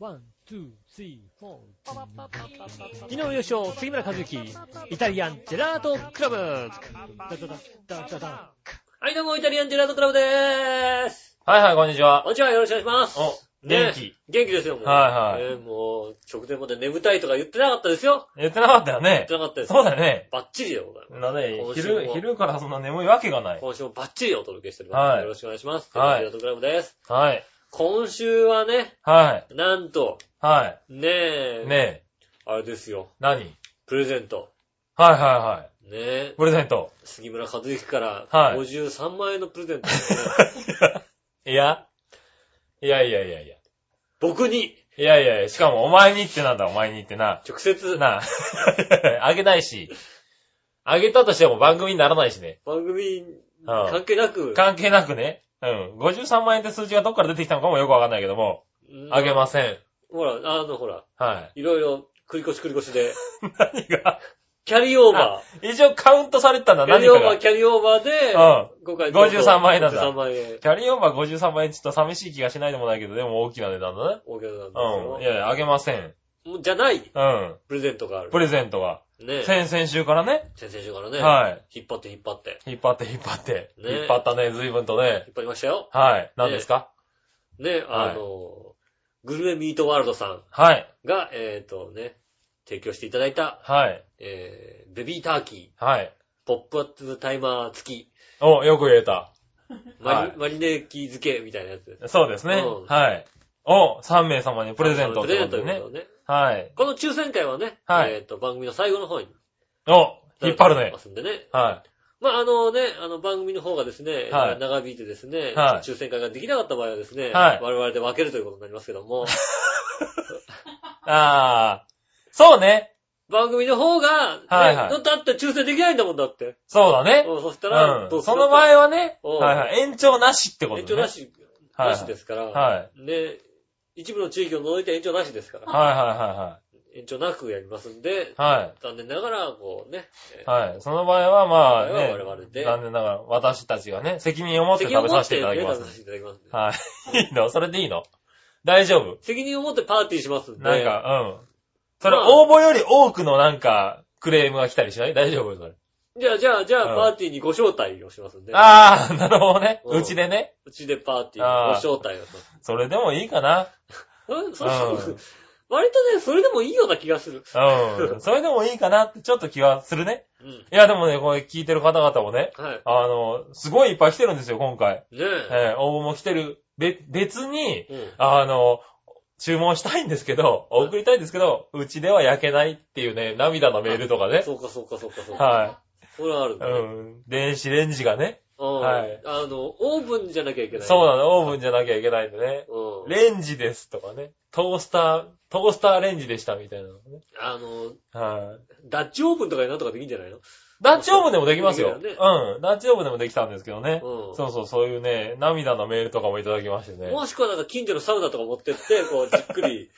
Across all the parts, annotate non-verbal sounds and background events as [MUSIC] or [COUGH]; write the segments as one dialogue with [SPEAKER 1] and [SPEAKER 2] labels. [SPEAKER 1] ワン、ツー、スリー、フォー。昨日優勝、杉村和之、イタリアンジェラートクラブ。ダダダダダダ
[SPEAKER 2] はい、どうも、イタリアンジェラートクラブでーす。
[SPEAKER 3] はいはい、こんにちは。
[SPEAKER 2] こんにちは、よろしくお願いします。
[SPEAKER 3] お、
[SPEAKER 2] ね
[SPEAKER 3] 元気。
[SPEAKER 2] 元気ですよ、もう。
[SPEAKER 3] はいはい
[SPEAKER 2] ねもう、直前まで眠たいとか言ってなかったですよ。
[SPEAKER 3] 言ってなかったよ
[SPEAKER 2] 言っ
[SPEAKER 3] ね
[SPEAKER 2] て。なかったです。
[SPEAKER 3] そうだよね。
[SPEAKER 2] バッチリでございます。
[SPEAKER 3] なぜ
[SPEAKER 2] 今、週も
[SPEAKER 3] 昼、昼からそんな眠いわけがない。
[SPEAKER 2] 今週もバッチリお届けしております。
[SPEAKER 3] はい
[SPEAKER 2] よろしくお願いします。
[SPEAKER 3] はい
[SPEAKER 2] イタリアンジェラートクラブです。
[SPEAKER 3] はい。
[SPEAKER 2] 今週はね、
[SPEAKER 3] はい。
[SPEAKER 2] なんと、
[SPEAKER 3] は
[SPEAKER 2] ねえ
[SPEAKER 3] い。、ねえ。
[SPEAKER 2] あれですよ、
[SPEAKER 3] 何
[SPEAKER 2] プレゼント。
[SPEAKER 3] はいはいは
[SPEAKER 2] ねえ
[SPEAKER 3] い。、プレゼント。
[SPEAKER 2] 杉村和之から、
[SPEAKER 3] はい
[SPEAKER 2] 53万円のプレゼント、
[SPEAKER 3] [LAUGHS] いや。いやいやいやいや。
[SPEAKER 2] 僕に、
[SPEAKER 3] いやいやいや、しかもお前にってなんだ、お前にってな。
[SPEAKER 2] 直接、
[SPEAKER 3] なあ。 [LAUGHS] あげないし。あげたとしても番組にならないしね。
[SPEAKER 2] 番組に
[SPEAKER 3] うん
[SPEAKER 2] 関係なく、
[SPEAKER 3] 関係なくね。うん。53万円って数字がどっから出てきたのかもよくわかんないけども、
[SPEAKER 2] うん
[SPEAKER 3] あげません。
[SPEAKER 2] ほら、あの、ほら、
[SPEAKER 3] はい
[SPEAKER 2] ろいろ、繰り越し繰り越しで、
[SPEAKER 3] い。 [LAUGHS] 何が
[SPEAKER 2] キャリーオーバ
[SPEAKER 3] 一応カウントされてたんだ、
[SPEAKER 2] ー。キャ
[SPEAKER 3] 何
[SPEAKER 2] リーオ
[SPEAKER 3] か
[SPEAKER 2] ーバー、
[SPEAKER 3] が。
[SPEAKER 2] キャリーオーバーで、
[SPEAKER 3] う
[SPEAKER 2] 今回
[SPEAKER 3] 53万円なんだ
[SPEAKER 2] 53万円。
[SPEAKER 3] キャリーオーバー53万円ちょっと寂しい気がしないでもないけど、でも大きな値段だね。
[SPEAKER 2] 大けなんですよ
[SPEAKER 3] うん。い。やいや、あげません。
[SPEAKER 2] もうじゃない
[SPEAKER 3] うん。
[SPEAKER 2] プレゼントがある。
[SPEAKER 3] プレゼントが。
[SPEAKER 2] ねえ。先
[SPEAKER 3] 先々週からね。
[SPEAKER 2] 々週からね。
[SPEAKER 3] はい。
[SPEAKER 2] 引っ張って引っ張って。
[SPEAKER 3] 引っ張って引っ張って。
[SPEAKER 2] ね
[SPEAKER 3] 引っ張ったね、随分とね。
[SPEAKER 2] 引っ張りましたよ。
[SPEAKER 3] はい。何ですか
[SPEAKER 2] ね、あの、グルメミートワールドさん
[SPEAKER 3] はい。
[SPEAKER 2] が、えっとね、提供していただいた、
[SPEAKER 3] はい。
[SPEAKER 2] えー、ベビーターキ
[SPEAKER 3] はい。
[SPEAKER 2] ー、ポップアップタイマー付き、
[SPEAKER 3] お、よく言えた。
[SPEAKER 2] マ
[SPEAKER 3] は
[SPEAKER 2] リマリネーキ漬けみたいなやつ。
[SPEAKER 3] そうですね
[SPEAKER 2] うん。
[SPEAKER 3] はい。を3名様にプレゼントっ
[SPEAKER 2] プ
[SPEAKER 3] て
[SPEAKER 2] レゼ
[SPEAKER 3] こ
[SPEAKER 2] ン
[SPEAKER 3] と
[SPEAKER 2] ト
[SPEAKER 3] で
[SPEAKER 2] という
[SPEAKER 3] ね
[SPEAKER 2] こ。とでね。
[SPEAKER 3] はい。
[SPEAKER 2] この抽選会はね、
[SPEAKER 3] はい
[SPEAKER 2] えっと、番組の最後の方に。
[SPEAKER 3] お、引っ張るね
[SPEAKER 2] ま。すんでね。
[SPEAKER 3] は
[SPEAKER 2] まあ、あのね、あの番組の方がですね、
[SPEAKER 3] はい
[SPEAKER 2] 長引いてですね、
[SPEAKER 3] はい
[SPEAKER 2] 抽選会ができなかった場合はですね、
[SPEAKER 3] はい
[SPEAKER 2] 我々で分けるということになりますけども、 [LAUGHS]
[SPEAKER 3] い。あー。そうね。
[SPEAKER 2] 番組の方が、ね、
[SPEAKER 3] はいはい
[SPEAKER 2] だって抽選できないんだもんだって。
[SPEAKER 3] そうだね。
[SPEAKER 2] うんそしたら、
[SPEAKER 3] う。
[SPEAKER 2] どうんする
[SPEAKER 3] その場合はね、
[SPEAKER 2] うん
[SPEAKER 3] はいはい。延長なしってことね。
[SPEAKER 2] 延長な。し、
[SPEAKER 3] はい
[SPEAKER 2] なしですから、
[SPEAKER 3] は
[SPEAKER 2] ね、一部の地域を除いて延長なしですから、
[SPEAKER 3] はいは
[SPEAKER 2] 延長なくやりますんで、
[SPEAKER 3] いはいはい。はい。
[SPEAKER 2] 残念ながら、こうね、
[SPEAKER 3] はい。その場合は、まあね、
[SPEAKER 2] 我々で
[SPEAKER 3] 残念ながら、私たちがね、責任を持って
[SPEAKER 2] 責任を
[SPEAKER 3] 食
[SPEAKER 2] 持
[SPEAKER 3] べさ
[SPEAKER 2] っ
[SPEAKER 3] せて
[SPEAKER 2] て
[SPEAKER 3] いただきま
[SPEAKER 2] ね食べさせ
[SPEAKER 3] す。
[SPEAKER 2] ていただきますんで
[SPEAKER 3] はい。いいのそれでいいの大丈夫
[SPEAKER 2] 責任を持ってパーティーしますんで、
[SPEAKER 3] なんか、うん。それ、
[SPEAKER 2] まあ
[SPEAKER 3] 応募より多くのなんか、クレームが来たりしない大丈夫それ。
[SPEAKER 2] じゃあ、じゃあ、じゃあ、
[SPEAKER 3] うん
[SPEAKER 2] パーティーにご招待をしますんで、
[SPEAKER 3] あー、なるほどね。
[SPEAKER 2] うん
[SPEAKER 3] うちでね。
[SPEAKER 2] うちでパーティーにご招待をします。
[SPEAKER 3] それでもいいかな。
[SPEAKER 2] うんそう
[SPEAKER 3] うん
[SPEAKER 2] 割とね、それでもいいような気がする。
[SPEAKER 3] うん。 [LAUGHS] それでもいいかなって、ちょっと気はするね。
[SPEAKER 2] うん。
[SPEAKER 3] いや、でもね、これ聞いてる方々もね、
[SPEAKER 2] はい。
[SPEAKER 3] あの、すごいいっぱい来てるんですよ、今回。
[SPEAKER 2] ねえ。
[SPEAKER 3] えー応募も来てる。べ、別に、
[SPEAKER 2] うん。
[SPEAKER 3] あの、注文したいんですけど、
[SPEAKER 2] はい
[SPEAKER 3] 送りたいんですけど、うちでは焼けないっていうね、涙のメールとかね。
[SPEAKER 2] そうか、そうか、そうか、そうか。
[SPEAKER 3] は
[SPEAKER 2] それはあるん
[SPEAKER 3] い。う
[SPEAKER 2] だね。
[SPEAKER 3] ん。電子レンジがね。
[SPEAKER 2] うん
[SPEAKER 3] はい
[SPEAKER 2] あの、オーブンじゃなきゃいけない。
[SPEAKER 3] そうな
[SPEAKER 2] の。
[SPEAKER 3] の、オーブンじゃなきゃいけないんでね。
[SPEAKER 2] うん。
[SPEAKER 3] レンジですとかね。トースター、トースターレンジでしたみたいなのね。
[SPEAKER 2] あの、
[SPEAKER 3] はい。
[SPEAKER 2] ダッチオーブンとかになんとかできんじゃないの
[SPEAKER 3] ダッチオーブンでもできますよ。
[SPEAKER 2] できる
[SPEAKER 3] うん。ダッチオーブンでもできたんですけどね。
[SPEAKER 2] うん
[SPEAKER 3] そうそう、そういうね、涙のメールとかもいただきましてね。
[SPEAKER 2] もしくはなんか近所のサウナとか持ってって、こ
[SPEAKER 3] [LAUGHS]
[SPEAKER 2] う、じっくり、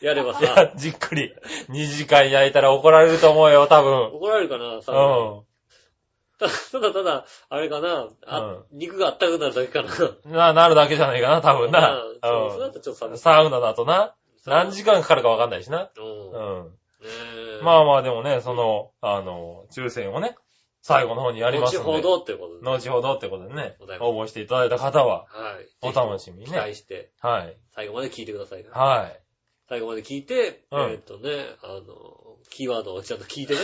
[SPEAKER 2] やれば
[SPEAKER 3] い [LAUGHS]
[SPEAKER 2] さ、
[SPEAKER 3] や、じっくり。2時間焼いたら怒られると思うよ、多分。
[SPEAKER 2] 怒られるかな、サウナ。
[SPEAKER 3] う
[SPEAKER 2] たただただ、あれかな、あ肉があったかくなるだけかな。
[SPEAKER 3] ん。な、なるだけじゃないかな、多分
[SPEAKER 2] まあ
[SPEAKER 3] な。
[SPEAKER 2] そう、それだ
[SPEAKER 3] う
[SPEAKER 2] ったらちょっと寂
[SPEAKER 3] ん。
[SPEAKER 2] しい。
[SPEAKER 3] サウナだとな。何時間かかるかわかんないしな。
[SPEAKER 2] うん
[SPEAKER 3] う。ん。
[SPEAKER 2] ねえ。
[SPEAKER 3] まあまあ、でもね、その、あの、抽選をね、最後の方にやりますんで。
[SPEAKER 2] 後ほ。どってことで。
[SPEAKER 3] 後ほどってことでね
[SPEAKER 2] ござい、ます
[SPEAKER 3] 応募していただいた方は、
[SPEAKER 2] はい。
[SPEAKER 3] お楽しみに
[SPEAKER 2] 期
[SPEAKER 3] ね。
[SPEAKER 2] 待して、
[SPEAKER 3] はい。
[SPEAKER 2] 最後まで聞いてくださいね。
[SPEAKER 3] は
[SPEAKER 2] [LAUGHS] 最後まで聞いて、
[SPEAKER 3] うん
[SPEAKER 2] えーっとね、あの、キーワードをちゃんと聞いてね。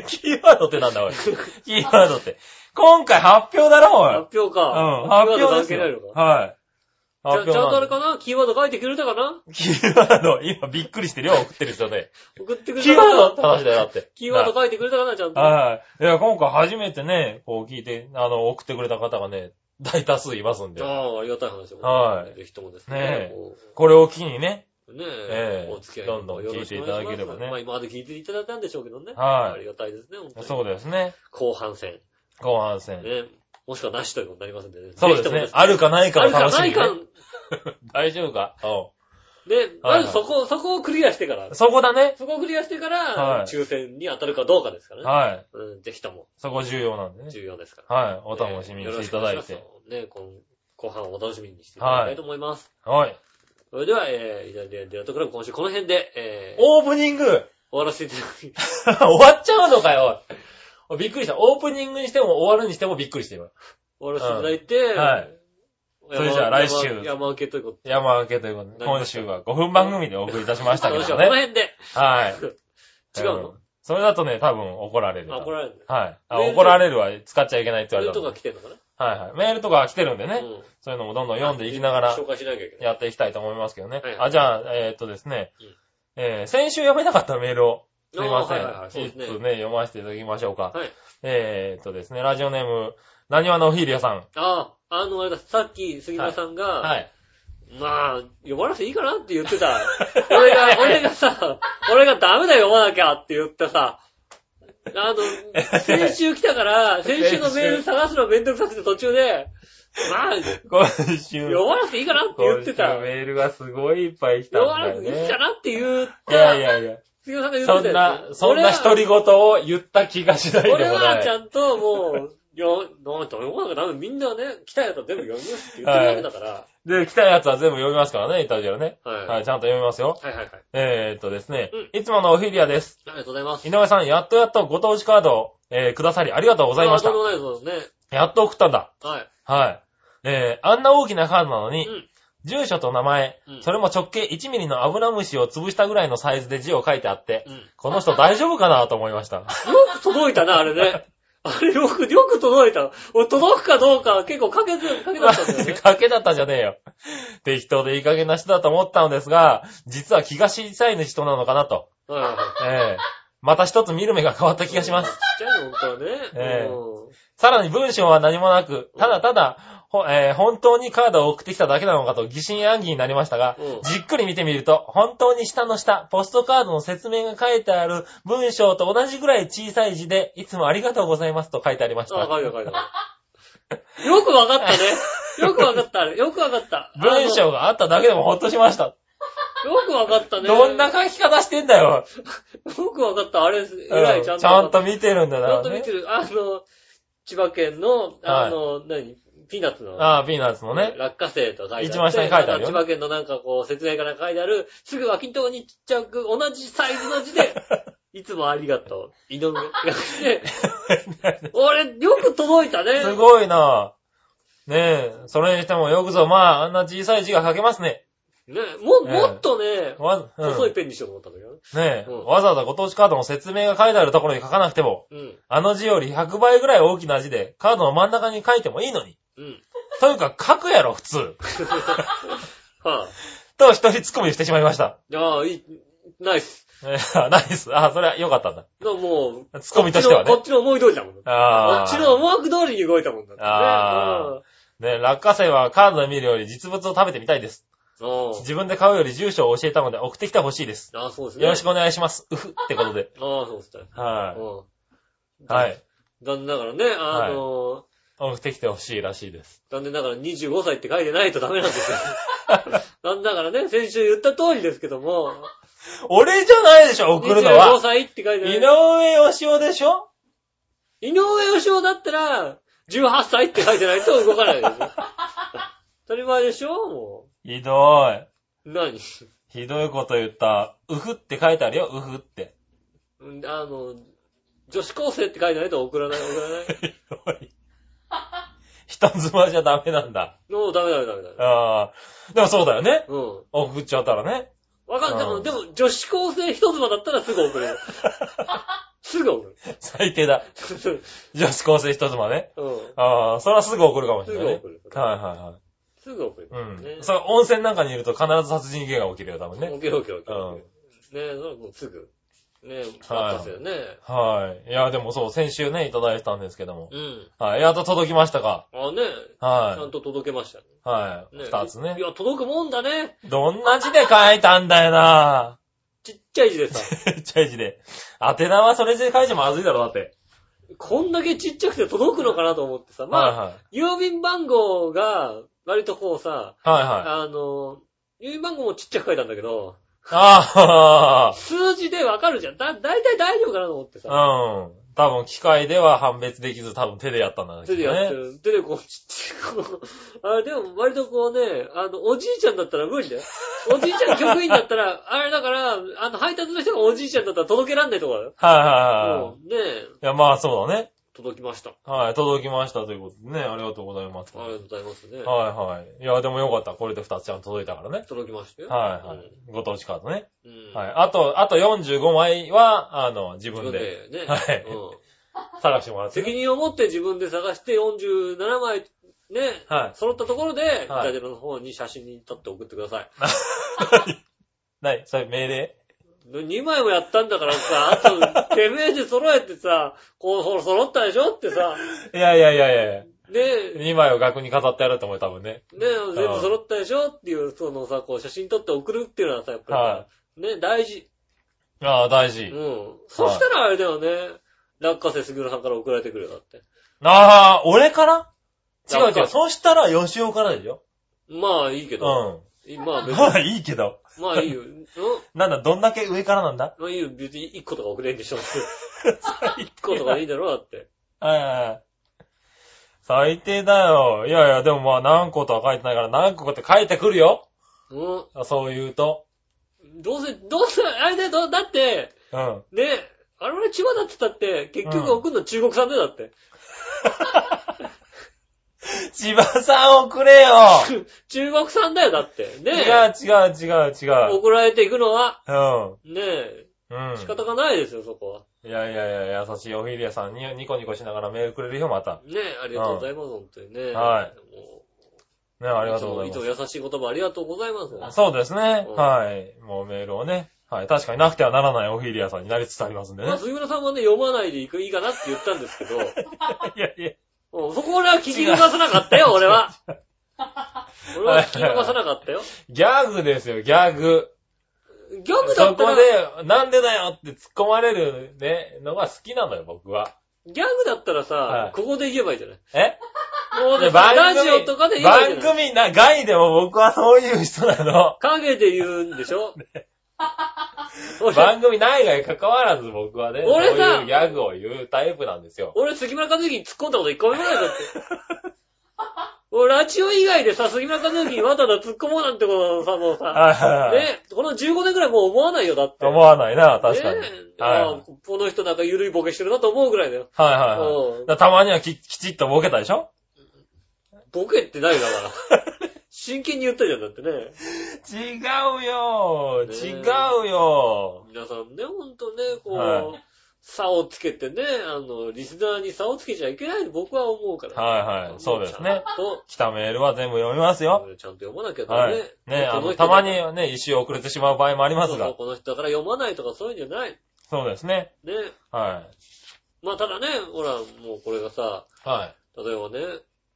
[SPEAKER 3] い。キーワードってな
[SPEAKER 2] [LAUGHS]
[SPEAKER 3] んだ、おい。 [LAUGHS] キーワードって。今回発表だろ、おい。うん。
[SPEAKER 2] 発表か。
[SPEAKER 3] 発
[SPEAKER 2] キーワード
[SPEAKER 3] 表で
[SPEAKER 2] 関
[SPEAKER 3] す
[SPEAKER 2] 係
[SPEAKER 3] よ
[SPEAKER 2] ないのか。
[SPEAKER 3] はい。
[SPEAKER 2] じ
[SPEAKER 3] 発
[SPEAKER 2] ゃ
[SPEAKER 3] 表
[SPEAKER 2] ちゃんと
[SPEAKER 3] な
[SPEAKER 2] あ
[SPEAKER 3] ん
[SPEAKER 2] れ
[SPEAKER 3] だ
[SPEAKER 2] かなキーワード書いてくれたかな
[SPEAKER 3] キーワード、今びっくりしてるよ、送ってる人
[SPEAKER 2] [LAUGHS]
[SPEAKER 3] ね。
[SPEAKER 2] 送ってくれ
[SPEAKER 3] キ
[SPEAKER 2] た
[SPEAKER 3] ーワー
[SPEAKER 2] か
[SPEAKER 3] ド
[SPEAKER 2] な
[SPEAKER 3] って話だよ、だって。
[SPEAKER 2] [LAUGHS] キーワード書いてくれたかなちゃんと。
[SPEAKER 3] はい。いや、今回初めてね、こう聞いて、あの、送ってくれた方がね、大多数いますんで
[SPEAKER 2] あ、あ、ありがたい話でござます
[SPEAKER 3] はい
[SPEAKER 2] ぜひともです
[SPEAKER 3] ね
[SPEAKER 2] ね
[SPEAKER 3] え。
[SPEAKER 2] こ
[SPEAKER 3] これを機にね、
[SPEAKER 2] うね
[SPEAKER 3] え
[SPEAKER 2] え
[SPEAKER 3] え
[SPEAKER 2] お付き合い
[SPEAKER 3] どんどん
[SPEAKER 2] よろしくお願します
[SPEAKER 3] 聞いていただければね
[SPEAKER 2] まあ今まで聞いていただいたんでしょうけどね。あ
[SPEAKER 3] は
[SPEAKER 2] りがたいですね、本当
[SPEAKER 3] い。
[SPEAKER 2] に
[SPEAKER 3] そうですね。
[SPEAKER 2] 後半戦。
[SPEAKER 3] 後半戦。
[SPEAKER 2] ね。もしくはなしということになりますんでね。
[SPEAKER 3] そう
[SPEAKER 2] ぜひ
[SPEAKER 3] で
[SPEAKER 2] と
[SPEAKER 3] す
[SPEAKER 2] も
[SPEAKER 3] ね。あるかないか
[SPEAKER 2] あ
[SPEAKER 3] の
[SPEAKER 2] るか
[SPEAKER 3] 楽し
[SPEAKER 2] な
[SPEAKER 3] み、
[SPEAKER 2] い
[SPEAKER 3] ね。
[SPEAKER 2] か。
[SPEAKER 3] 大丈夫かう
[SPEAKER 2] で、
[SPEAKER 3] はいは
[SPEAKER 2] ま
[SPEAKER 3] い
[SPEAKER 2] ずそこ、そこをクリアしてから
[SPEAKER 3] ん。。そこだね。
[SPEAKER 2] そこをクリアしてか
[SPEAKER 3] は
[SPEAKER 2] ら、
[SPEAKER 3] い
[SPEAKER 2] 抽選に当たるかどうかですからね。
[SPEAKER 3] はい。
[SPEAKER 2] うん、ぜひとも、
[SPEAKER 3] そこ重要なんでね。
[SPEAKER 2] 重要ですから。
[SPEAKER 3] はい。お楽しみにしていただ
[SPEAKER 2] ね
[SPEAKER 3] い
[SPEAKER 2] よろ
[SPEAKER 3] て
[SPEAKER 2] しく。お願しますね、この後半をお楽しみにしていただきたいと思います。
[SPEAKER 3] はい。
[SPEAKER 2] それでは、えー、イタリアンデラートクラブ今週この辺で、えー、終
[SPEAKER 3] オープニング [LAUGHS]
[SPEAKER 2] わらせていただき、
[SPEAKER 3] 終わっちゃうのかよおいびっくりした。オープニングにしても終わるにしてもびっくりして今。
[SPEAKER 2] 終わらせていただいて、
[SPEAKER 3] うんはい
[SPEAKER 2] 山。
[SPEAKER 3] それじゃあ来週
[SPEAKER 2] 山山受けということで。
[SPEAKER 3] 山明けということで、今週は5分番組でお送りいたしましたけ
[SPEAKER 2] 今週
[SPEAKER 3] ど
[SPEAKER 2] はこの
[SPEAKER 3] ね。
[SPEAKER 2] 辺で、
[SPEAKER 3] はい。
[SPEAKER 2] 違うの
[SPEAKER 3] んそれだとね、多分怒られる。
[SPEAKER 2] あ、怒られる。
[SPEAKER 3] はい。あ、
[SPEAKER 2] メール
[SPEAKER 3] 怒られるは使っちゃいけないって
[SPEAKER 2] そ
[SPEAKER 3] 言
[SPEAKER 2] う
[SPEAKER 3] わ
[SPEAKER 2] い
[SPEAKER 3] れ
[SPEAKER 2] うとこが。
[SPEAKER 3] たもん
[SPEAKER 2] 来てんのかな
[SPEAKER 3] はいはい。メールとか来てるんでね、
[SPEAKER 2] うん
[SPEAKER 3] そういうのもどんどん読んでいきながら
[SPEAKER 2] 紹介しなきゃいけない。
[SPEAKER 3] やっていきたいと思いますけどね
[SPEAKER 2] はい。はい
[SPEAKER 3] あ、じゃあ、えーっとですね
[SPEAKER 2] うん、
[SPEAKER 3] えー先週読めなかったメールを、すいません。
[SPEAKER 2] あーはいはいはいそうですね
[SPEAKER 3] 一通ね、読ませていただきましょうか。
[SPEAKER 2] はい
[SPEAKER 3] えーっとですね、ラジオネーム、なにわのおひりやさん。
[SPEAKER 2] ああ、あの、あれだ、さっき杉村さんが、
[SPEAKER 3] はい。
[SPEAKER 2] まあ、呼ばなくていいかなって言ってた。俺が、俺がさ、俺がダメだよ、呼ばなきゃって言ったさ、あの、先週来たから、先週のメール探すのめんどくさくて途中で、まあ、
[SPEAKER 3] 今週、
[SPEAKER 2] 呼ばなくていいかなって言ってた
[SPEAKER 3] 今週。メールがすごいいっぱい来た
[SPEAKER 2] 呼ば
[SPEAKER 3] んだ
[SPEAKER 2] なく
[SPEAKER 3] よ
[SPEAKER 2] ていい
[SPEAKER 3] ね
[SPEAKER 2] か。なって言っ
[SPEAKER 3] いやい
[SPEAKER 2] た、
[SPEAKER 3] やいや。
[SPEAKER 2] 杉村さんが言
[SPEAKER 3] そ
[SPEAKER 2] って
[SPEAKER 3] ん
[SPEAKER 2] たや
[SPEAKER 3] な、
[SPEAKER 2] つ。
[SPEAKER 3] そんな独り言を言った気がしないでも
[SPEAKER 2] 俺は、俺
[SPEAKER 3] な
[SPEAKER 2] はちゃ
[SPEAKER 3] い。
[SPEAKER 2] んともう、よ、 [LAUGHS] なんて呼ばなきゃダメ。みんなね、来たやつは全部呼びますって言ってるわけだから。
[SPEAKER 3] で、来たやつは全部読みますからね、イタジアね。
[SPEAKER 2] はい。は
[SPEAKER 3] はいい、ちゃんと読みますよ。
[SPEAKER 2] はいはい。あ
[SPEAKER 3] えー、っとですね、
[SPEAKER 2] う
[SPEAKER 3] いつものオフィリアです。
[SPEAKER 2] りがとうございます。
[SPEAKER 3] 井上さん、やっとやっとご当地カードを、えーくださりありがとうございました
[SPEAKER 2] あ。とんでもないです
[SPEAKER 3] やっと送ったんだ。
[SPEAKER 2] ね。はい。
[SPEAKER 3] はい。えー、あんな大きなカードなのに、
[SPEAKER 2] うん
[SPEAKER 3] 住所と名前、
[SPEAKER 2] うん
[SPEAKER 3] それも直径1ミリのアブラムシを潰したぐらいのサイズで字を書いてあって、
[SPEAKER 2] うん。
[SPEAKER 3] この人大丈夫かなと思いました。
[SPEAKER 2] よく届いたな、あれね。 [LAUGHS] あれよく、よく届いた。俺届くかどうか結構かけず、かけだったんだよね。
[SPEAKER 3] [LAUGHS] 賭けだったじゃねえよ。適当でいい加減な人だと思ったのですが、実は気が小さい人なのかなと。
[SPEAKER 2] はいはいはい。
[SPEAKER 3] ええまた一つ見る目が変わった気がします。。
[SPEAKER 2] ちっちゃいの、本当はね。
[SPEAKER 3] ええ
[SPEAKER 2] うん
[SPEAKER 3] さらに文章は何もなく、ただただ、ほえー本当にカードを送ってきただけなのかと疑心暗鬼になりましたが
[SPEAKER 2] うん、
[SPEAKER 3] じっくり見てみると、本当に下の下、ポストカードの説明が書いてある文章と同じぐらい小さい字で、いつもありがとうございますと書いてありまし
[SPEAKER 2] あ、わ
[SPEAKER 3] た。
[SPEAKER 2] かるよ、わかるよ。よくわかったね。よくわかった、あれ。よくわかった。
[SPEAKER 3] 文章があっただけでもほっとしました。
[SPEAKER 2] あのよくわかったね。
[SPEAKER 3] どんな書き方してんだよ。
[SPEAKER 2] よくわかった、あれ、以
[SPEAKER 3] う
[SPEAKER 2] 来
[SPEAKER 3] ん
[SPEAKER 2] ち
[SPEAKER 3] ち
[SPEAKER 2] ゃんと。
[SPEAKER 3] ゃん。と見てるんだ
[SPEAKER 2] ちゃ
[SPEAKER 3] なん
[SPEAKER 2] と見てる。あの、千葉県の、あの、何ピーナッツの。
[SPEAKER 3] ああ、ピーナッツのね。
[SPEAKER 2] 落花生と書いてあって
[SPEAKER 3] 一番下に書いてあるよ
[SPEAKER 2] 千葉県のなんかこう、説明かなんか書いてある、すぐ脇のとこにちっちゃく、同じサイズの字
[SPEAKER 3] [LAUGHS]
[SPEAKER 2] で、いつもありがとう。井上。俺、よく届いたね。
[SPEAKER 3] すごいなねえ、それにしてもよくぞ、まあ、あんな小さい字が書けますね。
[SPEAKER 2] ね、も、
[SPEAKER 3] ええ
[SPEAKER 2] もっとね、
[SPEAKER 3] わ、うん、
[SPEAKER 2] 細いペンにしようと思ったんだけどね。
[SPEAKER 3] ねえ、
[SPEAKER 2] うん
[SPEAKER 3] わざわざご当地カードの説明が書いてあるところに書かなくても、
[SPEAKER 2] うん。
[SPEAKER 3] あの字より100倍ぐらい大きな字で、カードの真ん中に書いてもいいのに。
[SPEAKER 2] うん。
[SPEAKER 3] というか、書くやろ、普通。
[SPEAKER 2] は
[SPEAKER 3] と、一人ツッコミしてしまいました。
[SPEAKER 2] ぁ、あ。ああ、いい、ナイス。
[SPEAKER 3] えーナイス。あ、それは良かったんだ。
[SPEAKER 2] だからもう、
[SPEAKER 3] ツッコミとしてはね
[SPEAKER 2] こっちのこっちの思い通りだもん。こ
[SPEAKER 3] あ
[SPEAKER 2] っちの
[SPEAKER 3] あ。
[SPEAKER 2] 思惑通りに動いたもんだってね。
[SPEAKER 3] あねえ落花生はカードで見るより実物を食べてみたいです。
[SPEAKER 2] うん。うん
[SPEAKER 3] 自分で買うより住所を教えたので送ってきてほしいです。
[SPEAKER 2] ああ、そうですね。
[SPEAKER 3] よろしくお願いします。うふってことで。
[SPEAKER 2] ああ、そうですね。
[SPEAKER 3] は
[SPEAKER 2] うん
[SPEAKER 3] い。はい。。
[SPEAKER 2] 残念ながらね、あの、
[SPEAKER 3] 送ってきてほしいらしいです。
[SPEAKER 2] 残念ながら25歳って書いてないとダメなんですよ。 [LAUGHS] 残念ながらね、先週言った通りですけども、
[SPEAKER 3] 俺じゃないでしょ、送るの
[SPEAKER 2] 25
[SPEAKER 3] は。
[SPEAKER 2] 歳って書いて
[SPEAKER 3] 井
[SPEAKER 2] ない。
[SPEAKER 3] 上義雄でしょ
[SPEAKER 2] 井上義雄だったら、18歳って書いてないと動かないですよ。 [LAUGHS] 当たり前でしょも
[SPEAKER 3] ひどい。
[SPEAKER 2] う。何
[SPEAKER 3] ひどいこと言った。うふって書いてあるよ、うふって。
[SPEAKER 2] うんあの、女子高生って書いてないと送らない、送らない。
[SPEAKER 3] [LAUGHS] ひどい。人妻じゃダメなんだ。
[SPEAKER 2] もうダメダメダメダメ。
[SPEAKER 3] ああ。でもそうだよね。
[SPEAKER 2] うん。
[SPEAKER 3] 送っちゃったらね。
[SPEAKER 2] わかんない。で
[SPEAKER 3] う
[SPEAKER 2] も、
[SPEAKER 3] ん
[SPEAKER 2] でも女子高生一妻だったらすぐ送
[SPEAKER 3] [LAUGHS]
[SPEAKER 2] れる。すぐ送る。
[SPEAKER 3] 最低だ。女子高生人妻ね。
[SPEAKER 2] [LAUGHS] うん。
[SPEAKER 3] ああ、それはすぐ送るかもし
[SPEAKER 2] す
[SPEAKER 3] れ
[SPEAKER 2] ぐ
[SPEAKER 3] ないね
[SPEAKER 2] 送。る。
[SPEAKER 3] はいは
[SPEAKER 2] すぐ送る
[SPEAKER 3] い。はい。
[SPEAKER 2] ね
[SPEAKER 3] うん。それ温泉なんかにいると必ず殺人事件が起きるよ、多分ね。
[SPEAKER 2] オッケーオッケーオッケー
[SPEAKER 3] うん
[SPEAKER 2] オッケー。ねえ、なんかもうすぐ。ねえ、
[SPEAKER 3] はい
[SPEAKER 2] あったっすよね。
[SPEAKER 3] はい。いや、でもそう、先週ね、いただいたんですけども。
[SPEAKER 2] うん。
[SPEAKER 3] はい。やっと届きましたか。
[SPEAKER 2] あねえ、ちゃん
[SPEAKER 3] は
[SPEAKER 2] と届けましたね。
[SPEAKER 3] い。はい。
[SPEAKER 2] ねえ
[SPEAKER 3] 二つね
[SPEAKER 2] い。や、届くもんだね。
[SPEAKER 3] どんな字で書いたんだよな [LAUGHS]
[SPEAKER 2] ちっちゃい字でさ。
[SPEAKER 3] ちっちゃい字で。宛名はそれで書いてまずいだろ、だって。
[SPEAKER 2] こんだけちっちゃくて届くのかなと思ってさ。
[SPEAKER 3] はい
[SPEAKER 2] まあ、
[SPEAKER 3] は
[SPEAKER 2] 郵便番号が、割とこうさ、
[SPEAKER 3] い。はいはい。
[SPEAKER 2] あの、郵便番号もちっちゃく書いたんだけど、
[SPEAKER 3] あ
[SPEAKER 2] 数字でわかるじゃん。だ、だいたい大丈夫かなと思ってさ。
[SPEAKER 3] あ、うん。多分機械では判別できず、多分手でやったんだね。
[SPEAKER 2] 手でやって
[SPEAKER 3] きっ
[SPEAKER 2] る。手でこう、ちってこう。あれ、でも割とこうね、あの、おじいちゃんだったら無理だよ。おじいちゃん局員だったら、 [LAUGHS] あれだから、あの、配達の人がおじいちゃんだったら届けらんないとこだよ。
[SPEAKER 3] とねはいはいはいはい。
[SPEAKER 2] うんねえ、
[SPEAKER 3] いや、まあそうだね。
[SPEAKER 2] 届きました。
[SPEAKER 3] はい、届きましたということでね、ありがとうございます。
[SPEAKER 2] ありがとうございますね。
[SPEAKER 3] はいはい。いや、でもよかった。これで2つちゃんと届いたからね。
[SPEAKER 2] 届きましたよ。
[SPEAKER 3] はいはい。ご当地カードね。
[SPEAKER 2] うん。。
[SPEAKER 3] はいい。あと、あと45枚は、あの、
[SPEAKER 2] 自
[SPEAKER 3] 自
[SPEAKER 2] 分
[SPEAKER 3] 分で
[SPEAKER 2] でね。
[SPEAKER 3] はい
[SPEAKER 2] うん
[SPEAKER 3] 探してもらってね。
[SPEAKER 2] 責任を持って自分で探して47枚、ね、
[SPEAKER 3] はい。
[SPEAKER 2] 揃ったところで、イ
[SPEAKER 3] はい
[SPEAKER 2] タジェラの方に写真に撮って送ってください。
[SPEAKER 3] ない、それ命令
[SPEAKER 2] 2枚もやったんだからさ、あと、てめえで揃えてさ、こう、ほら、揃ったでしょってさ、
[SPEAKER 3] いやいやいやいや
[SPEAKER 2] ねえ、
[SPEAKER 3] 2枚を額に飾ってやると思うよ、多分ね。
[SPEAKER 2] ねえ、全部揃ったでしょっていう、そのさ、こう、写真撮って送るっていうのはさ、やっぱりさ、
[SPEAKER 3] は
[SPEAKER 2] ね、大事。
[SPEAKER 3] ああ、大
[SPEAKER 2] う
[SPEAKER 3] 事。
[SPEAKER 2] ん。そしたらあれだよね、落花生杉浦さんから送られてくるよ、だって。
[SPEAKER 3] ああ、俺から違う
[SPEAKER 2] 落
[SPEAKER 3] 違
[SPEAKER 2] 花
[SPEAKER 3] う。そうしたら、吉尾からでしょ
[SPEAKER 2] まあ、いいけ
[SPEAKER 3] う
[SPEAKER 2] ど。
[SPEAKER 3] ん。 [LAUGHS]
[SPEAKER 2] まあ、別に。
[SPEAKER 3] まあ、いいけど。
[SPEAKER 2] まあ、いいよ。うん
[SPEAKER 3] なんだ、どんだけ上からなんだ
[SPEAKER 2] まあ、いいよ。別に1個とか送れんでしょ。1個とかでいいだろ、だって。
[SPEAKER 3] はいはいはい。最低だよ。いやいや、でもまあ、何個とは書いてないから、何個かって書いてくるよ。
[SPEAKER 2] うん。
[SPEAKER 3] そう言うと。
[SPEAKER 2] どうせ、どうせ、あれだよどう、だって、
[SPEAKER 3] うん。
[SPEAKER 2] ね、あれ俺千葉だって言ったって、結局送るの中国産だよ、だって。
[SPEAKER 3] 千葉さん送れよ
[SPEAKER 2] [LAUGHS] 中国産だよ、だって。
[SPEAKER 3] 違う
[SPEAKER 2] ね
[SPEAKER 3] 違う違う違う。
[SPEAKER 2] 送られていくのは、
[SPEAKER 3] うん。
[SPEAKER 2] ねえ、
[SPEAKER 3] うん。
[SPEAKER 2] 仕方がないですよ、そこは。
[SPEAKER 3] いやいやいや、優しいおひりやさんにニコニコしながらメールくれるよ、また。
[SPEAKER 2] ねえ、ありがとうございます、本当にね。
[SPEAKER 3] はい
[SPEAKER 2] も
[SPEAKER 3] ね、ありがとうござい
[SPEAKER 2] つ
[SPEAKER 3] ま
[SPEAKER 2] もいつも優しい言葉ありがとうございます。
[SPEAKER 3] す。そうですね。
[SPEAKER 2] うん
[SPEAKER 3] はい。もうメールをね。はい。確かになくてはならないおひりやさんになりつつありますんでね
[SPEAKER 2] まあ、。杉村さんはね、読まないでいくいいかなって言ったんですけど、 [LAUGHS]
[SPEAKER 3] いやいや。
[SPEAKER 2] うんそこ俺は聞き逃さなかった
[SPEAKER 3] [LAUGHS]
[SPEAKER 2] よ、俺は。俺は聞き逃さなかったよ。
[SPEAKER 3] ギャグですよ、ギャグ。
[SPEAKER 2] ギャグだ
[SPEAKER 3] そ
[SPEAKER 2] った
[SPEAKER 3] こ
[SPEAKER 2] ら、
[SPEAKER 3] で、なんでだよって突っ込まれるね、のが好きなのよ、僕は。
[SPEAKER 2] ギャグだったらさ、
[SPEAKER 3] はい
[SPEAKER 2] ここで言えばいいじゃない
[SPEAKER 3] え
[SPEAKER 2] もうね、
[SPEAKER 3] 番
[SPEAKER 2] ラ
[SPEAKER 3] 組
[SPEAKER 2] ジオとかで言えばいい
[SPEAKER 3] 番
[SPEAKER 2] じゃない
[SPEAKER 3] 組な、外でも僕はそういう人な
[SPEAKER 2] [LAUGHS]
[SPEAKER 3] の。
[SPEAKER 2] 影で言うんでし
[SPEAKER 3] [LAUGHS]
[SPEAKER 2] ょ俺、
[SPEAKER 3] 番組内外関わらず僕はね、
[SPEAKER 2] 俺さ
[SPEAKER 3] そういうギャグを言うタイプなんですよ。
[SPEAKER 2] 俺杉村和之に突っ込んだこと一個もないんだって。俺、ラジオ以外でさ、杉村和之にわざわざ突っ込もうなんてことをさ、もうさ、
[SPEAKER 3] ね、
[SPEAKER 2] ね、この15年くらいもう思わないよ、だって。
[SPEAKER 3] 思わないな、確かに。
[SPEAKER 2] ね
[SPEAKER 3] はい
[SPEAKER 2] あこの人なんか緩いボケしてるなと思うぐらいだよ。
[SPEAKER 3] はいはいはい。
[SPEAKER 2] うん
[SPEAKER 3] だからたまにはききちっとボケたでしょ
[SPEAKER 2] ボケってないだから。真剣に言ったじゃん、だってね。
[SPEAKER 3] 違うよ
[SPEAKER 2] ね
[SPEAKER 3] 違うよ
[SPEAKER 2] 皆さんね、ほんとね、こう、
[SPEAKER 3] は
[SPEAKER 2] 差をつけてね、あの、リスナーに差をつけちゃいけないと僕は思うから。
[SPEAKER 3] はいはい、そうですね。
[SPEAKER 2] と、
[SPEAKER 3] 来たメールは全部読みますよ。
[SPEAKER 2] ちゃんと読まなきゃダ
[SPEAKER 3] は
[SPEAKER 2] メ。
[SPEAKER 3] い。ね、あ
[SPEAKER 2] こ
[SPEAKER 3] の、
[SPEAKER 2] 人
[SPEAKER 3] たまにね、一周遅れてしまう場合もあります
[SPEAKER 2] そうそ
[SPEAKER 3] が
[SPEAKER 2] う。この人だから読まないとかそういうんじゃない。
[SPEAKER 3] そうですね。
[SPEAKER 2] ね。
[SPEAKER 3] は
[SPEAKER 2] まあただね、ほら、もうこれがさ、
[SPEAKER 3] い。はい。
[SPEAKER 2] 例えばね、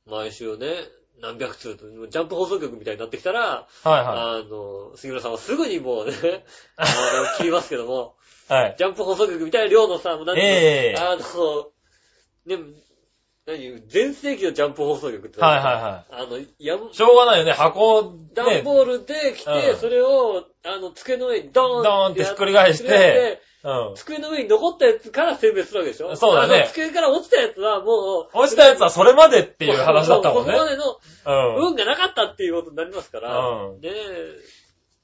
[SPEAKER 2] 毎週ね、何百通と、ジャンプ放送局みたいになってきたら、
[SPEAKER 3] は
[SPEAKER 2] あの、杉浦さんはすぐにもうね、あの、切りますけども、 [LAUGHS]
[SPEAKER 3] いはい。はい。
[SPEAKER 2] ジャンプ放送局みたいな量のさ、もうなんてい
[SPEAKER 3] ええ
[SPEAKER 2] うの、あの、でも、何、全盛期のジャンプ放送局って
[SPEAKER 3] はいはいは
[SPEAKER 2] あの、やん
[SPEAKER 3] い。しょうがないよね、箱を
[SPEAKER 2] 段
[SPEAKER 3] ね、
[SPEAKER 2] ボールで来て、
[SPEAKER 3] うん
[SPEAKER 2] それを、あの、机の上にドーン
[SPEAKER 3] ドーンって
[SPEAKER 2] や
[SPEAKER 3] ひっくり返
[SPEAKER 2] ひ
[SPEAKER 3] して
[SPEAKER 2] っくり返して
[SPEAKER 3] うん。
[SPEAKER 2] 机の上に残ったやつから選別するわけでしょ
[SPEAKER 3] そうだね
[SPEAKER 2] あの机から落ちたやつはもう、
[SPEAKER 3] 落ちたやつはそれまでっていう話だったもんね
[SPEAKER 2] ここ。までの
[SPEAKER 3] うん。
[SPEAKER 2] 運がなかったっていうことになりますから、
[SPEAKER 3] うん
[SPEAKER 2] ね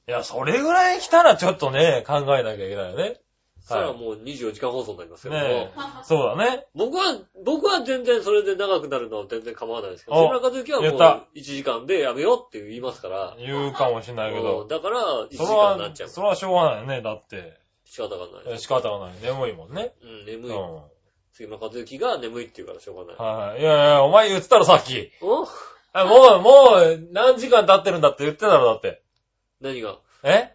[SPEAKER 2] え、
[SPEAKER 3] いや、それぐらい来たらちょっとね、考えなきゃいけないよね。
[SPEAKER 2] そしたらもう24時間放送になりますけども、
[SPEAKER 3] ねそうだね。
[SPEAKER 2] 僕は、僕は全然それで長くなるのは全然構わないですけど、
[SPEAKER 3] お
[SPEAKER 2] 杉村和之はも
[SPEAKER 3] 言った
[SPEAKER 2] う1時間でやめようって言いますから、
[SPEAKER 3] 言うかもしれないけ
[SPEAKER 2] うん
[SPEAKER 3] ど。
[SPEAKER 2] だから1時 [LAUGHS]
[SPEAKER 3] それ
[SPEAKER 2] 間にな
[SPEAKER 3] は
[SPEAKER 2] っちゃ、う
[SPEAKER 3] そ。れはしょうがないよね。だって、
[SPEAKER 2] 仕方がない。
[SPEAKER 3] 仕方がない。眠いもんね。
[SPEAKER 2] うん、
[SPEAKER 3] う
[SPEAKER 2] 眠
[SPEAKER 3] ん。
[SPEAKER 2] い。
[SPEAKER 3] は
[SPEAKER 2] 杉村和之が眠いって言うからしょうがない
[SPEAKER 3] い。はい。いやいや、お前言ってたろ、さっき。
[SPEAKER 2] お
[SPEAKER 3] あもう、もう、何時間経ってるんだって言ってたろ、だって。
[SPEAKER 2] 何が
[SPEAKER 3] え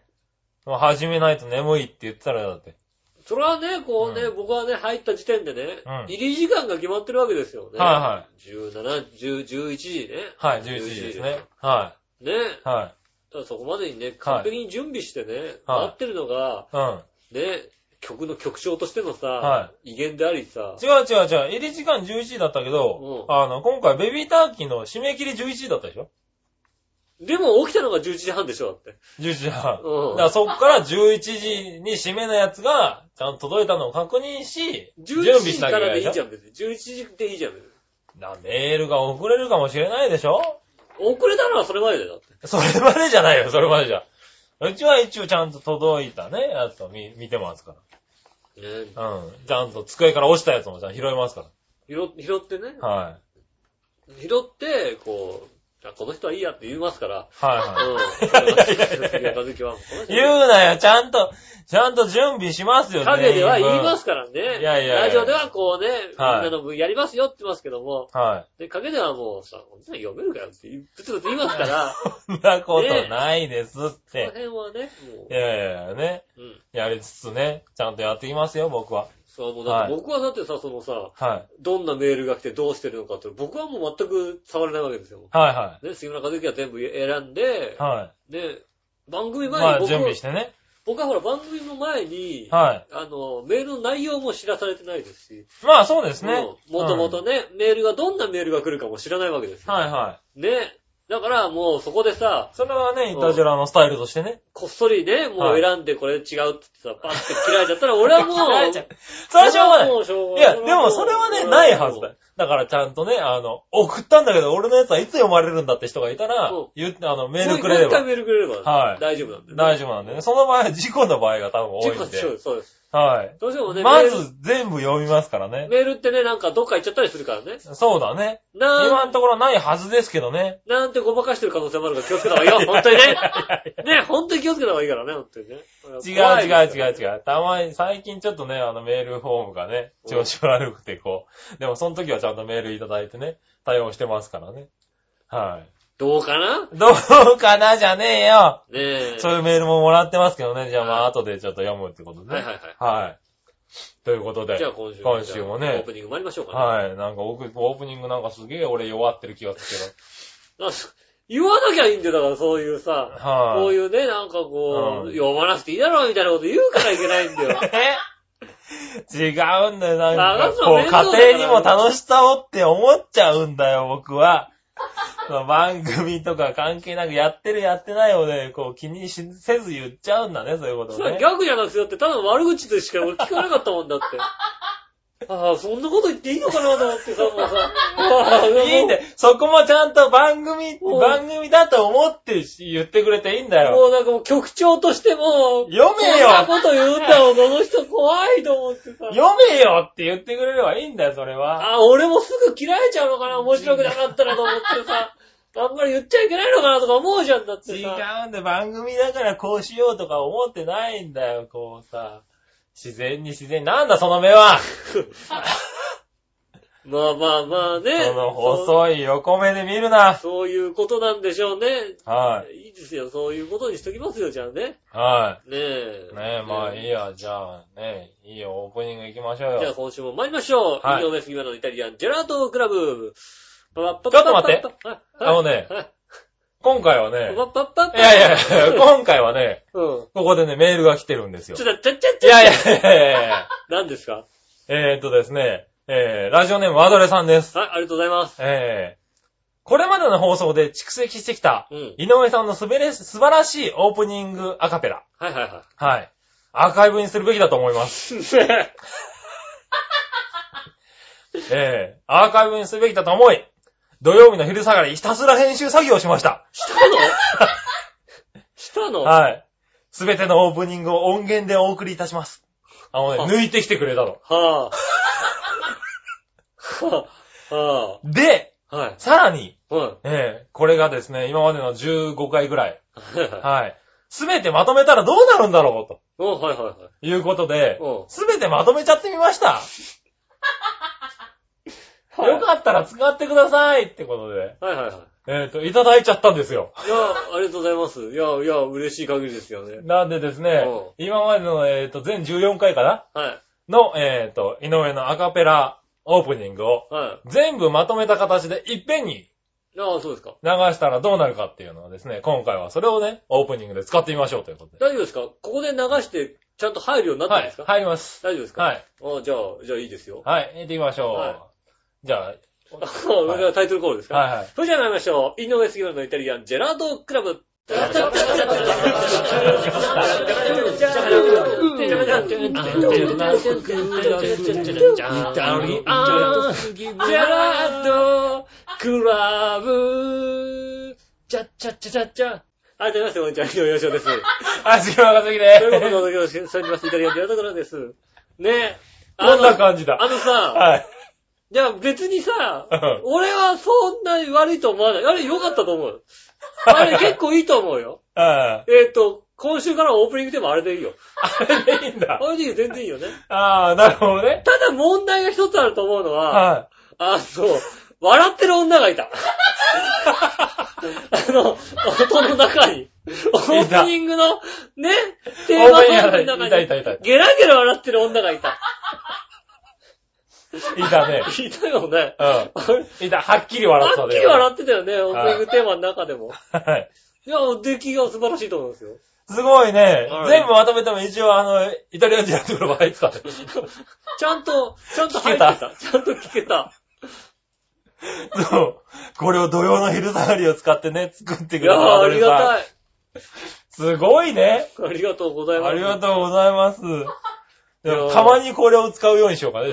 [SPEAKER 3] もう始めないと眠いって言ってたらだって。
[SPEAKER 2] それはね、こうね、
[SPEAKER 3] う
[SPEAKER 2] 僕はね、入った時点でね、
[SPEAKER 3] うん
[SPEAKER 2] 入り時間が決まってるわけですよね。。
[SPEAKER 3] はい
[SPEAKER 2] 17、10 11時ね。
[SPEAKER 3] はい、11時ですね。は
[SPEAKER 2] ね。
[SPEAKER 3] い。は
[SPEAKER 2] ただそこまでにね、完璧に準備してね、
[SPEAKER 3] はい
[SPEAKER 2] 待ってるのが、
[SPEAKER 3] い。うん。
[SPEAKER 2] ね、曲の曲調としてのさ、
[SPEAKER 3] は
[SPEAKER 2] 威厳でありさ、
[SPEAKER 3] 違う違う違う。入り時間11時だったけど、
[SPEAKER 2] うん
[SPEAKER 3] あの、今回ベビーターキーの締め切り11時だったでしょ
[SPEAKER 2] でも起きたのが11時半でしょ、だって。
[SPEAKER 3] 10時半。
[SPEAKER 2] うん
[SPEAKER 3] だからそっから11時に締めのやつが、ちゃんと届いたのを確認し、準備
[SPEAKER 2] 11
[SPEAKER 3] し
[SPEAKER 2] 時
[SPEAKER 3] なき
[SPEAKER 2] か
[SPEAKER 3] ゃいけな
[SPEAKER 2] ら
[SPEAKER 3] い
[SPEAKER 2] でい
[SPEAKER 3] で
[SPEAKER 2] いじ
[SPEAKER 3] し
[SPEAKER 2] ゃ
[SPEAKER 3] ょ。
[SPEAKER 2] ん、別に。11時でいいじゃん、別に。
[SPEAKER 3] なんでメールが遅れるかもしれないでしょ
[SPEAKER 2] 遅れたのはそれまでだよ、だって。
[SPEAKER 3] それまでじゃないよ、それまでじゃ。うちは一応ちゃんと届いたね、やつを見見てますか
[SPEAKER 2] ねえ
[SPEAKER 3] ら。うん。ちゃんと机から落ちたやつもちゃんと拾いますか
[SPEAKER 2] 拾拾ってね、
[SPEAKER 3] ら。はい。
[SPEAKER 2] 拾って、こう、あこの人はいいやって言いますから。
[SPEAKER 3] は
[SPEAKER 2] [LAUGHS]
[SPEAKER 3] いはい。
[SPEAKER 2] うん。やずきは、この人
[SPEAKER 3] 言うなよ、ちゃんと、ちゃんと準備しますよ、。
[SPEAKER 2] 影では言いますすからね。
[SPEAKER 3] いやいやいや
[SPEAKER 2] ラジオではこうね、みん
[SPEAKER 3] はい
[SPEAKER 2] なの分やりますよって言ってますけども、
[SPEAKER 3] は
[SPEAKER 2] で、影ではもうさ、こんなの読めるかよって言う、ぶつぶつ言いますから、
[SPEAKER 3] い。そんなことないです
[SPEAKER 2] こ
[SPEAKER 3] っ
[SPEAKER 2] の
[SPEAKER 3] て。
[SPEAKER 2] 辺はね、も
[SPEAKER 3] いやいやいや、ね。
[SPEAKER 2] う、うん。
[SPEAKER 3] やりつつね、ちゃんとやっていきますよ、僕は。
[SPEAKER 2] そう、もうだって
[SPEAKER 3] はい
[SPEAKER 2] 僕はだってさ、そのさ、
[SPEAKER 3] は
[SPEAKER 2] どんなメールが来てどうしてるのかって、僕はもう全く触れないわけですよ。
[SPEAKER 3] い。はいは
[SPEAKER 2] ね、杉村和之は全部選んで
[SPEAKER 3] い。、は
[SPEAKER 2] ね、番組
[SPEAKER 3] い。ま
[SPEAKER 2] 前に
[SPEAKER 3] あ、
[SPEAKER 2] 僕
[SPEAKER 3] 準
[SPEAKER 2] は
[SPEAKER 3] 備してね。
[SPEAKER 2] 僕はほら番組の前に、
[SPEAKER 3] は
[SPEAKER 2] あの、メールの内容も知らされてないですし、
[SPEAKER 3] い。まあ、そうですね。
[SPEAKER 2] もともとね、メールがどんなメールが来るかも知らないわけです
[SPEAKER 3] うん。
[SPEAKER 2] よ。
[SPEAKER 3] はいは
[SPEAKER 2] ね。だからもうそこでさ
[SPEAKER 3] い。、それはね、イタジラのスタイルとしてね。
[SPEAKER 2] こっそりね、もう
[SPEAKER 3] はい
[SPEAKER 2] 選んでこれ違うって言ってさ、パッて嫌いだったら、俺
[SPEAKER 3] [LAUGHS]
[SPEAKER 2] はもう、
[SPEAKER 3] それはしょうがない。
[SPEAKER 2] うしょう
[SPEAKER 3] い
[SPEAKER 2] がな
[SPEAKER 3] や、でもそれはね、ないはずだ。。だからちゃんとね、あの、送ったんだけど、俺のやつはいつ読まれるんだって人がいたら
[SPEAKER 2] うん、
[SPEAKER 3] 言って、あの、メ
[SPEAKER 2] メー
[SPEAKER 3] ール
[SPEAKER 2] ル
[SPEAKER 3] く
[SPEAKER 2] く
[SPEAKER 3] れ
[SPEAKER 2] れ
[SPEAKER 3] れ
[SPEAKER 2] れば。もう一回
[SPEAKER 3] ば
[SPEAKER 2] メールくれれば、
[SPEAKER 3] はい
[SPEAKER 2] 大丈夫なんで、ね。
[SPEAKER 3] 大丈夫なんでね。その場合、事故の場合が多分多い
[SPEAKER 2] 自
[SPEAKER 3] ん
[SPEAKER 2] 己そう
[SPEAKER 3] で
[SPEAKER 2] です、。そうです。
[SPEAKER 3] は
[SPEAKER 2] どうしてもね、
[SPEAKER 3] い。ま
[SPEAKER 2] メール
[SPEAKER 3] ず、全部読みますからね。
[SPEAKER 2] メールってね、なんかどっか行っちゃったりするからね。
[SPEAKER 3] そうだね。
[SPEAKER 2] な
[SPEAKER 3] 今
[SPEAKER 2] ん、
[SPEAKER 3] のところないはずですけどね。
[SPEAKER 2] なんてごまかしてる可能性もあるから気をつけた方がいい
[SPEAKER 3] [LAUGHS]
[SPEAKER 2] よ、本当にね。ね、本当に気をつけた方がいいからね、本当にね。
[SPEAKER 3] 違う
[SPEAKER 2] 怖い
[SPEAKER 3] 違う
[SPEAKER 2] です
[SPEAKER 3] 違
[SPEAKER 2] よ
[SPEAKER 3] う違う。たまに、最近ちょっとね、あのメールフォームがね、調子悪くてこう。でもその時はちゃんとメールいただいてね、対応してますからね。は。
[SPEAKER 2] どうかない
[SPEAKER 3] どうかなじゃねえよ
[SPEAKER 2] ねえ。
[SPEAKER 3] そういうメールももらってますけどね。じゃあまあ
[SPEAKER 2] はい
[SPEAKER 3] 後でちょっと読むってことでね。
[SPEAKER 2] はいはいはい。
[SPEAKER 3] はい。ということで。
[SPEAKER 2] じゃあ今週
[SPEAKER 3] 今週もね
[SPEAKER 2] じゃあオープニング参りましょうかね。
[SPEAKER 3] はい。なんかオープオープニングなんかすげえ俺弱ってる気がする
[SPEAKER 2] なんか言わなきゃいいんだよ、だからそういう
[SPEAKER 3] け
[SPEAKER 2] さ、
[SPEAKER 3] ど。はい。
[SPEAKER 2] こういうね、なんかこう、
[SPEAKER 3] うん
[SPEAKER 2] 読まなくていいだろうみたいなこと言うからいけないんだよ。
[SPEAKER 3] 違うんだよ、なん
[SPEAKER 2] 探
[SPEAKER 3] か。
[SPEAKER 2] すの
[SPEAKER 3] こう、
[SPEAKER 2] 面倒だから
[SPEAKER 3] 家庭にも楽しさをって思っちゃうんだよ、僕は。 [LAUGHS] その番組とか関係なくやってるやってないをね、こう気にしせず言っちゃうんだね、そういうこと
[SPEAKER 2] そ
[SPEAKER 3] を
[SPEAKER 2] れは
[SPEAKER 3] ね。
[SPEAKER 2] 逆じゃなくて、だってただ悪口でしか俺聞かなかったもんだ
[SPEAKER 3] [LAUGHS]
[SPEAKER 2] って。ああ、そんなこと言っていいのかなと思ってさ、もうさ。ああ
[SPEAKER 3] [LAUGHS] いいんだよ。そこもちゃんと番組、
[SPEAKER 2] うん
[SPEAKER 3] 番組だと思って言ってくれていいんだ
[SPEAKER 2] も
[SPEAKER 3] よ。
[SPEAKER 2] うなんかもう局長としても、
[SPEAKER 3] 読めよ
[SPEAKER 2] こんなこと言うんだろう、この人怖いと思ってさ。
[SPEAKER 3] 読めよって言ってくれればいいんだよ、それは。
[SPEAKER 2] あ、俺もすぐ嫌いちゃうのかな面白くなかったらと思ってさ、あんまり言っちゃいけないのかなとか思うじゃんだっ
[SPEAKER 3] 違
[SPEAKER 2] てさ。
[SPEAKER 3] うんで、番組だからこうしようとか思ってないんだよ、こうさ。自然に自然に。なんだ、その目は
[SPEAKER 2] まあまあまあね。
[SPEAKER 3] その細い横目で見るな。
[SPEAKER 2] そうそういうことなんでしょうね。
[SPEAKER 3] はい
[SPEAKER 2] いですよ、そういうことにしときますよ、じゃあね。
[SPEAKER 3] い。は
[SPEAKER 2] ねえ
[SPEAKER 3] い。。ねえ、まあいい
[SPEAKER 2] や。
[SPEAKER 3] や、じゃあね、いいよ、オープニング行きましょう
[SPEAKER 2] じゃあ
[SPEAKER 3] よ。
[SPEAKER 2] 今週も参りましょう。
[SPEAKER 3] はい
[SPEAKER 2] 井上杉村のイタリアンジェラートクラブ。ちょっ
[SPEAKER 3] ちょっと待って
[SPEAKER 2] はい。
[SPEAKER 3] あのね
[SPEAKER 2] はい
[SPEAKER 3] 今回はね、
[SPEAKER 2] パッパッパッパ
[SPEAKER 3] いやいやいや、今回はね、
[SPEAKER 2] うん。
[SPEAKER 3] ここでね、メールが来てるんですよ
[SPEAKER 2] ちょ。っと、ちゃっちゃっ
[SPEAKER 3] い
[SPEAKER 2] ちゃ。
[SPEAKER 3] やいやいやいや
[SPEAKER 2] 何ですか
[SPEAKER 3] えーっとですね、えー、ラジオネームアドレさんです。
[SPEAKER 2] はい、ありがとうございます。
[SPEAKER 3] えー、これまでの放送で蓄積してきた、
[SPEAKER 2] うん。
[SPEAKER 3] 井上さんのすべれ、素晴らしいオープニングアカペラ。
[SPEAKER 2] はいはいは
[SPEAKER 3] はい。アーカイブにするべきだと思い [LAUGHS] ます。
[SPEAKER 2] い。
[SPEAKER 3] えー、アーカイブにするべきだと思い、土曜日の昼下がりひたすら編集作業をしました。
[SPEAKER 2] したのしたのは
[SPEAKER 3] はい。すべてのオープニングを音源でお送りいたします。あのね、抜いてきてくれたの。
[SPEAKER 2] ぁ。はぁ。は
[SPEAKER 3] で、
[SPEAKER 2] ぁ。はい。
[SPEAKER 3] さらに、
[SPEAKER 2] は
[SPEAKER 3] えーこれがですね、今までの15回ぐらい、
[SPEAKER 2] い。はい。
[SPEAKER 3] はい。すべてまとめたらどうなるんだろう、と
[SPEAKER 2] おはいはいはい。
[SPEAKER 3] いうことで
[SPEAKER 2] うん、
[SPEAKER 3] すべてまとめちゃってみました。
[SPEAKER 2] [LAUGHS] はい
[SPEAKER 3] よかったら使ってくださいってことで、
[SPEAKER 2] はいはいは
[SPEAKER 3] えっ、と、いただいちゃったんですよ。
[SPEAKER 2] い。いや、ありがとうございます。いや、いや、嬉しい限りですよね。
[SPEAKER 3] なんでですね
[SPEAKER 2] うん、
[SPEAKER 3] 今までの、えっ、と、全14回かな
[SPEAKER 2] は
[SPEAKER 3] の、えっ、と、井上のアカペラオープニングを、
[SPEAKER 2] い。は
[SPEAKER 3] 全部まとめた形でいっぺんに
[SPEAKER 2] い。ああ、そうですか。
[SPEAKER 3] 流したらどうなるかっていうのはですね、今回はそれをね、オープニングで使ってみましょうということで。
[SPEAKER 2] 大丈夫ですかここで流して、ちゃんと入るようになったん
[SPEAKER 3] は
[SPEAKER 2] で
[SPEAKER 3] い
[SPEAKER 2] すか、、
[SPEAKER 3] 入ります。
[SPEAKER 2] 大丈夫ですか。
[SPEAKER 3] はいい。
[SPEAKER 2] ああ、じゃあ、じゃあいいですよ。
[SPEAKER 3] はい、行ってみましょう。
[SPEAKER 2] は
[SPEAKER 3] じゃあ、
[SPEAKER 2] あそれではタイトルコールですか、
[SPEAKER 3] はいはい。
[SPEAKER 2] それじゃあ参りましょう。井上杉村のイタリアンジェラートクラブ。ジェラートクラブ。チャッチャッチャチャッチャ。ありがとうございました。こんにちは。井上洋翔です。
[SPEAKER 3] あ、杉村和樹
[SPEAKER 2] [LAUGHS] ということで、
[SPEAKER 3] で
[SPEAKER 2] お願いします。イタリアンジェラートクラブです。ねえ。
[SPEAKER 3] す。こんな感じだ。
[SPEAKER 2] あのさ、
[SPEAKER 3] はい。
[SPEAKER 2] じゃあ別にさ
[SPEAKER 3] うん、
[SPEAKER 2] 俺はそんなに悪いと思わない。あれ良かったと思う。あれ結構いいと思うよ。
[SPEAKER 3] あ
[SPEAKER 2] えっ、と、今週からオープニングでもあれでいいよ。
[SPEAKER 3] れでいいんだ
[SPEAKER 2] あ。れでいいよ、全然いいよね。
[SPEAKER 3] ああ、なるほどね。
[SPEAKER 2] ただ問題が一つあると思うのは、
[SPEAKER 3] は
[SPEAKER 2] あの、笑ってる女がい [LAUGHS] た。あの、音の中に。オープニングの、ね、
[SPEAKER 3] い。
[SPEAKER 2] テー
[SPEAKER 3] 大
[SPEAKER 2] マ
[SPEAKER 3] 声に
[SPEAKER 2] ソング
[SPEAKER 3] や
[SPEAKER 2] の
[SPEAKER 3] らい
[SPEAKER 2] 中
[SPEAKER 3] たい
[SPEAKER 2] に、
[SPEAKER 3] たいたい
[SPEAKER 2] ゲラゲラ笑ってる女がいた。
[SPEAKER 3] た。いたね。
[SPEAKER 2] いたよね。
[SPEAKER 3] う
[SPEAKER 2] あれ
[SPEAKER 3] ん。いた。はっきり笑ってた
[SPEAKER 2] はっ
[SPEAKER 3] ね。
[SPEAKER 2] きり笑ってたよね、オープニングテーマの中でも。
[SPEAKER 3] って。はい。
[SPEAKER 2] いや、出来が素晴らしいと思うんですよ。
[SPEAKER 3] すごいね
[SPEAKER 2] は。い
[SPEAKER 3] 全部まとめても一応あの、イタリアンジェラートクラブ入ってたね。
[SPEAKER 2] ちゃんと、ちゃんと入ってた。
[SPEAKER 3] 聞け
[SPEAKER 2] ちゃんと聞けた。
[SPEAKER 3] そう。これを土曜の昼下がりを使ってね、作って
[SPEAKER 2] い
[SPEAKER 3] くれ
[SPEAKER 2] や
[SPEAKER 3] た
[SPEAKER 2] ーありが
[SPEAKER 3] い。
[SPEAKER 2] たい。
[SPEAKER 3] すごいね。
[SPEAKER 2] ありがとうございます。
[SPEAKER 3] ありが
[SPEAKER 2] う。
[SPEAKER 3] とうございます。でも
[SPEAKER 2] いやー
[SPEAKER 3] たまにこれを使うようにしようかね。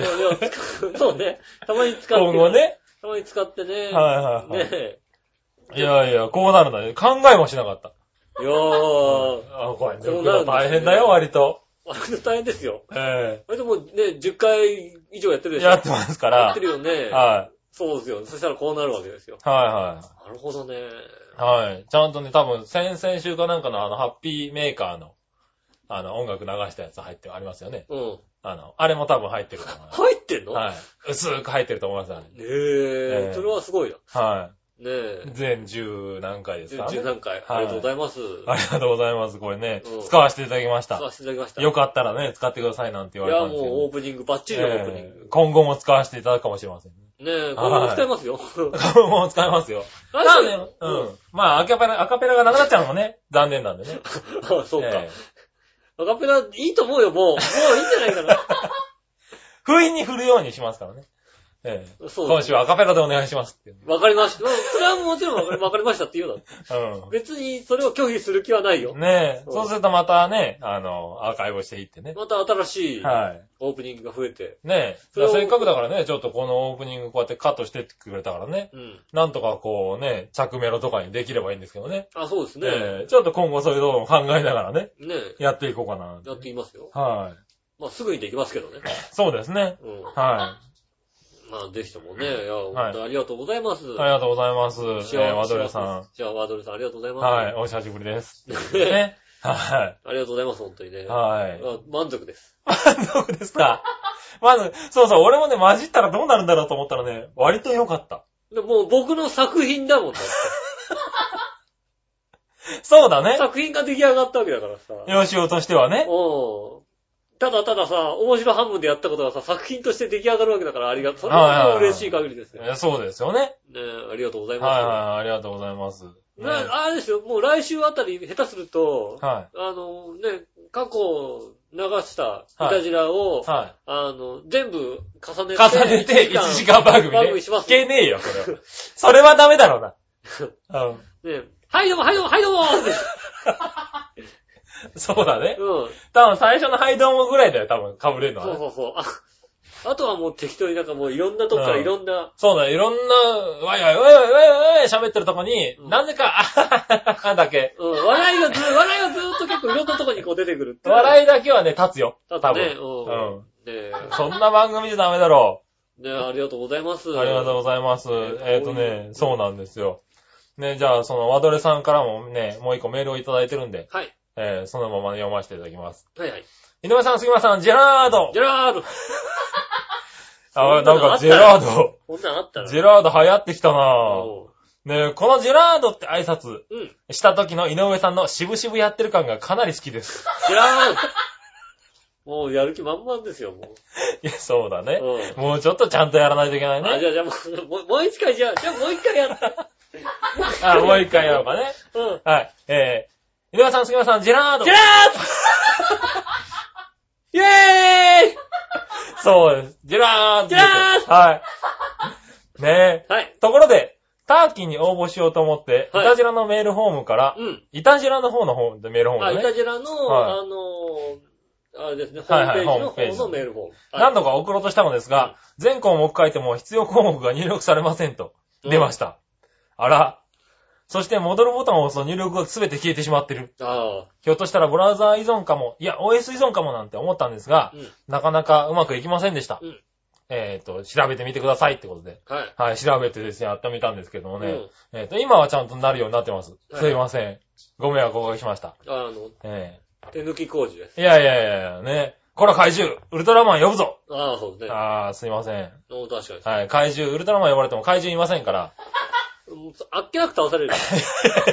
[SPEAKER 2] そうね。たまに使って。
[SPEAKER 3] 今後。ね。
[SPEAKER 2] たまに使ってね。
[SPEAKER 3] はいはいは
[SPEAKER 2] ね
[SPEAKER 3] い
[SPEAKER 2] え。
[SPEAKER 3] いやいや、こうなるんだね。考えもしなかった。
[SPEAKER 2] いやー、
[SPEAKER 3] あ、これ、ね、
[SPEAKER 2] そうなるんですね
[SPEAKER 3] 大変だよ、割と。
[SPEAKER 2] 割と大変ですよ。
[SPEAKER 3] え
[SPEAKER 2] 割ともうね、10回以上やってる
[SPEAKER 3] え
[SPEAKER 2] でしょ。
[SPEAKER 3] やってますか
[SPEAKER 2] やっ
[SPEAKER 3] ら
[SPEAKER 2] て。るよね。
[SPEAKER 3] は
[SPEAKER 2] そうですよ。そしたらこうなるわけですよ。
[SPEAKER 3] い。は
[SPEAKER 2] なるほどね。
[SPEAKER 3] いはい。はい。ちゃんとね、多分、先々週かなんかのあの、ハッピーメーカーの、あの、音楽流したやつ入ってありますよね。
[SPEAKER 2] うん。
[SPEAKER 3] あの、あれも多分入ってると思います。
[SPEAKER 2] 入ってんの
[SPEAKER 3] はい。薄く入ってると思います、あれ。
[SPEAKER 2] ねえ
[SPEAKER 3] え、え
[SPEAKER 2] それはすごいな。
[SPEAKER 3] は
[SPEAKER 2] ねえ
[SPEAKER 3] い。。全10何回です
[SPEAKER 2] 全
[SPEAKER 3] かね、
[SPEAKER 2] 13回。ありがとうございます。
[SPEAKER 3] ありがとうございます。これね
[SPEAKER 2] うん、
[SPEAKER 3] 使わせていただきました
[SPEAKER 2] 使。わせていただきました。
[SPEAKER 3] よかったらね、使ってくださいなんて言
[SPEAKER 2] い
[SPEAKER 3] われ
[SPEAKER 2] や、
[SPEAKER 3] た
[SPEAKER 2] も
[SPEAKER 3] ん
[SPEAKER 2] う
[SPEAKER 3] ですけど、
[SPEAKER 2] オープニング、バッチリのオープニン
[SPEAKER 3] え
[SPEAKER 2] グ
[SPEAKER 3] ー。今後も使わせていただくかもしれません。
[SPEAKER 2] ねえ、これも使います
[SPEAKER 3] [LAUGHS]
[SPEAKER 2] よ。
[SPEAKER 3] 今後も使いますよ。ただね、うん。まあ、アカペラ、アカペラがなくなっちゃうのもね、残念なんでね。
[SPEAKER 2] あそうか
[SPEAKER 3] え。ー
[SPEAKER 2] アカペラ、いいと思うよ、もう。もういいんじゃないかな。
[SPEAKER 3] [LAUGHS] 不意に振るようにしますからね。えー
[SPEAKER 2] そう
[SPEAKER 3] 今週はアカペラでお願いしますっていう。
[SPEAKER 2] わかりました。まあそれはもちろんわかりわかりましたって言うな。別にそれを拒否する気はないよ
[SPEAKER 3] うん。。ねえ、
[SPEAKER 2] そう
[SPEAKER 3] そうするとまたね、あの、アーカイブしていってね。
[SPEAKER 2] また新しい
[SPEAKER 3] はい。
[SPEAKER 2] オープニングが増えて。
[SPEAKER 3] ねえ。
[SPEAKER 2] それを
[SPEAKER 3] せっかくだからね、ちょっとこのオープニングこうやってカットしてってくれたからね。
[SPEAKER 2] うん。
[SPEAKER 3] なんとかこうね、着メロとかにできればいいんですけどね。
[SPEAKER 2] あ、そうですね。
[SPEAKER 3] ええちょっと今後そういうのを考えながらね、
[SPEAKER 2] ねえ。
[SPEAKER 3] やっていこうかな。
[SPEAKER 2] やってみますよ。
[SPEAKER 3] はい。
[SPEAKER 2] まあ、すぐにできますけどね。
[SPEAKER 3] そうですね。
[SPEAKER 2] うん。
[SPEAKER 3] は
[SPEAKER 2] まあ、ぜひともね、いや、本
[SPEAKER 3] はい
[SPEAKER 2] 当ありがとうございます。
[SPEAKER 3] い。ありがとうございます。
[SPEAKER 2] 幸せ
[SPEAKER 3] えーワドレさ。
[SPEAKER 2] じゃあ、ワドレさん、ありがとうござい
[SPEAKER 3] ん。
[SPEAKER 2] ます。
[SPEAKER 3] はい。お久しぶりです。
[SPEAKER 2] ね
[SPEAKER 3] ね。は
[SPEAKER 2] [LAUGHS] ありがとうございます、本当にね。
[SPEAKER 3] い。はい。
[SPEAKER 2] まあ満足です。
[SPEAKER 3] 満足ですかまず、そうそう、俺もね、混じったらどうなるんだろうと思ったらね、割と良かった。
[SPEAKER 2] でもう僕の作品だもんだ
[SPEAKER 3] [LAUGHS]
[SPEAKER 2] って。
[SPEAKER 3] そうだね。
[SPEAKER 2] 作品が出来上がったわけだからさ。
[SPEAKER 3] よしおとしてはね。
[SPEAKER 2] うん。ただたださ、面白半分でやったことがさ、作品として出来上がるわけだからありがとう。それ
[SPEAKER 3] はいはい
[SPEAKER 2] は
[SPEAKER 3] はい
[SPEAKER 2] 嬉しい限りですよ。ね
[SPEAKER 3] えそうですよね。
[SPEAKER 2] えありがとうござい
[SPEAKER 3] はい
[SPEAKER 2] ま
[SPEAKER 3] はい。ありがとうございます。
[SPEAKER 2] す。
[SPEAKER 3] ね
[SPEAKER 2] なあれですよ、もう来週あたり下手すると、
[SPEAKER 3] は
[SPEAKER 2] あのね、過去流した
[SPEAKER 3] はい
[SPEAKER 2] イタジラを、
[SPEAKER 3] い。はい。
[SPEAKER 2] あの、全部重ねて、
[SPEAKER 3] 重ねて1時間番組ね。
[SPEAKER 2] 番組します
[SPEAKER 3] 聞けねえよ、それは。それはダメだろうな。うん。
[SPEAKER 2] ね、はいどうも、はいどうも、はいどうも
[SPEAKER 3] そうだね。
[SPEAKER 2] うん。
[SPEAKER 3] 多分最初のハイドームぐらいだよ、多分被れるのは
[SPEAKER 2] そ
[SPEAKER 3] ね、
[SPEAKER 2] うそうそう。あ、あとはもう適当になんかもういろんなとこから
[SPEAKER 3] うん
[SPEAKER 2] いろんな、
[SPEAKER 3] そうだよ、いろんな、わいわいわいわいわいわい喋ってるとこに、
[SPEAKER 2] うん
[SPEAKER 3] なぜか、あははははだけ。
[SPEAKER 2] うん、笑いがず、笑いがずーっと結構いろんなとこにこう出てくるっていうのが。
[SPEAKER 3] 笑いだけはね、立つよ。
[SPEAKER 2] だっ
[SPEAKER 3] 多
[SPEAKER 2] た
[SPEAKER 3] 分。
[SPEAKER 2] ね。うん。ね
[SPEAKER 3] そんな番組じゃダメだろ
[SPEAKER 2] え。ねえ、ありがとうございます。
[SPEAKER 3] う。ありがとうございます。えっ、とね、そうなんですよ。ね、じゃあ、その、ワドレさんからもね、もう一個メールをいただいてるんで、
[SPEAKER 2] はい。
[SPEAKER 3] えーそのまま読ませていただきます。
[SPEAKER 2] はいはい。
[SPEAKER 3] 井上さん、杉村さん、ジェラード
[SPEAKER 2] ジェラード
[SPEAKER 3] あ、
[SPEAKER 2] そんな
[SPEAKER 3] なん
[SPEAKER 2] のあ
[SPEAKER 3] か
[SPEAKER 2] った
[SPEAKER 3] ジェラード。
[SPEAKER 2] こんなんあったら。
[SPEAKER 3] ジェラード流行ってきたなぁ。
[SPEAKER 2] ド
[SPEAKER 3] ねえ、このジェラードって挨拶
[SPEAKER 2] うん。
[SPEAKER 3] した時の井上さんの渋々やってる感がかなり好きです。
[SPEAKER 2] ジェラードもうやる気満々ですよ、も
[SPEAKER 3] いや、そうだね。
[SPEAKER 2] う。
[SPEAKER 3] もうちょっとちゃんとやらないといけないう
[SPEAKER 2] あ、
[SPEAKER 3] ね。
[SPEAKER 2] じゃあじゃあもう、もうもう一回じゃあ、じゃあもう一回や
[SPEAKER 3] [LAUGHS]
[SPEAKER 2] った。
[SPEAKER 3] あ、もう一回やろうかね。
[SPEAKER 2] うん。
[SPEAKER 3] はい。えー、井上さん、杉村さん、ジェラード
[SPEAKER 2] ジェラ
[SPEAKER 3] イェーイそうです。ジェラード
[SPEAKER 2] ジェラー
[SPEAKER 3] はい。ねえ。
[SPEAKER 2] はい。
[SPEAKER 3] ところで、ターキーに応募しようと思って、
[SPEAKER 2] はい
[SPEAKER 3] い、イタジラのメールフォームから、
[SPEAKER 2] うん。
[SPEAKER 3] イタジラの方の方でメールフォ
[SPEAKER 2] あ、
[SPEAKER 3] ー
[SPEAKER 2] イ
[SPEAKER 3] ムね
[SPEAKER 2] タ。ジラの、
[SPEAKER 3] はい
[SPEAKER 2] あのー、あれですね、ホ
[SPEAKER 3] はいはい
[SPEAKER 2] ームページの方
[SPEAKER 3] ホー
[SPEAKER 2] の
[SPEAKER 3] ム
[SPEAKER 2] メールフォーム。
[SPEAKER 3] 何度か送ろうとしたのです
[SPEAKER 2] うん
[SPEAKER 3] が、全項目書いても必要項目が入力されませんと、出ま
[SPEAKER 2] し
[SPEAKER 3] した。あら。そして戻るボタンを押すと入力が全て消えてしまってる。
[SPEAKER 2] た。あ
[SPEAKER 3] ひょっとしたらブラウザー依存かも、いや、OS 依存かもなんて思ったんです
[SPEAKER 2] あ、、
[SPEAKER 3] が
[SPEAKER 2] うん。
[SPEAKER 3] なかなかうまくいきませんでした。
[SPEAKER 2] うん
[SPEAKER 3] えっ、と、調べてみてくださいってことで。
[SPEAKER 2] はい。
[SPEAKER 3] はい、調べてですね、やってみたんですけどもね。
[SPEAKER 2] うん
[SPEAKER 3] えっ、と、今はちゃんとなるようになってます。
[SPEAKER 2] はい
[SPEAKER 3] すいません。ご迷惑をおかけしました。
[SPEAKER 2] あの、
[SPEAKER 3] え
[SPEAKER 2] 手抜き工事です。
[SPEAKER 3] えいやいやいやいや、ね。こら怪獣ウルトラマン呼ぶぞ
[SPEAKER 2] ああ、そうですね。
[SPEAKER 3] あー、すいません。
[SPEAKER 2] うん確かに。
[SPEAKER 3] はい、怪獣、ウルトラマン呼ばれても怪獣いませんから。
[SPEAKER 2] もうあっけなく倒される。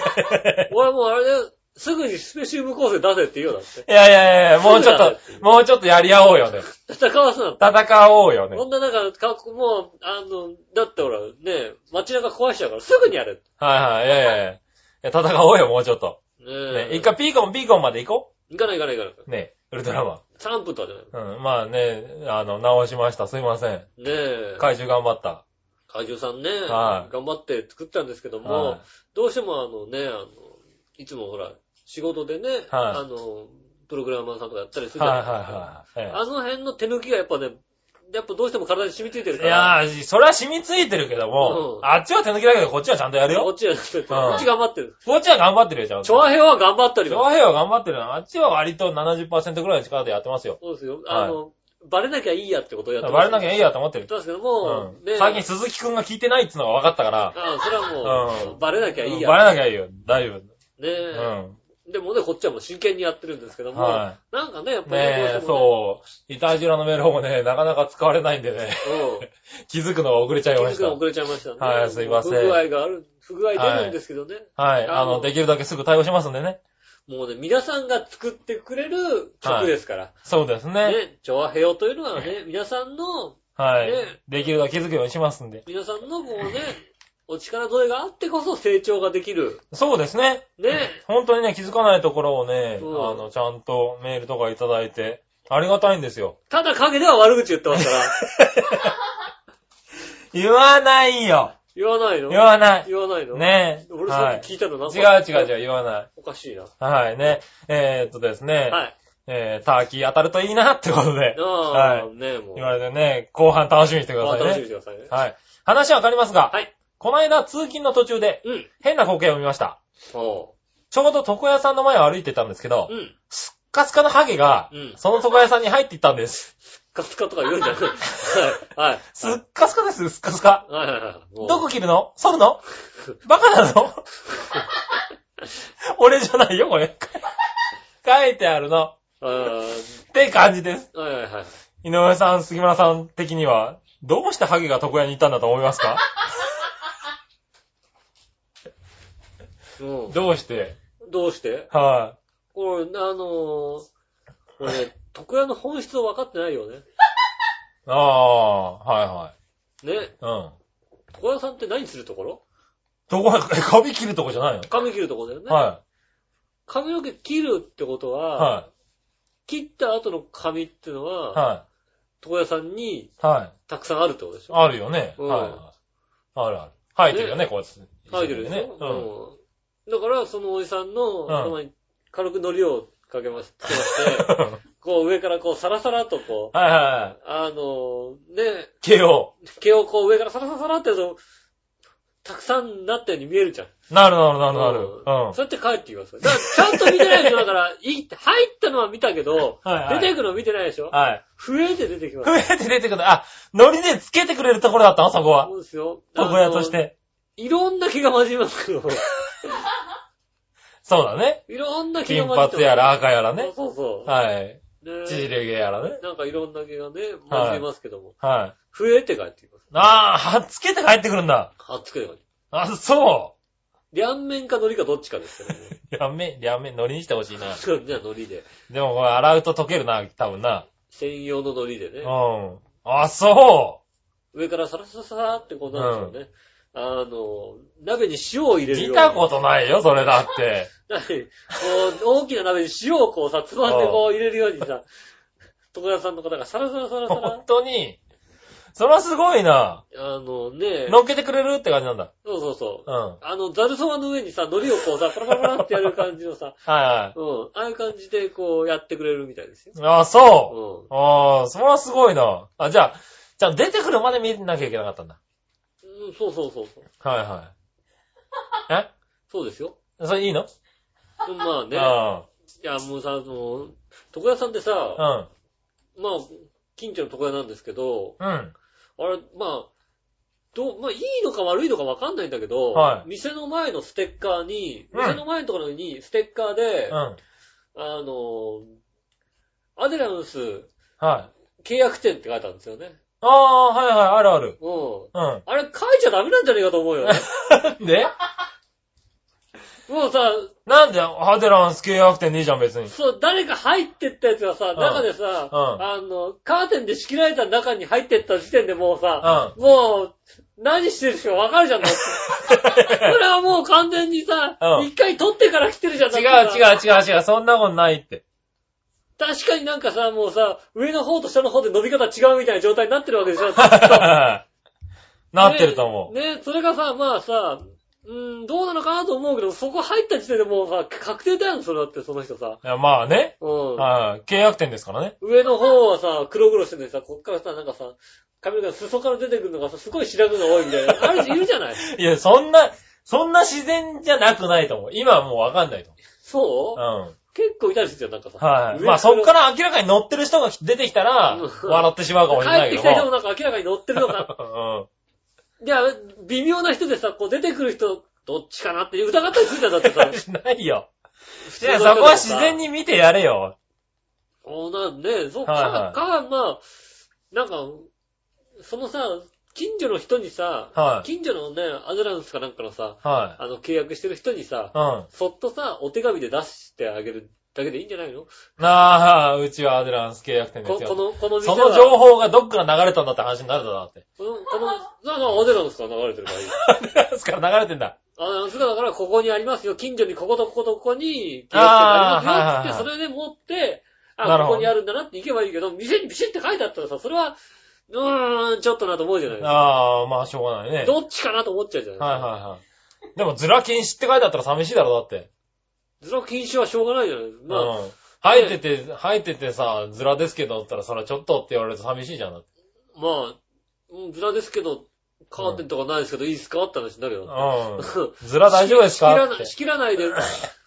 [SPEAKER 3] [LAUGHS]
[SPEAKER 2] 俺もうあれだよ、すぐにスペシウム構成出せって言うよだって。
[SPEAKER 3] いやいやいやいや、もうちょっと、もうちょっとやり合おうよね。
[SPEAKER 2] 戦わすなって。
[SPEAKER 3] 戦おうよね
[SPEAKER 2] こ。んななんか、かっこもう、あの、だってほら、ね、街中壊しちゃうから、すぐにやれ。ね
[SPEAKER 3] はいはい、いやいやいやいや。戦おうよ、もうちょっと。
[SPEAKER 2] え。
[SPEAKER 3] ね、一回ピーコン、ピーコンまで行こ
[SPEAKER 2] 行かない行かない行かない。
[SPEAKER 3] う。ね、ウルトラマン。
[SPEAKER 2] 3分とかじゃない。
[SPEAKER 3] うん、まあね、あの、直しました。すいません。
[SPEAKER 2] ねえ。
[SPEAKER 3] 怪獣頑張った。
[SPEAKER 2] 怪獣さんね、
[SPEAKER 3] はい
[SPEAKER 2] 頑張って作ったんですけども、
[SPEAKER 3] はい
[SPEAKER 2] どうしてもあのね、あの、いつもほら、仕事でね、あの、プログラマーさんとかやったりするじゃ
[SPEAKER 3] はい
[SPEAKER 2] な
[SPEAKER 3] はい
[SPEAKER 2] ですか。
[SPEAKER 3] いはい
[SPEAKER 2] あの辺の手抜きがやっぱね、やっぱどうしても体に染みついてる
[SPEAKER 3] ええ。
[SPEAKER 2] か
[SPEAKER 3] い
[SPEAKER 2] ら、
[SPEAKER 3] やー、それは染みついてるけども、
[SPEAKER 2] うん
[SPEAKER 3] あっちは手抜きだけど、こっちはちゃんとやる
[SPEAKER 2] こ
[SPEAKER 3] よ。
[SPEAKER 2] っちじゃなくて、こっち頑張ってる。
[SPEAKER 3] こっちは頑張ってるよ、ちゃんと。
[SPEAKER 2] 調和兵は頑張っており
[SPEAKER 3] 平
[SPEAKER 2] ます。
[SPEAKER 3] 和平和頑張ってるよあっちは割と70%ぐらいの力でやってますよ。
[SPEAKER 2] そうですよ。
[SPEAKER 3] はい
[SPEAKER 2] あの、バレなきゃいいやってことをやって
[SPEAKER 3] バレなきゃいい
[SPEAKER 2] や。
[SPEAKER 3] やと思ってる。
[SPEAKER 2] そうですけど
[SPEAKER 3] う
[SPEAKER 2] も、ね
[SPEAKER 3] ん。最近鈴木くんが聞いてないっつうのが分かったから、
[SPEAKER 2] ああそれはもう、
[SPEAKER 3] うん
[SPEAKER 2] バレなきゃいいや。
[SPEAKER 3] バレなきゃいいよ。大丈
[SPEAKER 2] ねえ、
[SPEAKER 3] 夫。
[SPEAKER 2] でもね、こっちはもう真剣にやってるんですけ
[SPEAKER 3] う
[SPEAKER 2] ど
[SPEAKER 3] ん。
[SPEAKER 2] も、
[SPEAKER 3] は
[SPEAKER 2] なんかね、やっ
[SPEAKER 3] い。
[SPEAKER 2] ぱりね、
[SPEAKER 3] ねえ、
[SPEAKER 2] どう
[SPEAKER 3] そう。イタジラのメールフォームね、なかなか使われないんでね、 [LAUGHS]
[SPEAKER 2] してもね。うん。
[SPEAKER 3] 気づくのが遅れちゃい
[SPEAKER 2] 気
[SPEAKER 3] ま
[SPEAKER 2] づ
[SPEAKER 3] し
[SPEAKER 2] くの
[SPEAKER 3] た
[SPEAKER 2] 遅。れちゃいましたね。
[SPEAKER 3] はいすいません
[SPEAKER 2] 不具合がある、不具合出るんですけどね。
[SPEAKER 3] はい。
[SPEAKER 2] あ
[SPEAKER 3] あ
[SPEAKER 2] の
[SPEAKER 3] の、できるだけすぐ対応しますんでね。
[SPEAKER 2] もうね、皆さんが作ってくれる曲ですから。
[SPEAKER 3] そうですね。
[SPEAKER 2] ね、調和平和というのはね、皆さんの、
[SPEAKER 3] はい
[SPEAKER 2] ね。
[SPEAKER 3] できるだけ気づくようにしますんで。
[SPEAKER 2] 皆さんのこうね、お力添えがあってこそ成長ができる。
[SPEAKER 3] そうですね。
[SPEAKER 2] ね、
[SPEAKER 3] 本当にね、気づかないところをね、あ
[SPEAKER 2] うん
[SPEAKER 3] の、ちゃんとメールとかいただいて、ありがたいんですよ。
[SPEAKER 2] ただ陰では悪口言ってますから。
[SPEAKER 3] [LAUGHS] 言わないよ
[SPEAKER 2] 言わないの
[SPEAKER 3] 言わない
[SPEAKER 2] 言わないの
[SPEAKER 3] ね
[SPEAKER 2] 俺
[SPEAKER 3] は
[SPEAKER 2] さっ
[SPEAKER 3] い。
[SPEAKER 2] き聞いたのなん
[SPEAKER 3] 違
[SPEAKER 2] か
[SPEAKER 3] う違う違う、言わない。
[SPEAKER 2] おかしいな。
[SPEAKER 3] はいね。えーっとですね、
[SPEAKER 2] はい。
[SPEAKER 3] えー、ターキー当たるといいなってことで
[SPEAKER 2] [LAUGHS] あ、
[SPEAKER 3] は
[SPEAKER 2] あ、ねもう。
[SPEAKER 3] 言われてね、後半楽しみにしてくだ
[SPEAKER 2] まあ
[SPEAKER 3] さいね。
[SPEAKER 2] 楽しみにしてくださいね。
[SPEAKER 3] はい。話は変わりますが、
[SPEAKER 2] はい
[SPEAKER 3] この間通勤の途中で
[SPEAKER 2] うん。
[SPEAKER 3] 変な光景を見ました。
[SPEAKER 2] そ
[SPEAKER 3] ちょうど床屋さんの前を歩いてたんですけど
[SPEAKER 2] う。、うん。
[SPEAKER 3] スカスカのハゲが
[SPEAKER 2] うん、
[SPEAKER 3] その床屋さんに入っていったんです。
[SPEAKER 2] カスカとか言うんじゃないはい。はい。
[SPEAKER 3] [LAUGHS] すっかすかです、すっかすか。
[SPEAKER 2] はいはいはい。もう
[SPEAKER 3] どこ切るの剃るのバカなの
[SPEAKER 2] [LAUGHS]
[SPEAKER 3] 俺じゃないよ、これ。書いてあるの。
[SPEAKER 2] あー
[SPEAKER 3] って感じです。
[SPEAKER 2] はいはいはい。
[SPEAKER 3] 井上さん、杉村さん的には、どうしてハゲが床屋に行ったんだと思いますか
[SPEAKER 2] うん
[SPEAKER 3] [LAUGHS] どうして
[SPEAKER 2] どうして
[SPEAKER 3] は
[SPEAKER 2] これ、あのー、これね、徳屋の本質を分かってないよね。
[SPEAKER 3] い、ああ、は
[SPEAKER 2] ね、
[SPEAKER 3] いはい。うん。
[SPEAKER 2] 徳屋さんって何するところ
[SPEAKER 3] 床屋、え髪切るとこじゃないの
[SPEAKER 2] 髪切るとこだよね。
[SPEAKER 3] は
[SPEAKER 2] 髪の毛切るってこと
[SPEAKER 3] い。
[SPEAKER 2] は、
[SPEAKER 3] は
[SPEAKER 2] 切った後の髪っての
[SPEAKER 3] い。
[SPEAKER 2] は、
[SPEAKER 3] は
[SPEAKER 2] 床屋さんに
[SPEAKER 3] い。はい。
[SPEAKER 2] たくさんあるってことでしょ
[SPEAKER 3] あるよね。
[SPEAKER 2] うん
[SPEAKER 3] はいはい。あるある。生えてるよね、こうやって。
[SPEAKER 2] 書いてるでし
[SPEAKER 3] うん。
[SPEAKER 2] ょ、うん、だから、そのおじさんの
[SPEAKER 3] ん
[SPEAKER 2] 頭に軽く糊をかけましつけまして、こう上からこうサラサラとこう、
[SPEAKER 3] はいはいはい。
[SPEAKER 2] あのー、ね、
[SPEAKER 3] 毛を。
[SPEAKER 2] 毛をこう上からサラサラサラってそうたくさんなったように見えるじゃん。
[SPEAKER 3] なるなるなるなる。う
[SPEAKER 2] そ
[SPEAKER 3] ん。
[SPEAKER 2] うやって帰ってきますよ。だから、ちゃんと見てないでしょ。だから、い入ったのは見たけど、
[SPEAKER 3] はいはい
[SPEAKER 2] 出てくの見てないでしょ。
[SPEAKER 3] はい。
[SPEAKER 2] 増えて出てきます。
[SPEAKER 3] 増えて出てくる。あ、ノリでつけてくれるところだったの、そこは
[SPEAKER 2] そ。うですよ。
[SPEAKER 3] 床屋とし
[SPEAKER 2] あの。
[SPEAKER 3] て。
[SPEAKER 2] いろんな毛が混じりますけど、
[SPEAKER 3] そうだね。
[SPEAKER 2] いろんな毛
[SPEAKER 3] 金
[SPEAKER 2] が混じってます
[SPEAKER 3] 髪やら赤やらね。
[SPEAKER 2] そうそうそ
[SPEAKER 3] はい。
[SPEAKER 2] う。ね
[SPEAKER 3] 縮れ毛やらね。
[SPEAKER 2] なんかいろんな毛がね、混じりますけども。
[SPEAKER 3] はい。
[SPEAKER 2] 増えて帰ってきます。
[SPEAKER 3] ああ、はっつけて帰ってくるんだ。
[SPEAKER 2] はっつけて帰ってきま
[SPEAKER 3] あ、そ
[SPEAKER 2] す。両面か海苔かどっちかですけどね。
[SPEAKER 3] う。やめ、やめ、ノリにしてほしいな。
[SPEAKER 2] じゃあ海苔で。
[SPEAKER 3] でもこれ洗うと溶けるな、多分な。
[SPEAKER 2] 専用の海苔で
[SPEAKER 3] う
[SPEAKER 2] ね。
[SPEAKER 3] ん。あ、そ
[SPEAKER 2] 上からサラサラサラってこうなんでしょうね。あの、鍋に塩を入れ
[SPEAKER 3] う。
[SPEAKER 2] るように。
[SPEAKER 3] 見たことないよ、それだって。
[SPEAKER 2] 何こう、大きな鍋に塩をこうさ、つ [LAUGHS] まんでこう入れるようにさ、床屋さんの方がサラサラサラサ
[SPEAKER 3] 本
[SPEAKER 2] ラ。
[SPEAKER 3] 当に、それはすごいな。
[SPEAKER 2] あの [LAUGHS] ね、
[SPEAKER 3] 乗っけてくれるって感じなんだ。
[SPEAKER 2] そうそうそう。
[SPEAKER 3] うん。はい
[SPEAKER 2] あの、ザルそばの上にさ、海苔をこうさ、パラパラパラってやる感じの [LAUGHS] さ、
[SPEAKER 3] は
[SPEAKER 2] うん、ああいう感じでこうやってくれるみたいですよ。
[SPEAKER 3] い。ああ、そう。
[SPEAKER 2] う
[SPEAKER 3] ああ、それはすごいな。あ、じゃあ、じゃあ出てくるまで見なきゃいけなかったんだ。
[SPEAKER 2] ん。うん、そうそうそうそう。
[SPEAKER 3] はいはい。
[SPEAKER 2] そうですよ。
[SPEAKER 3] えそれいいの
[SPEAKER 2] うんまあね、
[SPEAKER 3] あ
[SPEAKER 2] いやもうさ、あの、床屋さんってさ、
[SPEAKER 3] あ
[SPEAKER 2] まあ、近所の床屋なんですけど、
[SPEAKER 3] うん。うん。
[SPEAKER 2] あれ、まあ、どう、まあ、いいのか悪いのかわかんないんだけど、
[SPEAKER 3] はい
[SPEAKER 2] 店の前のステッカーに、
[SPEAKER 3] うん
[SPEAKER 2] 店の前のところにステッカーで、
[SPEAKER 3] うん。
[SPEAKER 2] あの、アデランス
[SPEAKER 3] はい。
[SPEAKER 2] 契約店って書いてあるんですよね。
[SPEAKER 3] ああ、はいはい、あるある。
[SPEAKER 2] うん。
[SPEAKER 3] う
[SPEAKER 2] あれ書いちゃダメなんじゃねえかと思うよ
[SPEAKER 3] [LAUGHS]
[SPEAKER 2] ね。
[SPEAKER 3] ん。で、
[SPEAKER 2] もうさ、
[SPEAKER 3] なんでハデランス契約店でいいじゃん、別に。
[SPEAKER 2] そう、誰か入ってったやつがさ、
[SPEAKER 3] ん
[SPEAKER 2] 中でさ、
[SPEAKER 3] うん
[SPEAKER 2] あの、カーテンで仕切られた中に入ってった時点でもうさ、
[SPEAKER 3] う
[SPEAKER 2] もう、何してるかわかる
[SPEAKER 3] [LAUGHS]
[SPEAKER 2] じゃんだって。それはもう完全にさ
[SPEAKER 3] う、ん
[SPEAKER 2] 一、回撮ってから来てるじゃん
[SPEAKER 3] 違う
[SPEAKER 2] だって
[SPEAKER 3] 違
[SPEAKER 2] さ
[SPEAKER 3] う違う違う、そんなことないって。 [LAUGHS]
[SPEAKER 2] 確かになんかさ、もうさ、上の方と下の方で伸び方違うみたいな状態になってるわけでし
[SPEAKER 3] [LAUGHS]
[SPEAKER 2] ょ。
[SPEAKER 3] なってると思う。
[SPEAKER 2] ね、それがさ、まあさ、うーん、どうなのかなと思うけど、そこ入った時点でもうさ、確定だよ、それだって、その人さ。
[SPEAKER 3] いやまあね。
[SPEAKER 2] うん。
[SPEAKER 3] はい。契約店ですからね。
[SPEAKER 2] 上の方はさ、黒々しててさ、こっからさ、なんかさ、髪が裾から出てくるのがさ、すごい白髪が多いみたいな。ある人いるじゃない
[SPEAKER 3] いや、そんな、そんな自然じゃなくないと思う。今はもうわかんないと
[SPEAKER 2] そう、
[SPEAKER 3] 思う。うん。
[SPEAKER 2] 結構いたりするじゃん、なんかさ。
[SPEAKER 3] はい。
[SPEAKER 2] 上
[SPEAKER 3] まあそっからら明らかに乗ってる人が出てきたら
[SPEAKER 2] うん、
[SPEAKER 3] 笑ってしまうかもしれない
[SPEAKER 2] 帰って
[SPEAKER 3] け
[SPEAKER 2] き
[SPEAKER 3] ど
[SPEAKER 2] た人も
[SPEAKER 3] も。
[SPEAKER 2] なんか明らかに乗ってるの
[SPEAKER 3] [LAUGHS]
[SPEAKER 2] か。いや、微妙な人でさ、こう出てくる人、どっちかなって疑ったりするじゃん、だってさ。
[SPEAKER 3] [LAUGHS] うん。しないよ。
[SPEAKER 2] 普
[SPEAKER 3] い
[SPEAKER 2] 通の人で
[SPEAKER 3] や、そ
[SPEAKER 2] もさ
[SPEAKER 3] こは自然。に見てやれよ。
[SPEAKER 2] おなんね、そうか、
[SPEAKER 3] はいはい
[SPEAKER 2] か、まあ、なんか、そのさ、近所の人にさ、
[SPEAKER 3] はい
[SPEAKER 2] 近所のね、アデランスかなんかのさ、
[SPEAKER 3] は
[SPEAKER 2] あの、契約してる人にさ
[SPEAKER 3] い。、うん。
[SPEAKER 2] そっとさ、お手紙で出してあげるだけでいいんじゃないの
[SPEAKER 3] なあ、うちはアデランス契約店で
[SPEAKER 2] こ
[SPEAKER 3] す
[SPEAKER 2] こ
[SPEAKER 3] よ。
[SPEAKER 2] の、この店
[SPEAKER 3] そ
[SPEAKER 2] は
[SPEAKER 3] の情報がどっから流れたんだって話になるだろうな
[SPEAKER 2] [LAUGHS]
[SPEAKER 3] って。
[SPEAKER 2] この、この、なんかアデランスから流れてるからいい。
[SPEAKER 3] アデランスから流れてんだ。
[SPEAKER 2] アデランスがだからここにありますよ。近所にこことこことここに、契約
[SPEAKER 3] あー
[SPEAKER 2] 書がありますよ。つって、
[SPEAKER 3] は
[SPEAKER 2] それで持って、
[SPEAKER 3] な
[SPEAKER 2] あ、
[SPEAKER 3] る
[SPEAKER 2] こ
[SPEAKER 3] ほど
[SPEAKER 2] こにあるんだなって行けばいいけど、店にビシッて書いてあったらさ、それは、うーん、ちょっとなと思うじゃないですか。
[SPEAKER 3] ああ、まあしょうがないね。
[SPEAKER 2] どっちかなと思っちゃうじゃないですか。
[SPEAKER 3] はいはいはい。でも、ズラ禁止って書いてあったら寂しいだろ、だって。
[SPEAKER 2] ズラ禁止はしょうがないじゃないですか。まあ、
[SPEAKER 3] うん。生えてて、生えててさ、ズラですけど、だったら、それはちょっとって言われると寂しいじゃん。だって
[SPEAKER 2] まあ、うんズラですけど、カーテンとかないですけど、いいですかって話になるよ。
[SPEAKER 3] うん。ズラ大丈夫です
[SPEAKER 2] 仕切
[SPEAKER 3] からっ
[SPEAKER 2] な
[SPEAKER 3] て
[SPEAKER 2] い、。仕切ら
[SPEAKER 3] [LAUGHS]
[SPEAKER 2] ないで、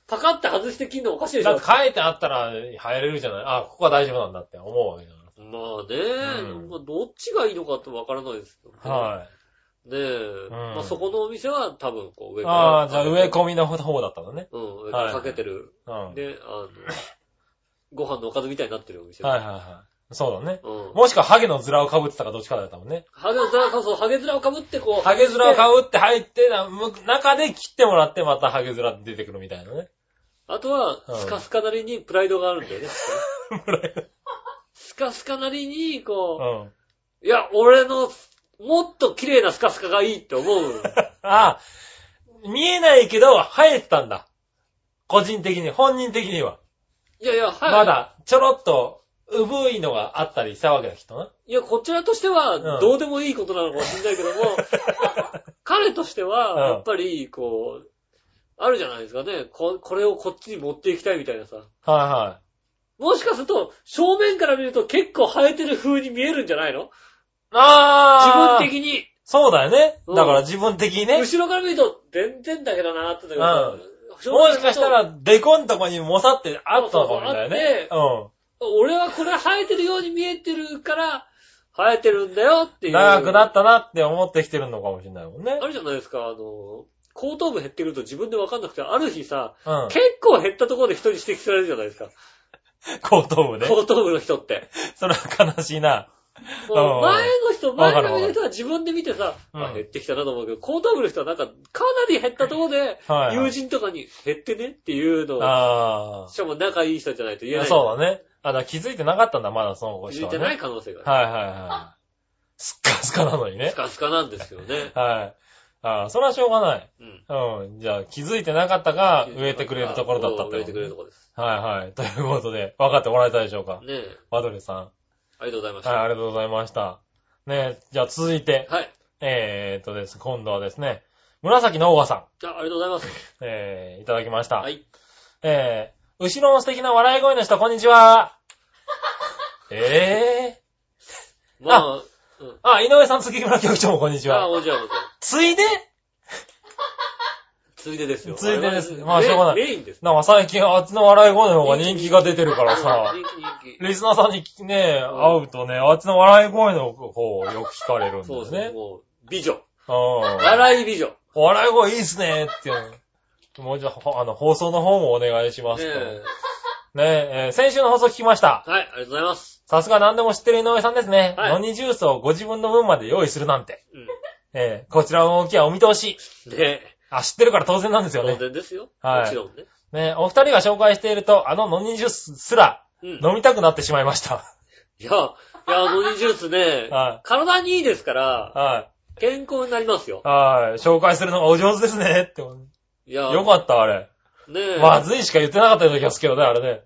[SPEAKER 2] パカって外して切るのおかしいでし
[SPEAKER 3] だ
[SPEAKER 2] ょ
[SPEAKER 3] って。書いてあったら入れるじゃない。あ、ここは大丈夫なんだって思うわけじゃ
[SPEAKER 2] まあね、
[SPEAKER 3] うん
[SPEAKER 2] まあどっちがいいのかってわからないですけどね。
[SPEAKER 3] ん。はい。
[SPEAKER 2] ねえ、
[SPEAKER 3] ん
[SPEAKER 2] まあそこのお店は多分こう上から。
[SPEAKER 3] ああ、じゃあ植え込みの方だったのね。
[SPEAKER 2] うん、上からかけてる。
[SPEAKER 3] うん。はい
[SPEAKER 2] ね、あの、ご飯のおかずみたいになってるお店。
[SPEAKER 3] はいはい。そうだね。
[SPEAKER 2] うん。
[SPEAKER 3] もしくはハゲのズラを被ってたかどっちかだったもんね。
[SPEAKER 2] ハゲズラ、そうそう、ハゲズラをかぶってこう。
[SPEAKER 3] ハゲズラを
[SPEAKER 2] ぶ
[SPEAKER 3] 被って入って、なむ中で切ってもらってまたハゲズラ出てくるみたいなね。
[SPEAKER 2] あとは
[SPEAKER 3] うん、
[SPEAKER 2] スカスカなりにプライドがあるんだよ
[SPEAKER 3] [LAUGHS]
[SPEAKER 2] ね。
[SPEAKER 3] ぐらい
[SPEAKER 2] スカスカなりに、
[SPEAKER 3] う
[SPEAKER 2] こ
[SPEAKER 3] ん。
[SPEAKER 2] う、いや、俺の、もっと綺麗なスカスカがいいって思う。
[SPEAKER 3] ああ、見えないけど、生えてたんだ。個人的に、本人的には。
[SPEAKER 2] いやいや、はい。
[SPEAKER 3] ま。だ、ちょろっと、産いのがあったりしたわけだ、きっとな。
[SPEAKER 2] いや、こちらとして
[SPEAKER 3] う
[SPEAKER 2] は、
[SPEAKER 3] ん
[SPEAKER 2] どうでもいいことなのかもしれないけども、
[SPEAKER 3] [LAUGHS]
[SPEAKER 2] 彼としては、
[SPEAKER 3] うん
[SPEAKER 2] やっぱり、こう、あるじゃないですかねこ。これをこっちに持っていきたいみたいなさ。
[SPEAKER 3] は
[SPEAKER 2] もしかすると、正面から見ると結構生えてる風に見えるんじゃないの
[SPEAKER 3] いはい。ああ
[SPEAKER 2] 自分的に。
[SPEAKER 3] そうだよね。
[SPEAKER 2] うん
[SPEAKER 3] だから自分的にね。
[SPEAKER 2] 後ろから見ると、全然だけどなーってんだけどさ正面
[SPEAKER 3] も
[SPEAKER 2] ら見
[SPEAKER 3] し
[SPEAKER 2] ると
[SPEAKER 3] かしたら、デコんとこにもさってあったのかもしれないね。う
[SPEAKER 2] 俺はこれ生えてるように見えてるから、生えてるんだよってい
[SPEAKER 3] ん。
[SPEAKER 2] う。
[SPEAKER 3] 長くなったなって思ってきてるのかもしれないもんね
[SPEAKER 2] あ。るじゃないですか、あの、後頭部減ってくると自分でわかんなくて、ある日さ、
[SPEAKER 3] [LAUGHS] うん。
[SPEAKER 2] 結構減ったところで人に指摘されるじゃないですか。
[SPEAKER 3] 後頭部ね。
[SPEAKER 2] 後頭部の人って。
[SPEAKER 3] それは悲しいな。
[SPEAKER 2] もう
[SPEAKER 3] うん
[SPEAKER 2] 前の人、
[SPEAKER 3] わか
[SPEAKER 2] 前
[SPEAKER 3] る
[SPEAKER 2] の人は自分で見てさ、
[SPEAKER 3] うん
[SPEAKER 2] あ減ってきたなと思うけど、後頭部の人はなんか、かなり減ったところで、
[SPEAKER 3] はいはい
[SPEAKER 2] 友人とかに減ってねっていうのを、
[SPEAKER 3] あ
[SPEAKER 2] しかも仲いい人じゃないと言えな
[SPEAKER 3] あ。
[SPEAKER 2] い。
[SPEAKER 3] そうだね。あ、だから気づいてなかったんだ、まだその子
[SPEAKER 2] 言えてない可能性がある。
[SPEAKER 3] はいはいはい。スッカスカなのにね
[SPEAKER 2] ス。カスカなんですよね。
[SPEAKER 3] はい。ああ、それはしょうがない。
[SPEAKER 2] うん。
[SPEAKER 3] うん。じゃあ、気づいてなかったが、植えてくれるところだったってこと
[SPEAKER 2] 植えてくれるところです。
[SPEAKER 3] はいはい。 [LAUGHS] ということで、分かってもらえたでしょう
[SPEAKER 2] ね
[SPEAKER 3] か。
[SPEAKER 2] え。
[SPEAKER 3] ワドレさん。
[SPEAKER 2] ありがとうございまし
[SPEAKER 3] はい、
[SPEAKER 2] た。
[SPEAKER 3] ありがとうございました。ねえ、じゃあ続いて、
[SPEAKER 2] はい。
[SPEAKER 3] えーっとです、今度はですね、紫のオーガさ
[SPEAKER 2] じゃあ、ありがとうございます。
[SPEAKER 3] ん、えー、いただきました。
[SPEAKER 2] はい。
[SPEAKER 3] えー、後ろの素敵な笑い声の人、こんにち
[SPEAKER 2] [LAUGHS]
[SPEAKER 3] は。え
[SPEAKER 2] まあ、うん
[SPEAKER 3] ー、。あ、井上さん、杉村局長もこんにち
[SPEAKER 2] じゃあ、
[SPEAKER 3] は。
[SPEAKER 2] もちろん、もちろん
[SPEAKER 3] ついで、
[SPEAKER 2] ついでですよ。
[SPEAKER 3] ついでです
[SPEAKER 2] 我々
[SPEAKER 3] まあしょうがない
[SPEAKER 2] メメインです。
[SPEAKER 3] なんか最近あっちの笑い声の方が人気が出てるから
[SPEAKER 2] [LAUGHS]
[SPEAKER 3] さ、
[SPEAKER 2] 人気、人
[SPEAKER 3] リスナーさんにね、会うとね、あっちの笑い声の方をよく聞かれるん
[SPEAKER 2] 気。そうです
[SPEAKER 3] で
[SPEAKER 2] すね。
[SPEAKER 3] ね。
[SPEAKER 2] もう、美女。
[SPEAKER 3] うん。
[SPEAKER 2] 笑い美女。ね
[SPEAKER 3] お笑い声いいっすねっていう。もうじゃあ、あの、放送の方もお願いしますと。
[SPEAKER 2] え
[SPEAKER 3] ねえー先週の放送聞きました。
[SPEAKER 2] はい、ありがとうございます。
[SPEAKER 3] さすが何でも知ってる井上さんですね。
[SPEAKER 2] はい
[SPEAKER 3] のにジュースをご自分の分まで用意するなんて。
[SPEAKER 2] うん。
[SPEAKER 3] えーこちらの動きはお見通し。
[SPEAKER 2] ねえ。
[SPEAKER 3] あ、知ってるから当然なんですよ
[SPEAKER 2] 当
[SPEAKER 3] ね。
[SPEAKER 2] 然ですよ。
[SPEAKER 3] はい
[SPEAKER 2] もちろんね。
[SPEAKER 3] ねえお二人が紹介していると、あののにジュースすら
[SPEAKER 2] うん。
[SPEAKER 3] 飲みたくなってしまいました。
[SPEAKER 2] いや、いや、ノニジュースね、
[SPEAKER 3] は
[SPEAKER 2] 体にいいですから、
[SPEAKER 3] は
[SPEAKER 2] 健康になりますよ
[SPEAKER 3] い。。はい。紹介するのがお上手ですねって。よ
[SPEAKER 2] いや、
[SPEAKER 3] かった、あれ。
[SPEAKER 2] ねえ。
[SPEAKER 3] まずいしか言ってなかったような気がするけどね、あれね。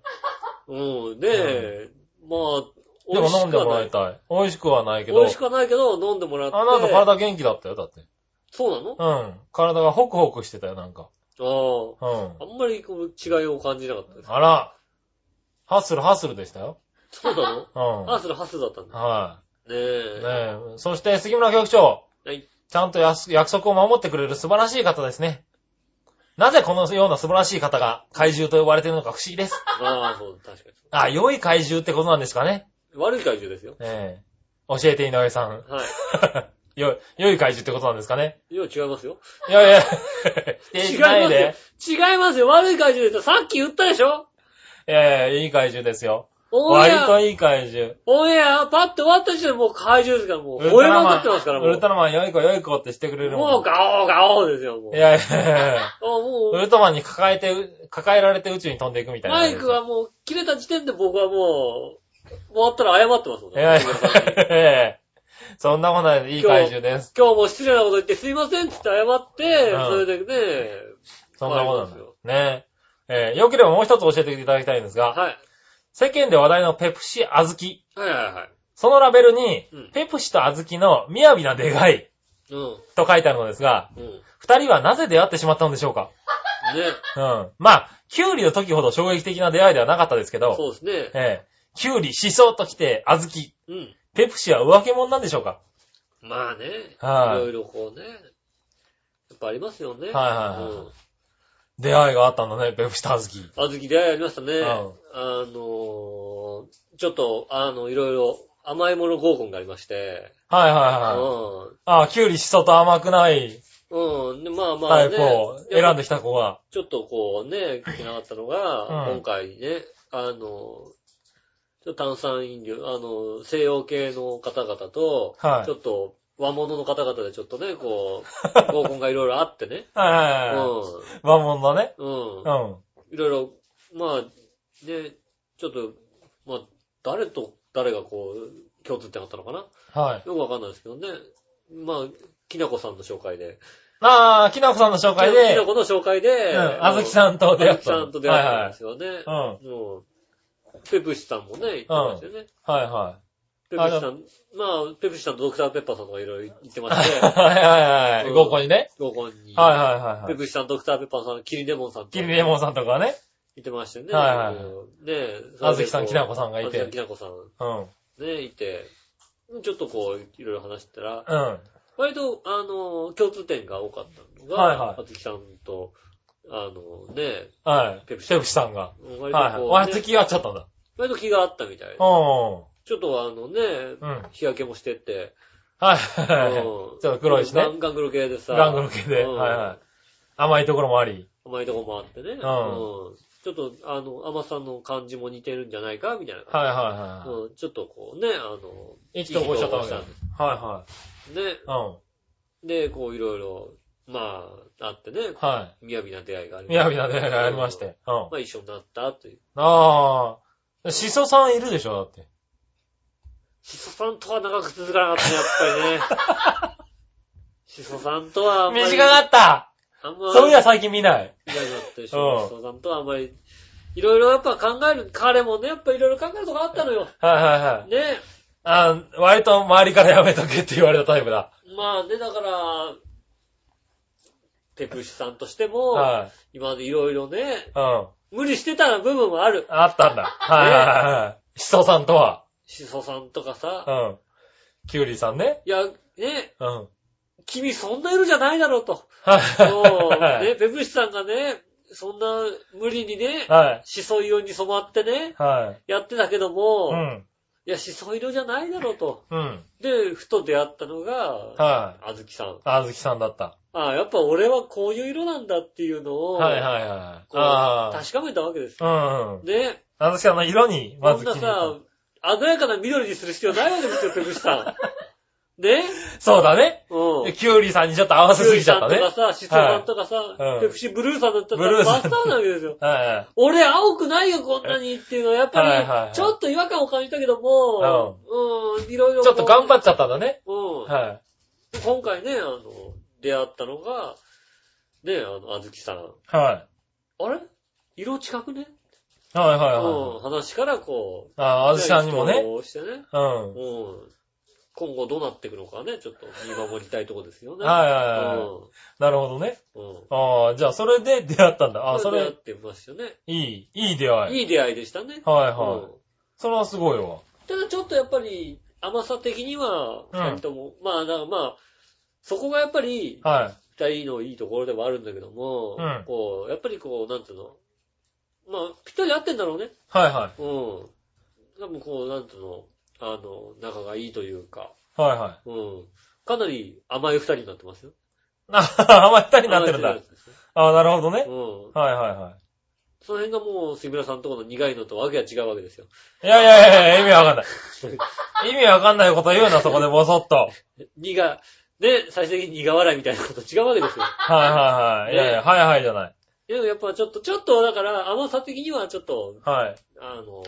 [SPEAKER 2] うん、ねえ。まあ、
[SPEAKER 3] でも飲んでもらい
[SPEAKER 2] い。
[SPEAKER 3] たい。美味しくはないけ
[SPEAKER 2] 美
[SPEAKER 3] ど
[SPEAKER 2] 味し。くはないけど、飲んでもらって。
[SPEAKER 3] あの後体元気だったよ、だって。
[SPEAKER 2] そうなの
[SPEAKER 3] うん。体がホクホクしてたよ、なんか。
[SPEAKER 2] あ
[SPEAKER 3] うん。
[SPEAKER 2] あ。あんまりこう違いを感じなかったです。
[SPEAKER 3] あら。ハッスルハッスルでしたよ。
[SPEAKER 2] そうなの
[SPEAKER 3] う
[SPEAKER 2] ハ
[SPEAKER 3] ん。
[SPEAKER 2] スルハスルだったんだ。ね
[SPEAKER 3] は
[SPEAKER 2] え
[SPEAKER 3] い。ね。え。そして、杉村局長。
[SPEAKER 2] はい。
[SPEAKER 3] ちゃんとやす約束を守ってくれる素晴らしい方ですね。なぜこのような素晴らしい方が怪獣と呼ばれているのか不思議です。
[SPEAKER 2] まあ、そう、確かに。
[SPEAKER 3] あ、良い怪獣ってことなんですかね。
[SPEAKER 2] 悪い怪獣ですよ。
[SPEAKER 3] ええ。教えて井上さん。 [LAUGHS]
[SPEAKER 2] は
[SPEAKER 3] よ、良い怪獣ってことなんですかね。
[SPEAKER 2] い。色違いますよ。
[SPEAKER 3] いやいや、否定しない
[SPEAKER 2] 違いま
[SPEAKER 3] で。
[SPEAKER 2] すよ。違いますよ。悪い怪獣ですよ。さっき言ったでしょ
[SPEAKER 3] いやいや、いい怪獣ですよ。
[SPEAKER 2] オンエ
[SPEAKER 3] 割
[SPEAKER 2] ア
[SPEAKER 3] といい怪獣。
[SPEAKER 2] オンエア、パッと終わった時点でもう怪獣ですから、もう、
[SPEAKER 3] ウル
[SPEAKER 2] 吠え
[SPEAKER 3] ト
[SPEAKER 2] ま
[SPEAKER 3] ラ
[SPEAKER 2] く
[SPEAKER 3] マ
[SPEAKER 2] ってますから、
[SPEAKER 3] ン、
[SPEAKER 2] も
[SPEAKER 3] ウルト
[SPEAKER 2] う。
[SPEAKER 3] ラマン、よい子よい子ってしてくれるもん。
[SPEAKER 2] もうガオーガオーですよ、もう。
[SPEAKER 3] いやいやいや
[SPEAKER 2] あもう、
[SPEAKER 3] ウルトラマンに抱えて、抱えられて宇宙に飛んでいくみたいな。
[SPEAKER 2] マイクは。もう、切れた時点で僕はもう、終わったら謝ってますもん
[SPEAKER 3] いやい
[SPEAKER 2] 今
[SPEAKER 3] やいやそんなことないで、いい怪獣です。
[SPEAKER 2] 日も失礼なこと言ってすいませんって言って謝って、
[SPEAKER 3] うん
[SPEAKER 2] それでね、
[SPEAKER 3] そんなこと
[SPEAKER 2] 今
[SPEAKER 3] な
[SPEAKER 2] 日
[SPEAKER 3] い。ねえ。えー、よければもう一つ教えていただきたいんですが、
[SPEAKER 2] はい。
[SPEAKER 3] 世間で話題のペプシ小豆。
[SPEAKER 2] はいはいはい。
[SPEAKER 3] そのラベルに
[SPEAKER 2] うん、
[SPEAKER 3] ペプシと小豆の雅な出会い
[SPEAKER 2] うん。
[SPEAKER 3] と書いてあるのですが、
[SPEAKER 2] うん。ね。
[SPEAKER 3] 二人はなぜ出会ってしまったのでしょ
[SPEAKER 2] [LAUGHS]
[SPEAKER 3] うかうん。まあ、キュウリの時ほど衝撃的な出会いではなかったですけど、
[SPEAKER 2] そうですね。
[SPEAKER 3] ええ、キュウリ、シソと来て、小豆、
[SPEAKER 2] うん。
[SPEAKER 3] ペプシは浮気者なんでしょうか
[SPEAKER 2] まあね。
[SPEAKER 3] はい
[SPEAKER 2] いろいろこうね。やっぱありますよね。
[SPEAKER 3] はいはいはい
[SPEAKER 2] うん
[SPEAKER 3] 出会いがあったんだね、ペプシと小豆。
[SPEAKER 2] あずき出会いありましたね。
[SPEAKER 3] うん
[SPEAKER 2] あのー、ちょっと、あの、いろいろ甘いもの合コンがありまして、
[SPEAKER 3] はいはいはい。ああ、キュウリ、シソと甘くない
[SPEAKER 2] うん。うん。で、まあま
[SPEAKER 3] タ
[SPEAKER 2] あ、
[SPEAKER 3] イ
[SPEAKER 2] ね。
[SPEAKER 3] プを選んできた子が、
[SPEAKER 2] ちょっとこうね、聞けなかったのが、
[SPEAKER 3] うん
[SPEAKER 2] 今回ね、あの、ちょっと炭酸飲料、あの、西洋系の方々と、
[SPEAKER 3] はい
[SPEAKER 2] ちょっと和物の方々でちょっとね、こ
[SPEAKER 3] [LAUGHS]
[SPEAKER 2] う、合コンがいろいろあってね。
[SPEAKER 3] はいは
[SPEAKER 2] う
[SPEAKER 3] いはいはい。
[SPEAKER 2] ん。
[SPEAKER 3] 和物だね。
[SPEAKER 2] うん
[SPEAKER 3] う。ん。
[SPEAKER 2] いろいろ、まあ、で、ちょっと、まあ、誰と誰がこう、共通点あったのかな
[SPEAKER 3] はい。
[SPEAKER 2] よくわかんないですけどね。まあ、きなこさんの紹介で。
[SPEAKER 3] ああ、きなこさんの紹介
[SPEAKER 2] き
[SPEAKER 3] で、
[SPEAKER 2] なこの紹介で、
[SPEAKER 3] うん、あずきさんと出
[SPEAKER 2] あず
[SPEAKER 3] 会っ
[SPEAKER 2] き
[SPEAKER 3] たの。
[SPEAKER 2] さんと出会っ
[SPEAKER 3] は
[SPEAKER 2] た
[SPEAKER 3] い
[SPEAKER 2] んですよね。
[SPEAKER 3] はい。
[SPEAKER 2] もうペプシさんもね、言ってましたよね。
[SPEAKER 3] うん。はいは
[SPEAKER 2] ペプシさん、まあ、ペプシさんとドクターペッパーさんとかいろいろ言ってまし
[SPEAKER 3] い。
[SPEAKER 2] て、
[SPEAKER 3] はいはいは
[SPEAKER 2] う
[SPEAKER 3] い。
[SPEAKER 2] ん
[SPEAKER 3] 合コンにね。
[SPEAKER 2] 合コンに。
[SPEAKER 3] はいはいはいはい
[SPEAKER 2] ペ。プシさん、ドクターペッパーさん、キリレモンさんと
[SPEAKER 3] キリレモンさんとかね。
[SPEAKER 2] 言ってましたよね。
[SPEAKER 3] はいはいはい
[SPEAKER 2] もうね
[SPEAKER 3] あずきさんきなこさんがいて
[SPEAKER 2] あずきさん、きなこさん。
[SPEAKER 3] うん。
[SPEAKER 2] ね、いて、ちょっとこう、いろいろ話してたら、
[SPEAKER 3] うん。はい
[SPEAKER 2] 割と、あの、共通点が多かったのが、
[SPEAKER 3] はいはい
[SPEAKER 2] あつきさんと、あの、ね、。ペプ
[SPEAKER 3] ペプ
[SPEAKER 2] シ
[SPEAKER 3] シさんが。
[SPEAKER 2] 割
[SPEAKER 3] はい
[SPEAKER 2] と
[SPEAKER 3] はい。
[SPEAKER 2] こう、
[SPEAKER 3] わ、
[SPEAKER 2] ね
[SPEAKER 3] 付き合っちゃったんだ。
[SPEAKER 2] 割と気があったみたいで
[SPEAKER 3] う、
[SPEAKER 2] ちょっとあのね、
[SPEAKER 3] ん。うん。
[SPEAKER 2] 日焼けもしてって、
[SPEAKER 3] はい
[SPEAKER 2] うん
[SPEAKER 3] はいはい。ちょっと黒いしね
[SPEAKER 2] ガ。ンガン黒系でさ、
[SPEAKER 3] ガングル系で。
[SPEAKER 2] うん
[SPEAKER 3] はいはい。甘いところもあり。
[SPEAKER 2] 甘いとこもあってね、うんちょっと、あの、甘さんの感じも似てるんじゃないか、みたいな。
[SPEAKER 3] はいはいは
[SPEAKER 2] うんちょっとこうね、あの、
[SPEAKER 3] い。意気投合しちゃったわけだ。
[SPEAKER 2] 意
[SPEAKER 3] は
[SPEAKER 2] 気
[SPEAKER 3] いは
[SPEAKER 2] ね、
[SPEAKER 3] い。うん。
[SPEAKER 2] で、こういろいろ、まあ、あってね、
[SPEAKER 3] は
[SPEAKER 2] みやびな出会いがあり
[SPEAKER 3] い。みやび
[SPEAKER 2] [LAUGHS]
[SPEAKER 3] な出会いがありまし
[SPEAKER 2] うん
[SPEAKER 3] て。うん。
[SPEAKER 2] まあ一緒になったという。
[SPEAKER 3] ああ。しそさんいるでしょだって。
[SPEAKER 2] しそさんとは長く続かなかったね、やっぱりね。
[SPEAKER 3] [LAUGHS]
[SPEAKER 2] しそさんとはあんまり。
[SPEAKER 3] 短かった
[SPEAKER 2] あんまり。
[SPEAKER 3] そういや最近見ない。
[SPEAKER 2] いなかったでし
[SPEAKER 3] う
[SPEAKER 2] ょ。
[SPEAKER 3] ん
[SPEAKER 2] しそさんとはあんまり。いろいろやっぱ考える、彼もね、やっぱいろいろ考えるとこあったのよ。
[SPEAKER 3] はいはいはい。
[SPEAKER 2] ね。
[SPEAKER 3] あ割と周りからやめとけって言われたタイプだ。
[SPEAKER 2] まあね、だから、ペプシさんとしても、
[SPEAKER 3] はい。
[SPEAKER 2] 今までいろいろね、
[SPEAKER 3] うん。
[SPEAKER 2] 無理してた部分はある。
[SPEAKER 3] あったんだ。はいはいはいはい。しそさんとは。
[SPEAKER 2] しそさんとか
[SPEAKER 3] う
[SPEAKER 2] さ、
[SPEAKER 3] ん。キュウリさんね。
[SPEAKER 2] いや、ね、
[SPEAKER 3] うん。はい
[SPEAKER 2] 君そんな色じゃないだろう
[SPEAKER 3] [LAUGHS]
[SPEAKER 2] と。もう、
[SPEAKER 3] は
[SPEAKER 2] ね、
[SPEAKER 3] い。
[SPEAKER 2] ペプシさんがね、そんな無理にね、
[SPEAKER 3] はい。
[SPEAKER 2] しそ色に染まってね、
[SPEAKER 3] はい。
[SPEAKER 2] やってたけども、
[SPEAKER 3] うん。
[SPEAKER 2] いや、しそ色じゃないだろうと。
[SPEAKER 3] うん。
[SPEAKER 2] で、ふと出会ったのが、
[SPEAKER 3] はい。
[SPEAKER 2] あずきさん。
[SPEAKER 3] あずきさんだった。
[SPEAKER 2] ああ、やっぱ俺はこういう色なんだっていうのを、
[SPEAKER 3] はいはいはい。
[SPEAKER 2] こう
[SPEAKER 3] あ
[SPEAKER 2] 確かめたわけですよ。
[SPEAKER 3] あ。うん。
[SPEAKER 2] ね、
[SPEAKER 3] あずきさんの色に、ま
[SPEAKER 2] こ
[SPEAKER 3] ず
[SPEAKER 2] んな
[SPEAKER 3] 気に入
[SPEAKER 2] さ
[SPEAKER 3] っ、
[SPEAKER 2] 鮮やかな緑にする必要ないわけですよ、ペグシさん。
[SPEAKER 3] [LAUGHS]
[SPEAKER 2] ね
[SPEAKER 3] た。そうだね。
[SPEAKER 2] う
[SPEAKER 3] で
[SPEAKER 2] ん。
[SPEAKER 3] キュウリさんにちょっと合わせすぎちゃったね。
[SPEAKER 2] キュウリさんとかさ、シソさんとか
[SPEAKER 3] は
[SPEAKER 2] さ
[SPEAKER 3] い、
[SPEAKER 2] ペプシブルーさんだった
[SPEAKER 3] ブル
[SPEAKER 2] ら
[SPEAKER 3] ーさ
[SPEAKER 2] バ
[SPEAKER 3] ん
[SPEAKER 2] スターなわけですよ。
[SPEAKER 3] はいはい。
[SPEAKER 2] 俺、青くないよ、こんなにっていうのは、やっぱ
[SPEAKER 3] はいはいは
[SPEAKER 2] り、
[SPEAKER 3] い
[SPEAKER 2] ちょっと違和感を感じたけども、うん、いろいろ。
[SPEAKER 3] ちょっと頑張
[SPEAKER 2] っ
[SPEAKER 3] っちゃったんだね。
[SPEAKER 2] う
[SPEAKER 3] は
[SPEAKER 2] ん。今回ね、あの、出会ったのが、ね、あの、あずきさん。
[SPEAKER 3] い。は
[SPEAKER 2] あれ色近くね
[SPEAKER 3] い。は
[SPEAKER 2] う
[SPEAKER 3] いはいは
[SPEAKER 2] ん、話からこう
[SPEAKER 3] い。、ああずきさんにもね。
[SPEAKER 2] こうしてね。
[SPEAKER 3] うん。はい
[SPEAKER 2] うん。今後どうなっていくのかね、ちょっと見守りたいとこですよね。
[SPEAKER 3] はい
[SPEAKER 2] い
[SPEAKER 3] はいはい。なるほどね。
[SPEAKER 2] うん。うん。
[SPEAKER 3] ああ、じゃあそれで出会ったんだ。ああ、そ
[SPEAKER 2] やっ
[SPEAKER 3] れ、
[SPEAKER 2] てますよね。
[SPEAKER 3] いい、いい出会い。
[SPEAKER 2] いい出会いでしたね。
[SPEAKER 3] はいうはい。
[SPEAKER 2] ん
[SPEAKER 3] それはすごいわ。
[SPEAKER 2] ただちょっとやっぱり甘さ的には、
[SPEAKER 3] うん
[SPEAKER 2] 二人とも、まあだからまあ、そこがやっぱり
[SPEAKER 3] は
[SPEAKER 2] 二人のいいところではあるんだけども、
[SPEAKER 3] うん
[SPEAKER 2] こう、やっぱりこう、なんていうの、まあ、ぴったり合ってんだろうね。
[SPEAKER 3] い。はいは
[SPEAKER 2] うん。多分こう、なんていうの、あの、仲がいいというか、
[SPEAKER 3] い。は
[SPEAKER 2] [LAUGHS]
[SPEAKER 3] いはい。
[SPEAKER 2] うん。かなり甘い二人になってますよ。
[SPEAKER 3] あ、甘えたりになってるん
[SPEAKER 2] 甘
[SPEAKER 3] だ
[SPEAKER 2] い二人。ですね
[SPEAKER 3] ああ、なるほどね。
[SPEAKER 2] うん。
[SPEAKER 3] はいはいは
[SPEAKER 2] その辺がもう、杉村さんのところの苦いのとわけが違うわけですよ。
[SPEAKER 3] い。いやいやいやいや、意味
[SPEAKER 2] [LAUGHS]
[SPEAKER 3] わかんない。意味わかんないこと言うな、そこでボソッと。
[SPEAKER 2] 苦、で、最終的に苦笑いみたいなこと違うわけですよ。
[SPEAKER 3] はいはいはい。いやいや、はいはいじゃない。
[SPEAKER 2] でもやっぱちょっと、ちょっとだから甘さ的にはちょっと、
[SPEAKER 3] はい。
[SPEAKER 2] あの、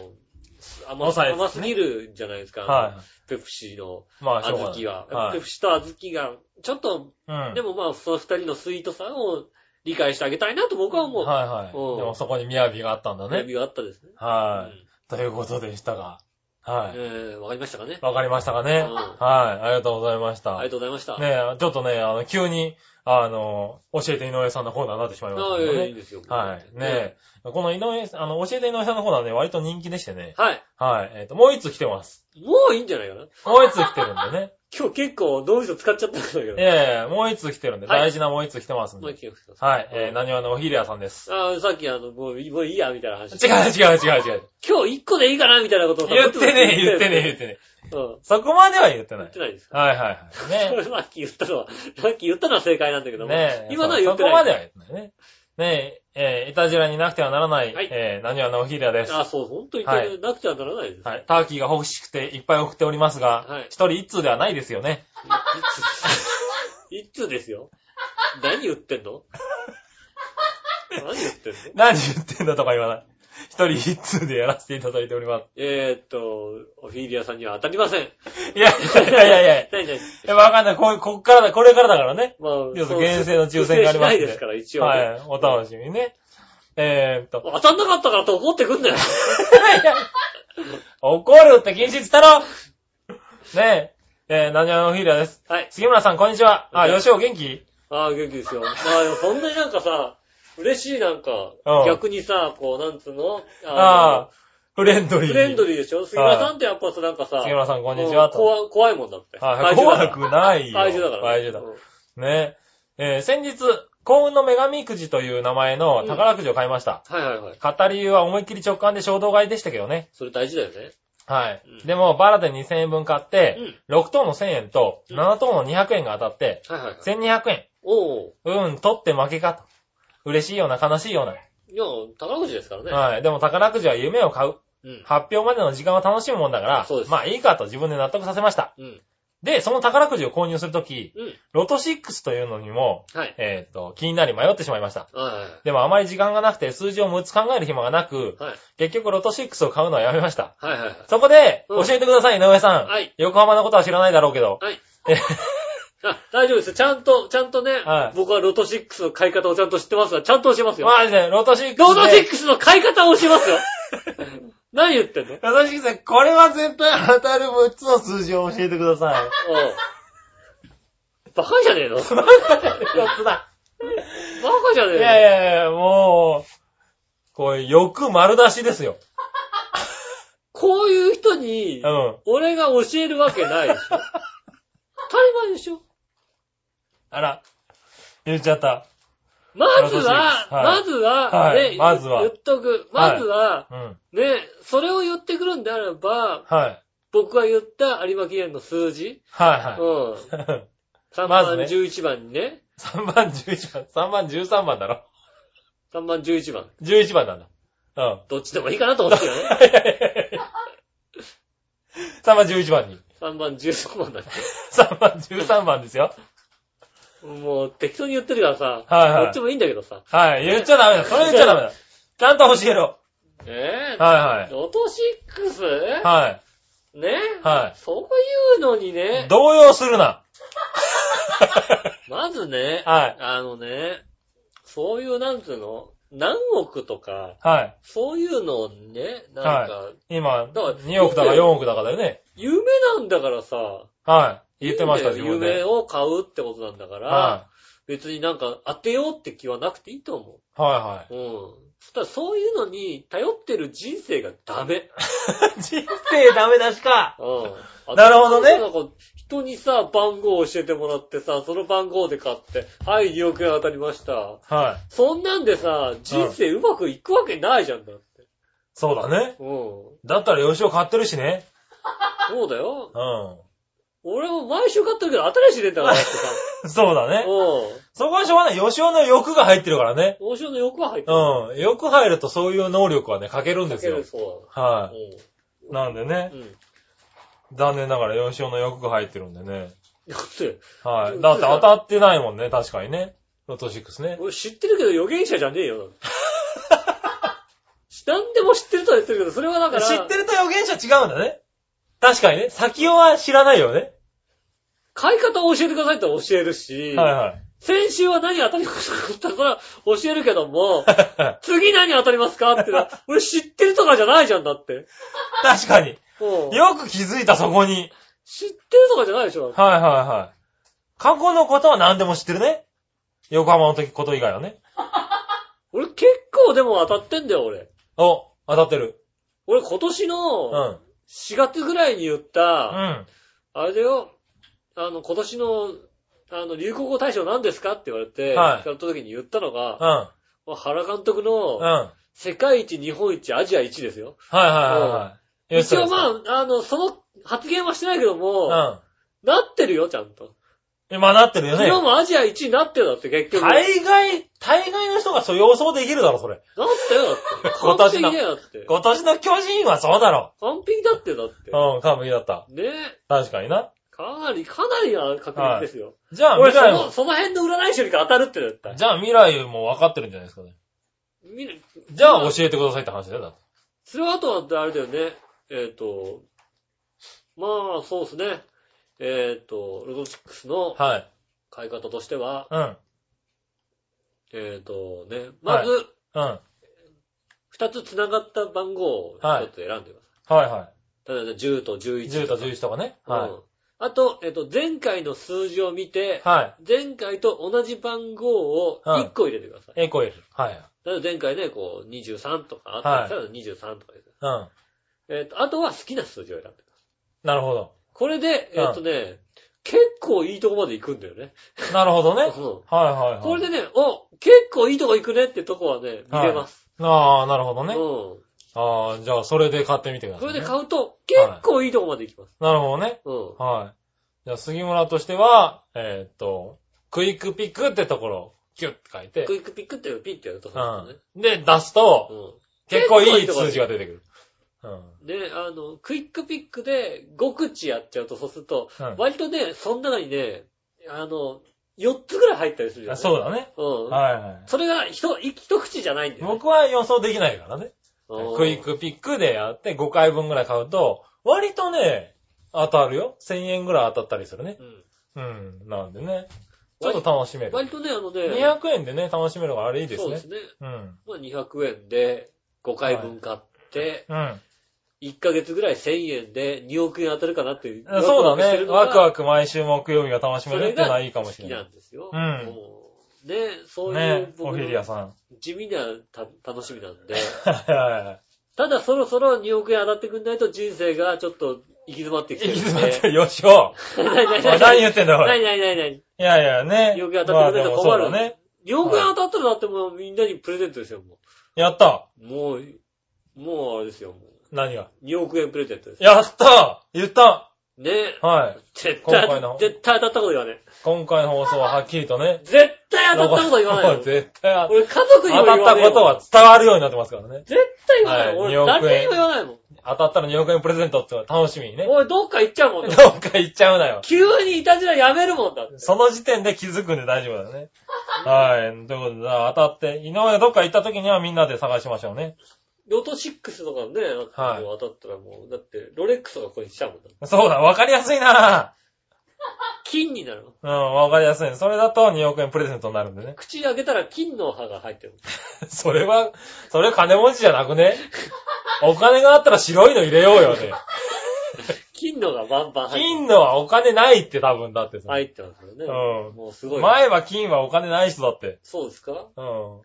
[SPEAKER 2] 甘
[SPEAKER 3] 抑えてね
[SPEAKER 2] 甘すぎるんじゃないですか。
[SPEAKER 3] は
[SPEAKER 2] ペプシの
[SPEAKER 3] い。まあ、しょう
[SPEAKER 2] 小豆
[SPEAKER 3] が
[SPEAKER 2] は。
[SPEAKER 3] な
[SPEAKER 2] [LAUGHS]
[SPEAKER 3] い。
[SPEAKER 2] ペプシと小豆が、ちょっと、
[SPEAKER 3] はい。うん。
[SPEAKER 2] でもまあ、その二人のスイートさを理解してあげたいなと僕は思う。
[SPEAKER 3] はいはい。で
[SPEAKER 2] うん
[SPEAKER 3] もそこに雅があったんだ
[SPEAKER 2] 悩
[SPEAKER 3] ね。
[SPEAKER 2] みはあったですね。
[SPEAKER 3] は
[SPEAKER 2] うん
[SPEAKER 3] い。ということでしたが。は
[SPEAKER 2] えーわかりましたかね
[SPEAKER 3] い。。わかりましたかね。
[SPEAKER 2] うん
[SPEAKER 3] はい。ありがとうございました。
[SPEAKER 2] ありがとうございました。
[SPEAKER 3] ねえ、ちょっとね、あの、急に、あの、教えて井上さんのコーナーになってしまいまし
[SPEAKER 2] あ
[SPEAKER 3] た
[SPEAKER 2] あ、
[SPEAKER 3] け
[SPEAKER 2] い
[SPEAKER 3] ど
[SPEAKER 2] やいいん
[SPEAKER 3] ね。
[SPEAKER 2] ですよ。
[SPEAKER 3] はい。ねえ、この井上さん、あの、教えて井上さんのコーナーね、割と人気でしてね。
[SPEAKER 2] はい。
[SPEAKER 3] はい。えっ、と、もう一通来
[SPEAKER 2] [LAUGHS]
[SPEAKER 3] てます。
[SPEAKER 2] もういいんじゃないかな
[SPEAKER 3] もう一通来てるんでね。
[SPEAKER 2] 今日結構脳みそ使っちゃったんだけど。
[SPEAKER 3] ええもう一通来てるんで、
[SPEAKER 2] はい
[SPEAKER 3] 大事なもう一通来てますん
[SPEAKER 2] もう
[SPEAKER 3] で
[SPEAKER 2] 一。回来てください
[SPEAKER 3] はい。えー、何話のおひれやさんです。
[SPEAKER 2] ああ、さっきあの、もういいもういいや、みたいな話。
[SPEAKER 3] 違う違う違う違う。
[SPEAKER 2] 今日一個でいいかなみたいなことをさ
[SPEAKER 3] 言ってねえ、言ってねえ、言っ
[SPEAKER 2] え。
[SPEAKER 3] てねえ。
[SPEAKER 2] うん。
[SPEAKER 3] そこまでは言ってな
[SPEAKER 2] 言っ
[SPEAKER 3] い
[SPEAKER 2] て。ないですか。
[SPEAKER 3] はいはいはい。ね
[SPEAKER 2] それさっき言ったのは、さっき言ったのは正解なんだけども。
[SPEAKER 3] ねえ。
[SPEAKER 2] 今のは言って
[SPEAKER 3] そ
[SPEAKER 2] ない。
[SPEAKER 3] こまでは言ってないね。ねえ、えー、いたじらになくてはならない、
[SPEAKER 2] はい
[SPEAKER 3] えー、何はのおひれやです。
[SPEAKER 2] ああ、そう、本当に
[SPEAKER 3] はい
[SPEAKER 2] なくてはならないです。
[SPEAKER 3] はい。ターキーが欲しくていっぱい送っております
[SPEAKER 2] は
[SPEAKER 3] が
[SPEAKER 2] い、
[SPEAKER 3] 一、人一通ではないですよね。
[SPEAKER 2] いつ、いつですよ。何言ってんの何言ってんの
[SPEAKER 3] 何言ってんだとか言わない。一人一通でやらせていただいております。
[SPEAKER 2] えーっと、オフィリアさんには当たりません。
[SPEAKER 3] いやいやいやいやい
[SPEAKER 2] ないない。
[SPEAKER 3] や。わかんない。こういうこっからだ、これからだからね。
[SPEAKER 2] まあ、
[SPEAKER 3] 要する
[SPEAKER 2] そう
[SPEAKER 3] に厳正の抽選がありま
[SPEAKER 2] 抽選しな
[SPEAKER 3] すん
[SPEAKER 2] いですから、一応ね。
[SPEAKER 3] はい。お楽しみにね。えーっと。
[SPEAKER 2] 当たんなかったからと怒ってくんなよ。
[SPEAKER 3] [LAUGHS] 怒るって禁止したろねえ。えー、何はのヒーラーです。
[SPEAKER 2] はい。
[SPEAKER 3] 杉村さん、こんにちは。あ、
[SPEAKER 2] こんに
[SPEAKER 3] 吉尾元気
[SPEAKER 2] ああ、元気ですよ。まあ、でもそんなになんかさ、嬉しいなんか
[SPEAKER 3] うん、
[SPEAKER 2] 逆にさ、こう、なんつうの
[SPEAKER 3] ああ
[SPEAKER 2] あ
[SPEAKER 3] ー、フレンド
[SPEAKER 2] の
[SPEAKER 3] リー。
[SPEAKER 2] フレンド
[SPEAKER 3] リ
[SPEAKER 2] リーでしょ杉村さんってやっぱさ、なんかさ、
[SPEAKER 3] 杉村さん、こんにち
[SPEAKER 2] う
[SPEAKER 3] は。
[SPEAKER 2] ん
[SPEAKER 3] と。
[SPEAKER 2] 怖怖いもんだって。
[SPEAKER 3] はい。
[SPEAKER 2] 怪獣
[SPEAKER 3] 怖くないよ。
[SPEAKER 2] 怪獣だから。
[SPEAKER 3] 怪獣だ
[SPEAKER 2] う。ん
[SPEAKER 3] ねえ。えー先日、幸運の女神くじという名前の宝くじを買いました。
[SPEAKER 2] はいはいはい。
[SPEAKER 3] 買った理由は思いっきり直感で衝動買いでしたけどね。
[SPEAKER 2] それ大事だよね。
[SPEAKER 3] はい。
[SPEAKER 2] うん
[SPEAKER 3] でも、バラで2000円分買って、6等の1000円と、
[SPEAKER 2] うん
[SPEAKER 3] 7等の200円が当たって、
[SPEAKER 2] はいはいはい。
[SPEAKER 3] 1200円。
[SPEAKER 2] おう
[SPEAKER 3] うん、取って負けかと。嬉しいような、悲しいよう
[SPEAKER 2] いや、宝くじですからね。
[SPEAKER 3] な。はい。でも、宝くじは夢を買う。
[SPEAKER 2] うん。
[SPEAKER 3] 発表までの時間は楽しむもんだから
[SPEAKER 2] そうで、す
[SPEAKER 3] まあいいかと自分で納得させました。
[SPEAKER 2] うん。
[SPEAKER 3] で、その宝くじを購入するとき、
[SPEAKER 2] うん。
[SPEAKER 3] ロト6というのにも、
[SPEAKER 2] はい。
[SPEAKER 3] えっ、と、気になり迷ってしまいました。
[SPEAKER 2] はいはい
[SPEAKER 3] でもあまり時間がなくて数字を6つ考える暇がなく、
[SPEAKER 2] はい。
[SPEAKER 3] 結局ロト6を買うのはやめました。
[SPEAKER 2] はいはいはい。
[SPEAKER 3] そこで、
[SPEAKER 2] う
[SPEAKER 3] 教
[SPEAKER 2] ん
[SPEAKER 3] えてください、井上さん。
[SPEAKER 2] はい
[SPEAKER 3] 横浜のことは知らないだろうけど。
[SPEAKER 2] はい
[SPEAKER 3] え。
[SPEAKER 2] あ、大丈夫ですよ。ちゃんと、ちゃんとね、
[SPEAKER 3] はい
[SPEAKER 2] 僕はロト6の買い方をちゃんと知ってますから、ちゃんと教えますよ。
[SPEAKER 3] まあですね、ロト6で。 [LAUGHS]
[SPEAKER 2] ロード6の買い方をしますよ。何言ってんの
[SPEAKER 3] 正しくさん、これは絶対当たる6つの数字を教えてください。
[SPEAKER 2] うん。バカじゃねえ
[SPEAKER 3] [LAUGHS]
[SPEAKER 2] のバカ
[SPEAKER 3] 4つだ。
[SPEAKER 2] じゃね
[SPEAKER 3] い
[SPEAKER 2] えの
[SPEAKER 3] やいやいや、もう、これ、欲丸出しですよ。
[SPEAKER 2] こういう人に
[SPEAKER 3] う、ん。
[SPEAKER 2] 俺が教えるわけ
[SPEAKER 3] [LAUGHS]
[SPEAKER 2] ないでしょ。当たり前でしょ。
[SPEAKER 3] あら、言っちゃった。
[SPEAKER 2] まずは、
[SPEAKER 3] は
[SPEAKER 2] ま
[SPEAKER 3] い
[SPEAKER 2] ずは、
[SPEAKER 3] はい
[SPEAKER 2] ね、
[SPEAKER 3] まずは
[SPEAKER 2] 言っとく。まずは、
[SPEAKER 3] うん。
[SPEAKER 2] ね、それを言ってくるんであれば、
[SPEAKER 3] はい。
[SPEAKER 2] 僕が言った有馬記念の数字、
[SPEAKER 3] はい
[SPEAKER 2] うん
[SPEAKER 3] は。 [LAUGHS] い。
[SPEAKER 2] 3
[SPEAKER 3] ま
[SPEAKER 2] 番
[SPEAKER 3] ずね
[SPEAKER 2] 11番にね、
[SPEAKER 3] 3番11番、3番13番だろ。
[SPEAKER 2] 3番11番。
[SPEAKER 3] 11番なんだ。 [LAUGHS] うん。
[SPEAKER 2] どっちでもいいかなと思ってたよね。
[SPEAKER 3] 3番11番に。
[SPEAKER 2] 3番13番だね。
[SPEAKER 3] 3番13番ですよ。
[SPEAKER 2] もう適当に言ってるからさ、
[SPEAKER 3] はいはい
[SPEAKER 2] どっちもいいんだけどさ。
[SPEAKER 3] はい。言っちゃダメだ。それ言っちゃダメだ。 [LAUGHS] ちゃんと教えろ。
[SPEAKER 2] ねえ、
[SPEAKER 3] は
[SPEAKER 2] ロト6、
[SPEAKER 3] いはい。
[SPEAKER 2] ねえ、
[SPEAKER 3] は
[SPEAKER 2] そういうのに
[SPEAKER 3] はい。
[SPEAKER 2] ね、
[SPEAKER 3] 動揺するな。
[SPEAKER 2] まずね、
[SPEAKER 3] はい。
[SPEAKER 2] あのね、そういうなんつうの、何億とか、
[SPEAKER 3] はい。
[SPEAKER 2] そういうのをね、なんか、
[SPEAKER 3] 今、
[SPEAKER 2] だから
[SPEAKER 3] 2億だか4億だかだよね。
[SPEAKER 2] 夢なんだからさ、
[SPEAKER 3] はい。言ってました、
[SPEAKER 2] いいん
[SPEAKER 3] 自
[SPEAKER 2] だよ
[SPEAKER 3] 分
[SPEAKER 2] 夢
[SPEAKER 3] で。
[SPEAKER 2] を買うってことなんだから、
[SPEAKER 3] は
[SPEAKER 2] 別になんか当てようって気はなくていいと思
[SPEAKER 3] い。は
[SPEAKER 2] う。うん。そしたらそういうのに頼ってる人生がダメ。
[SPEAKER 3] いはい。人生ダメ出しか。
[SPEAKER 2] うん。
[SPEAKER 3] なるほどね
[SPEAKER 2] なんか、人にさ、番号を教えてもらってさ、その番号で買って、はい、2億円当たりました。
[SPEAKER 3] はい。
[SPEAKER 2] そんなんでさ、人生うまくいくわけないじゃんだって。
[SPEAKER 3] そうだね。
[SPEAKER 2] うん。そ
[SPEAKER 3] だったら吉尾買ってるしね。
[SPEAKER 2] うだよ。
[SPEAKER 3] う
[SPEAKER 2] 俺も毎週買ってるけど、新しいねんだからだってさ。
[SPEAKER 3] [LAUGHS] ん。そうだね。
[SPEAKER 2] うん。
[SPEAKER 3] そこはしょうがない。吉尾の欲が入ってるからね。
[SPEAKER 2] 王将の欲は入ってる。
[SPEAKER 3] うん。欲入るとそういう能力はね、欠けるん
[SPEAKER 2] か
[SPEAKER 3] で
[SPEAKER 2] け
[SPEAKER 3] す
[SPEAKER 2] る
[SPEAKER 3] よ。
[SPEAKER 2] そ
[SPEAKER 3] は
[SPEAKER 2] う
[SPEAKER 3] い。なんで
[SPEAKER 2] だ。
[SPEAKER 3] ね
[SPEAKER 2] う、ん。うん。
[SPEAKER 3] 残念ながら吉尾の欲が入ってるんでね。
[SPEAKER 2] だって、
[SPEAKER 3] はい。だって当たってないもんね、確かにね。ロト6ね。
[SPEAKER 2] 俺知ってるけど予言者じゃねえよ。
[SPEAKER 3] [LAUGHS]
[SPEAKER 2] だって何でも知ってるとは言ってるけど、それはだから、
[SPEAKER 3] 知ってると予言者違うんだね。確かにね。先は知らないよね。
[SPEAKER 2] 買い方を教えてくださいって教えるし、
[SPEAKER 3] はいはい。
[SPEAKER 2] 先週は何当たりましたかから教えるけど
[SPEAKER 3] [LAUGHS]
[SPEAKER 2] も、次何当たりますかってのは、俺知ってるとかじゃないじゃんだって。
[SPEAKER 3] 確かに。
[SPEAKER 2] うん
[SPEAKER 3] よく気づいた、そこに。
[SPEAKER 2] 知ってるとかじゃないでしょ。
[SPEAKER 3] はいはいはい。過去のことは何でも知ってるね。横浜の時こと以外はね。
[SPEAKER 2] 俺結構でも当たってんだよ、俺。
[SPEAKER 3] お、当たってる。
[SPEAKER 2] 俺今年
[SPEAKER 3] う
[SPEAKER 2] の
[SPEAKER 3] ん。
[SPEAKER 2] 4月ぐらいに言っ
[SPEAKER 3] う
[SPEAKER 2] た、
[SPEAKER 3] ん。
[SPEAKER 2] あれだよ、あの、今年の、あの、流行語大賞何ですかって言われて、
[SPEAKER 3] はい
[SPEAKER 2] 聞かれた時に言ったのが、
[SPEAKER 3] うん。
[SPEAKER 2] 原監督
[SPEAKER 3] うん。
[SPEAKER 2] の、
[SPEAKER 3] はい
[SPEAKER 2] 世界一、日本一、アジア一ですよ。
[SPEAKER 3] はいはいはい。
[SPEAKER 2] 一応
[SPEAKER 3] あ、
[SPEAKER 2] まあ、あの、その発言はしてないけども、
[SPEAKER 3] うん。
[SPEAKER 2] なってるよ、ちゃんと。
[SPEAKER 3] 今なってるよ
[SPEAKER 2] 昨
[SPEAKER 3] ね
[SPEAKER 2] 日。もアジア1になってるだって、結局。なっ
[SPEAKER 3] 大概、大概の人がそう予想できるだろ、それ。
[SPEAKER 2] たよ、だって。完
[SPEAKER 3] 今年
[SPEAKER 2] 璧
[SPEAKER 3] の
[SPEAKER 2] だよ、だって。
[SPEAKER 3] 今年の巨人はそうだろ。
[SPEAKER 2] 完璧だって、だって。
[SPEAKER 3] うん、完璧だった。
[SPEAKER 2] ねえ。
[SPEAKER 3] 確かにな。
[SPEAKER 2] かなり、かなりな確率ですよ。
[SPEAKER 3] じゃあ
[SPEAKER 2] 俺、
[SPEAKER 3] 未
[SPEAKER 2] そ
[SPEAKER 3] 来
[SPEAKER 2] の、
[SPEAKER 3] も、
[SPEAKER 2] その辺の占い師よりか当たるって絶対。
[SPEAKER 3] じゃあ未来も分かってるんじゃないですかね。
[SPEAKER 2] みる
[SPEAKER 3] じゃあ教えてくださいって話だよ、だって。
[SPEAKER 2] それはあとは、あれだよね。えっ、と、まあ、そうですね。えっ、と、ロドチックスの
[SPEAKER 3] はい。
[SPEAKER 2] 買い方としては、
[SPEAKER 3] うん。
[SPEAKER 2] えっ、とね、まず、
[SPEAKER 3] うん。はい
[SPEAKER 2] 二つ繋がった番号をちょっと選んでくだ
[SPEAKER 3] は
[SPEAKER 2] さい。例えば10と
[SPEAKER 3] い。
[SPEAKER 2] 11。
[SPEAKER 3] 10と11とかね。は
[SPEAKER 2] うんあと、えっと、前回の数字を見
[SPEAKER 3] い。
[SPEAKER 2] て、
[SPEAKER 3] は
[SPEAKER 2] 前回と同じ番号を
[SPEAKER 3] うん
[SPEAKER 2] 1個入れてください。
[SPEAKER 3] い。エコイル。はい。
[SPEAKER 2] 例えば前回ね、こう、23とかあったら23とかです。
[SPEAKER 3] うん。
[SPEAKER 2] えっと、あとは好きな数字を選んでください。
[SPEAKER 3] なるほど。
[SPEAKER 2] これで、
[SPEAKER 3] う
[SPEAKER 2] え
[SPEAKER 3] ん
[SPEAKER 2] っとね、結構いいとこまで行くんだよね。
[SPEAKER 3] なるほどね。
[SPEAKER 2] うん
[SPEAKER 3] はいはいはい。
[SPEAKER 2] これでね、お、結構いいとこ行くねってとこはね、見れます。
[SPEAKER 3] ああ、なるほど
[SPEAKER 2] うん
[SPEAKER 3] ね。。ああ、じゃあそれで買ってみてくださ
[SPEAKER 2] そ
[SPEAKER 3] い、ね。
[SPEAKER 2] れで買うと、結構いいとこまで行きます。
[SPEAKER 3] なるほどね。
[SPEAKER 2] うん。
[SPEAKER 3] はい。じゃあ杉村としては、えーっと、クイックピックってところをキュッて書いて
[SPEAKER 2] ク、イックピックっていうのをピッてやるとそうなんだね。
[SPEAKER 3] うん。で、出すと、
[SPEAKER 2] うん。
[SPEAKER 3] 結構いい数字が出てくる。うん。
[SPEAKER 2] で、あの、クイックピックで5口やっちゃうと、そうすると、
[SPEAKER 3] うん
[SPEAKER 2] 割とね、その中にね、あの、4つぐらい入ったりするじゃ
[SPEAKER 3] あ
[SPEAKER 2] ん。
[SPEAKER 3] そうだね。
[SPEAKER 2] う。ん。
[SPEAKER 3] はいはい。
[SPEAKER 2] それが一、一口じゃないんだよね。
[SPEAKER 3] 僕は予想できないからね。
[SPEAKER 2] うん
[SPEAKER 3] クイッ。クピックでやって5回分ぐらい買うと、割とね、当たるよ。1000円ぐらい当たったりするね。
[SPEAKER 2] うん。
[SPEAKER 3] うん。なんでね。ちょっと楽しめる。
[SPEAKER 2] 割とね、あのね、
[SPEAKER 3] 200円でね、楽しめるからあれいいです
[SPEAKER 2] そう
[SPEAKER 3] ね。
[SPEAKER 2] ですね。
[SPEAKER 3] うん。
[SPEAKER 2] まあ、200円で5回分買って、
[SPEAKER 3] うん。
[SPEAKER 2] 1ヶ月ぐらい1000円で2億円当たるかなっていう。
[SPEAKER 3] そうだね。ワク
[SPEAKER 2] ワ
[SPEAKER 3] ワク毎週木曜日が楽しめるっていうのはいいかもし
[SPEAKER 2] してる
[SPEAKER 3] れ
[SPEAKER 2] の
[SPEAKER 3] な
[SPEAKER 2] が好
[SPEAKER 3] い
[SPEAKER 2] きなんですよ。
[SPEAKER 3] うん
[SPEAKER 2] もうね、そうい
[SPEAKER 3] ね
[SPEAKER 2] う。
[SPEAKER 3] オ
[SPEAKER 2] 僕
[SPEAKER 3] フィリアさん。
[SPEAKER 2] の地味なた楽しみなんで。
[SPEAKER 3] はいはいはい。
[SPEAKER 2] ただそろそろ2億円当たってくんないと人生がちょっと行き詰まってきて
[SPEAKER 3] 行
[SPEAKER 2] るん
[SPEAKER 3] き
[SPEAKER 2] で。
[SPEAKER 3] 詰まってる。よしお。
[SPEAKER 2] 何
[SPEAKER 3] お前何言ってんだ、おい。
[SPEAKER 2] 何何何何
[SPEAKER 3] いやいやね。
[SPEAKER 2] よく当たってくれたら困る
[SPEAKER 3] まあでもそうだね。
[SPEAKER 2] ?2 億円当たったらだってもうみんなにプレゼントですよ、も
[SPEAKER 3] やった。
[SPEAKER 2] う。もう、もうあれですよ、も
[SPEAKER 3] 何が。
[SPEAKER 2] う。2億円プレゼントですよ。
[SPEAKER 3] やった言った
[SPEAKER 2] ねえ。
[SPEAKER 3] はい。
[SPEAKER 2] 絶
[SPEAKER 3] 今
[SPEAKER 2] 対
[SPEAKER 3] 回の、
[SPEAKER 2] 絶対当たったこと言わねえ。
[SPEAKER 3] 今回の放送ははっきりとね。
[SPEAKER 2] 絶対当たったこと言わないよ。
[SPEAKER 3] 絶対あ
[SPEAKER 2] 俺家族にも
[SPEAKER 3] 当
[SPEAKER 2] 言わ
[SPEAKER 3] た
[SPEAKER 2] ない
[SPEAKER 3] っ
[SPEAKER 2] よ。
[SPEAKER 3] たことは伝わるようになってますからね。
[SPEAKER 2] 絶対言わないよ。
[SPEAKER 3] は
[SPEAKER 2] 俺
[SPEAKER 3] い2億円
[SPEAKER 2] 誰にも言わないもん。
[SPEAKER 3] 当たったら2億円プレゼントってのは楽しみにね。
[SPEAKER 2] 俺どっか行っちゃうもん
[SPEAKER 3] [LAUGHS] ど
[SPEAKER 2] ね。
[SPEAKER 3] っか行っちゃうなよ。
[SPEAKER 2] 急にいたじらやめるもんだって。
[SPEAKER 3] その時点で気づくんで大丈夫
[SPEAKER 2] [LAUGHS]
[SPEAKER 3] だね。はい。ということで、当たって、井上がどっか行った時にはみんなで探しましょうね。
[SPEAKER 2] ロト6とかね、だって
[SPEAKER 3] はい
[SPEAKER 2] 当たったらもう、だってロレックスとかこれにしちゃうもんだって。
[SPEAKER 3] そうだ、わかりやすいな
[SPEAKER 2] 金になるの。
[SPEAKER 3] うん、わかりやすい。それだと2億円プレゼントになるんでね。 [LAUGHS]
[SPEAKER 2] 口開けたら金の歯が入ってる。
[SPEAKER 3] それは、それ金持ちじゃな
[SPEAKER 2] [LAUGHS]
[SPEAKER 3] くねお金があったら白いの入れようよね。
[SPEAKER 2] 金のがバンバン入ってる。
[SPEAKER 3] 金のはお金ないって多分だってさ。
[SPEAKER 2] 入ってますよね。
[SPEAKER 3] うん
[SPEAKER 2] もうすごい。
[SPEAKER 3] 前は金はお金ない人だって。
[SPEAKER 2] そうですか
[SPEAKER 3] うん。